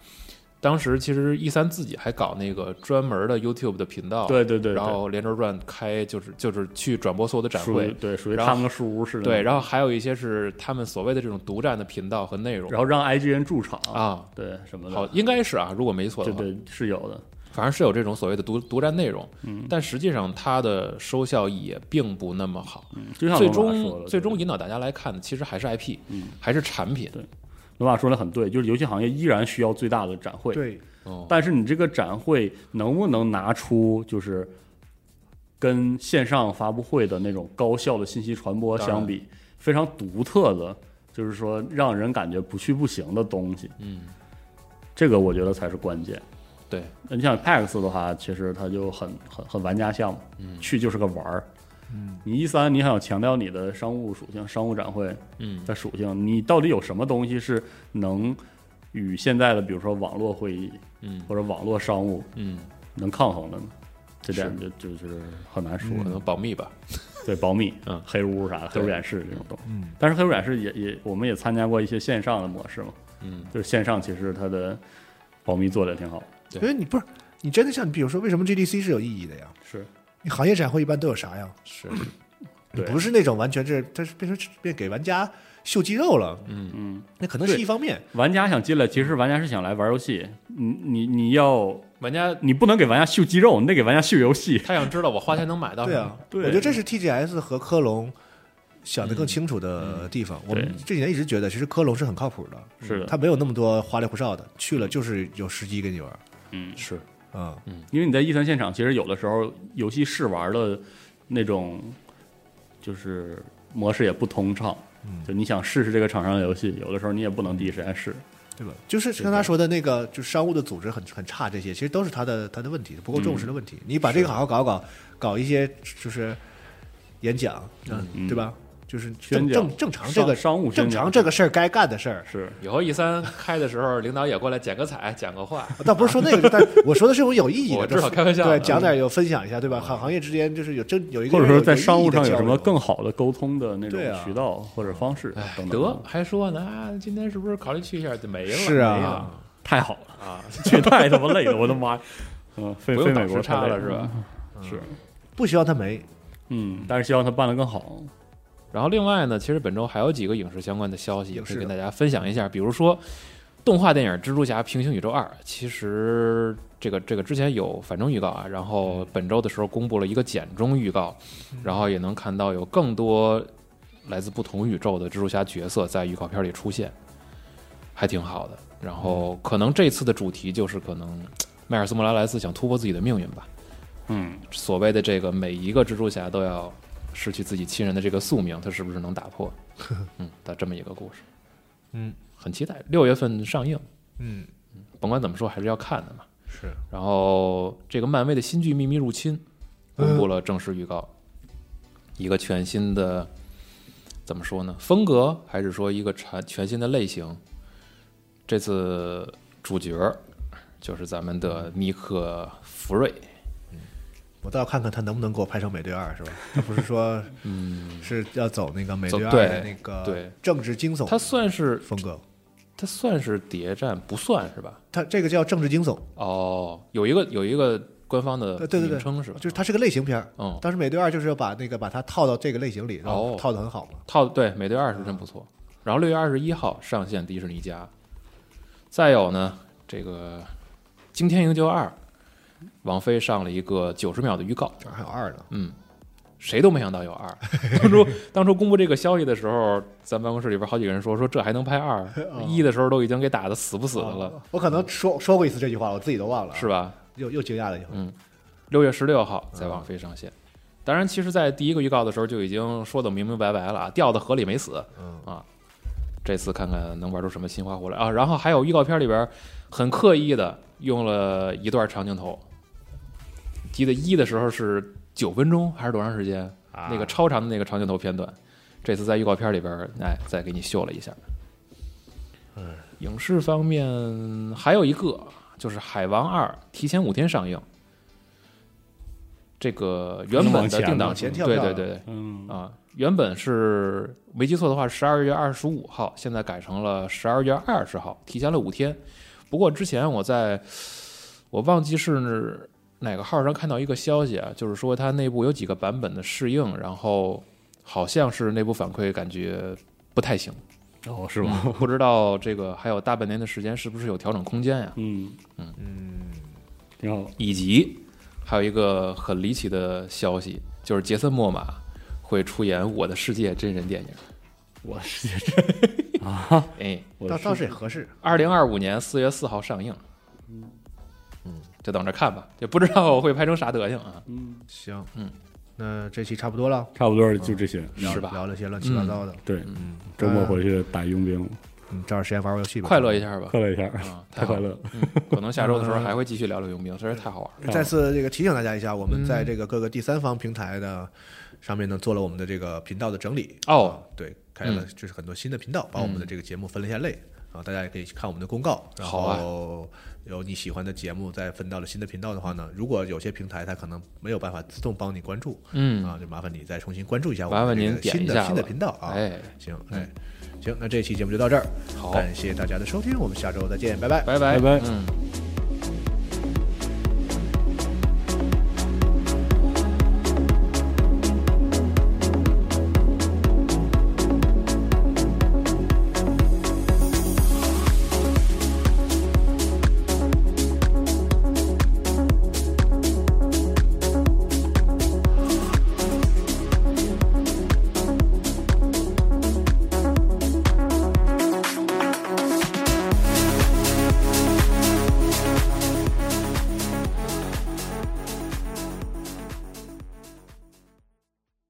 Speaker 3: 当时其实 E 三自己还搞那个专门的 YouTube 的频道，
Speaker 4: 对对对，
Speaker 3: 然后连轴转开，就是就是去转播所有的
Speaker 4: 对
Speaker 3: 展
Speaker 4: 属于
Speaker 3: 会，
Speaker 4: 对属于
Speaker 3: 然
Speaker 4: 他
Speaker 3: 后
Speaker 4: 们的书屋似的，
Speaker 3: 对，然后还有一些是他们所谓的这种独占的频道和内容，
Speaker 4: 然后让 IGN 驻场，
Speaker 3: 啊，
Speaker 4: 对什么的，
Speaker 3: 好，应该是啊，如果没错
Speaker 4: 对
Speaker 3: 的话，
Speaker 4: 对是有的，
Speaker 3: 反正是有这种所谓的独独占内容，
Speaker 4: 嗯
Speaker 3: 但实际上它的收效也并不那么好，
Speaker 4: 嗯就像
Speaker 3: 最
Speaker 4: 罗马说
Speaker 3: 终
Speaker 4: 的
Speaker 3: 最
Speaker 4: 对
Speaker 3: 终引导大家来看的其实还是 IP，、
Speaker 4: 嗯
Speaker 3: 还是产品，
Speaker 4: 罗马说的很对，就是游戏行业依然需要最大的展会，
Speaker 2: 对，
Speaker 3: 哦，
Speaker 4: 但是你这个展会能不能拿出就是跟线上发布会的那种高效的信息传播相比，非常独特的，就是说让人感觉不去不行的东西，
Speaker 3: 嗯，
Speaker 4: 这个我觉得才是关键。
Speaker 3: 对，
Speaker 4: 那你想 PAX 的话，其实它就很很很玩家项目，嗯、去就是个玩儿。嗯，你一三你想要强调你的商务属性，商务展会，
Speaker 3: 嗯，
Speaker 4: 的属性，你到底有什么东西是能与现在的，比如说网络会议，
Speaker 3: 嗯
Speaker 4: 或者网络商务
Speaker 3: 嗯，
Speaker 4: 能抗衡的呢？这点就就就是很难说
Speaker 2: 嗯
Speaker 3: 可
Speaker 4: 了。
Speaker 3: 能保密吧，
Speaker 4: 对，保密，
Speaker 3: 嗯
Speaker 4: 黑屋啥的，黑
Speaker 3: 对
Speaker 4: 屋演示这种东西。
Speaker 2: 嗯，
Speaker 4: 但是黑屋演示也也，我们也参加过一些线上的模式嘛，
Speaker 3: 嗯，
Speaker 4: 就是线上其实它的保密做的挺好。
Speaker 3: 对
Speaker 2: 因为你不是你真的像，你比如说，为什么 GDC 是有意义的呀？
Speaker 4: 是，
Speaker 2: 你行业展会一般都有啥呀？
Speaker 3: 是，
Speaker 4: 对，
Speaker 2: 不是那种完全是，它是变成变给玩家秀肌肉了，
Speaker 3: 嗯，
Speaker 4: 嗯，
Speaker 2: 那可能是
Speaker 4: 对
Speaker 2: 一方面。
Speaker 4: 玩家想进来，其实玩家是想来玩游戏，你你你要，
Speaker 3: 玩家
Speaker 4: 你不能给玩家秀肌肉，你得给玩家秀游戏。
Speaker 3: 他想知道我花钱能买到
Speaker 2: 对
Speaker 3: 什
Speaker 2: 啊
Speaker 3: 么，，
Speaker 4: 对嗯
Speaker 2: 我觉得这是 TGS 和科隆想的更清楚的地方。我们这几年一直觉得，其实科隆是很靠谱的，
Speaker 4: 是的，
Speaker 2: 它没有那么多花里胡哨的，去了就是有时机跟你玩儿。
Speaker 4: 嗯，
Speaker 3: 是，
Speaker 2: 嗯，
Speaker 4: 因为你在 E 三现场，其实有的时候游戏试玩的那种就是模式也不通畅，就你想试试这个厂商的游戏，有的时候你也不能第一时间试。
Speaker 2: 对吧？就是刚才说的那个，就是商务的组织很很差，这些其实都是他的他的问题，不够重视的问题。你把这个好好搞搞，搞一些就是演讲，嗯，对吧？就是
Speaker 4: 宣
Speaker 2: 正
Speaker 4: 讲
Speaker 2: 正正常这个
Speaker 4: 商商务宣
Speaker 2: 正
Speaker 4: 讲
Speaker 2: 常这个事儿该干的事儿。
Speaker 4: 是
Speaker 3: 以后 E 三开的时候，领导也过来剪个彩，讲个话，
Speaker 2: 倒不是说那
Speaker 3: [laughs]
Speaker 2: 个，但我说的是有有意义的，
Speaker 3: 我
Speaker 2: 就
Speaker 3: 知道
Speaker 2: 是
Speaker 3: 开玩笑啊嗯
Speaker 2: 对，
Speaker 3: 的
Speaker 2: 讲点有分享一下，对吧？行行业之间就是有真有一个
Speaker 4: 或
Speaker 2: 人
Speaker 4: 者
Speaker 2: 有，
Speaker 4: 说在商务上
Speaker 2: 有意
Speaker 4: 有
Speaker 2: 义地
Speaker 4: 什么
Speaker 2: 交流
Speaker 4: 更好的沟通的那种
Speaker 2: 对啊
Speaker 4: 渠道或者方式等等
Speaker 3: 哎得，还说呢，啊今天是不是考虑去一下就没了？
Speaker 2: 是
Speaker 3: 没
Speaker 2: 啊
Speaker 3: 了，
Speaker 4: 太好了， [laughs]
Speaker 3: 啊，
Speaker 4: 这太他妈累了，我的妈呀！嗯，飞
Speaker 3: 不
Speaker 4: 飞
Speaker 3: 用
Speaker 4: 美
Speaker 3: 倒
Speaker 4: 国
Speaker 3: 时
Speaker 4: 太
Speaker 3: 差
Speaker 4: 累
Speaker 3: 了是吧？？
Speaker 4: 是，
Speaker 2: 不希望他没
Speaker 4: 嗯，但是希望他办得更好。
Speaker 3: 然后另外呢，其实本周还有几个影视相关的消息也
Speaker 2: 影
Speaker 3: 可
Speaker 2: 视
Speaker 3: 以
Speaker 2: 的
Speaker 3: 跟大家分享一下，比如说动画电影《蜘蛛侠：平行宇宙二》，其实这个这个之前有反正预告啊，然后本周的时候公布了一个简中预告，
Speaker 2: 嗯
Speaker 3: 然后也能看到有更多来自不同宇宙的蜘蛛侠角色在预告片里出现，还挺好的。然后
Speaker 2: 嗯
Speaker 3: 可能这次的主题就是可能迈尔斯·莫拉莱斯想突破自己的命运吧，
Speaker 4: 嗯，
Speaker 3: 所谓的这个每一个蜘蛛侠都要失去自己亲人的这个宿命，他是不是能打
Speaker 2: [laughs]
Speaker 3: 破？嗯，的这么一个故事，
Speaker 2: 嗯，
Speaker 3: 很期待。六月份上映，
Speaker 2: 嗯
Speaker 3: 甭管怎么说还是要看的嘛。
Speaker 2: 是
Speaker 3: 然后这个漫威的新剧《秘密入侵》
Speaker 2: 呃
Speaker 3: 公布了正式预告，一个全新的怎么说呢？风格还是说一个全全新的类型？这次主角就是咱们的尼克·福瑞，
Speaker 2: 我倒要看看他能不能给我拍成美队二，是吧？他不是说
Speaker 3: [laughs] 嗯，
Speaker 2: 是要走那个美
Speaker 3: 走
Speaker 2: 队二
Speaker 3: 对
Speaker 2: 的那个
Speaker 3: 对
Speaker 2: 政治惊悚
Speaker 3: 他算是
Speaker 2: 风格，
Speaker 3: 它算是谍战，不算是吧？
Speaker 2: 他这个叫政治惊悚，
Speaker 3: 哦，有一个有一个官方的
Speaker 2: 呃对对对
Speaker 3: 名称是吧？
Speaker 2: 就是它是个类型片儿。
Speaker 3: 嗯，
Speaker 2: 当时美队二就是要把那个把它套到这个类型里，然后
Speaker 3: 哦
Speaker 2: 套的很好嘛。
Speaker 3: 套对《美队二》是真不错。然后六月二十一号上线迪士尼家。再有呢，这个《惊天营救二》，王菲上了一个九十秒的预告，
Speaker 2: 这儿还有二呢，
Speaker 3: 嗯，谁都没想到有 [laughs] 二。当初当初公布这个消息的时候，咱办公室里边好几个人说说这还能拍 [laughs] 二，一的时候都已经给打的死不死的了，
Speaker 2: 啊我可能说说过一次这句话，我自己都忘了，
Speaker 3: 是吧？
Speaker 2: 又又惊讶了一回。
Speaker 3: 嗯，六月十六号在网飞上线。当然，其实，在第一个预告的时候就已经说的明明白白了啊，掉到河里没死
Speaker 2: 嗯
Speaker 3: 啊。这次看看能玩出什么新花活来啊！然后还有预告片里边很刻意的用了一段长镜头，记得一的时候是九分钟还是多长时间？
Speaker 1: 啊
Speaker 3: 那个超长的那个长镜头片段，这次在预告片里边儿，哎，再给你秀了一下。
Speaker 2: 嗯
Speaker 3: 影视方面还有一个就是《海王二》提前五天上映，这个原本
Speaker 4: 往
Speaker 3: 的
Speaker 4: 前
Speaker 3: 定档
Speaker 4: 往
Speaker 2: 前跳
Speaker 3: 对
Speaker 2: 票
Speaker 3: 对
Speaker 2: 了
Speaker 3: 对
Speaker 4: 嗯，
Speaker 3: 啊，原本是没记错的话，十二月二十五号，现在改成了十二月二十号，提前了五天。不过之前我在我忘记是哪个号上看到一个消息啊，就是说它内部有几个版本的适应，然后好像是内部反馈感觉不太行，
Speaker 4: 哦，是吧？
Speaker 3: 不知道这个还有大半年的时间是不是有调整空间呀？
Speaker 4: 嗯
Speaker 2: 嗯，
Speaker 4: 挺好。
Speaker 3: 以及还有一个很离奇的消息，就是杰森·莫玛会出演《我的世界》真人电影。
Speaker 4: 我世界
Speaker 3: [laughs]
Speaker 2: 啊
Speaker 3: 哎，
Speaker 4: 我
Speaker 2: 倒
Speaker 4: 是
Speaker 2: 倒是也合适。
Speaker 3: 二零二五年四月四号上映。嗯，就等着看吧，也不知道我会拍成啥德行
Speaker 2: [laughs]
Speaker 3: 啊。
Speaker 4: 嗯，
Speaker 2: 行，
Speaker 3: 嗯，
Speaker 2: 那这期差不多了，
Speaker 4: 差不多就这些。
Speaker 2: 聊
Speaker 3: 是吧
Speaker 2: 聊了些乱七八糟的，
Speaker 4: 对，
Speaker 2: 嗯，
Speaker 4: 周末回去打佣兵，
Speaker 2: 嗯，找点时间玩玩游戏吧，
Speaker 3: 快乐一下
Speaker 2: [laughs]
Speaker 3: 吧，
Speaker 4: 快乐一下，
Speaker 3: 啊，
Speaker 4: 太
Speaker 3: 好
Speaker 4: 快乐。了。
Speaker 3: 嗯可能下周的时候还会继续聊聊佣兵，实在太好玩了。
Speaker 2: 再次这个提醒大家一下，我们在这个各个第三方平台的上面呢，做了我们的这个频道的整理。
Speaker 3: 哦
Speaker 2: 啊，对，开了
Speaker 3: 嗯
Speaker 2: 就是很多新的频道，把我们的这个节目分了一下类。啊，大家也可以去看我们的公告，然
Speaker 3: 好啊
Speaker 2: 后有你喜欢的节目再分到了新的频道的话呢，如果有些平台它可能没有办法自动帮你关注，
Speaker 3: 嗯，
Speaker 2: 啊，就麻烦你再重新关注一下我
Speaker 3: 麻
Speaker 2: 们
Speaker 3: 烦
Speaker 2: 这
Speaker 3: 您
Speaker 2: 个
Speaker 3: 点
Speaker 2: 新
Speaker 3: 一
Speaker 2: 的
Speaker 3: 下
Speaker 2: 新的
Speaker 3: 吧
Speaker 2: 频道啊。
Speaker 3: 哎，
Speaker 2: 行，哎，行，那这期节目就到这儿，
Speaker 3: 好，
Speaker 2: 感谢大家的收听，我们下周再见，拜拜。
Speaker 3: 拜拜
Speaker 4: 拜拜
Speaker 3: 嗯。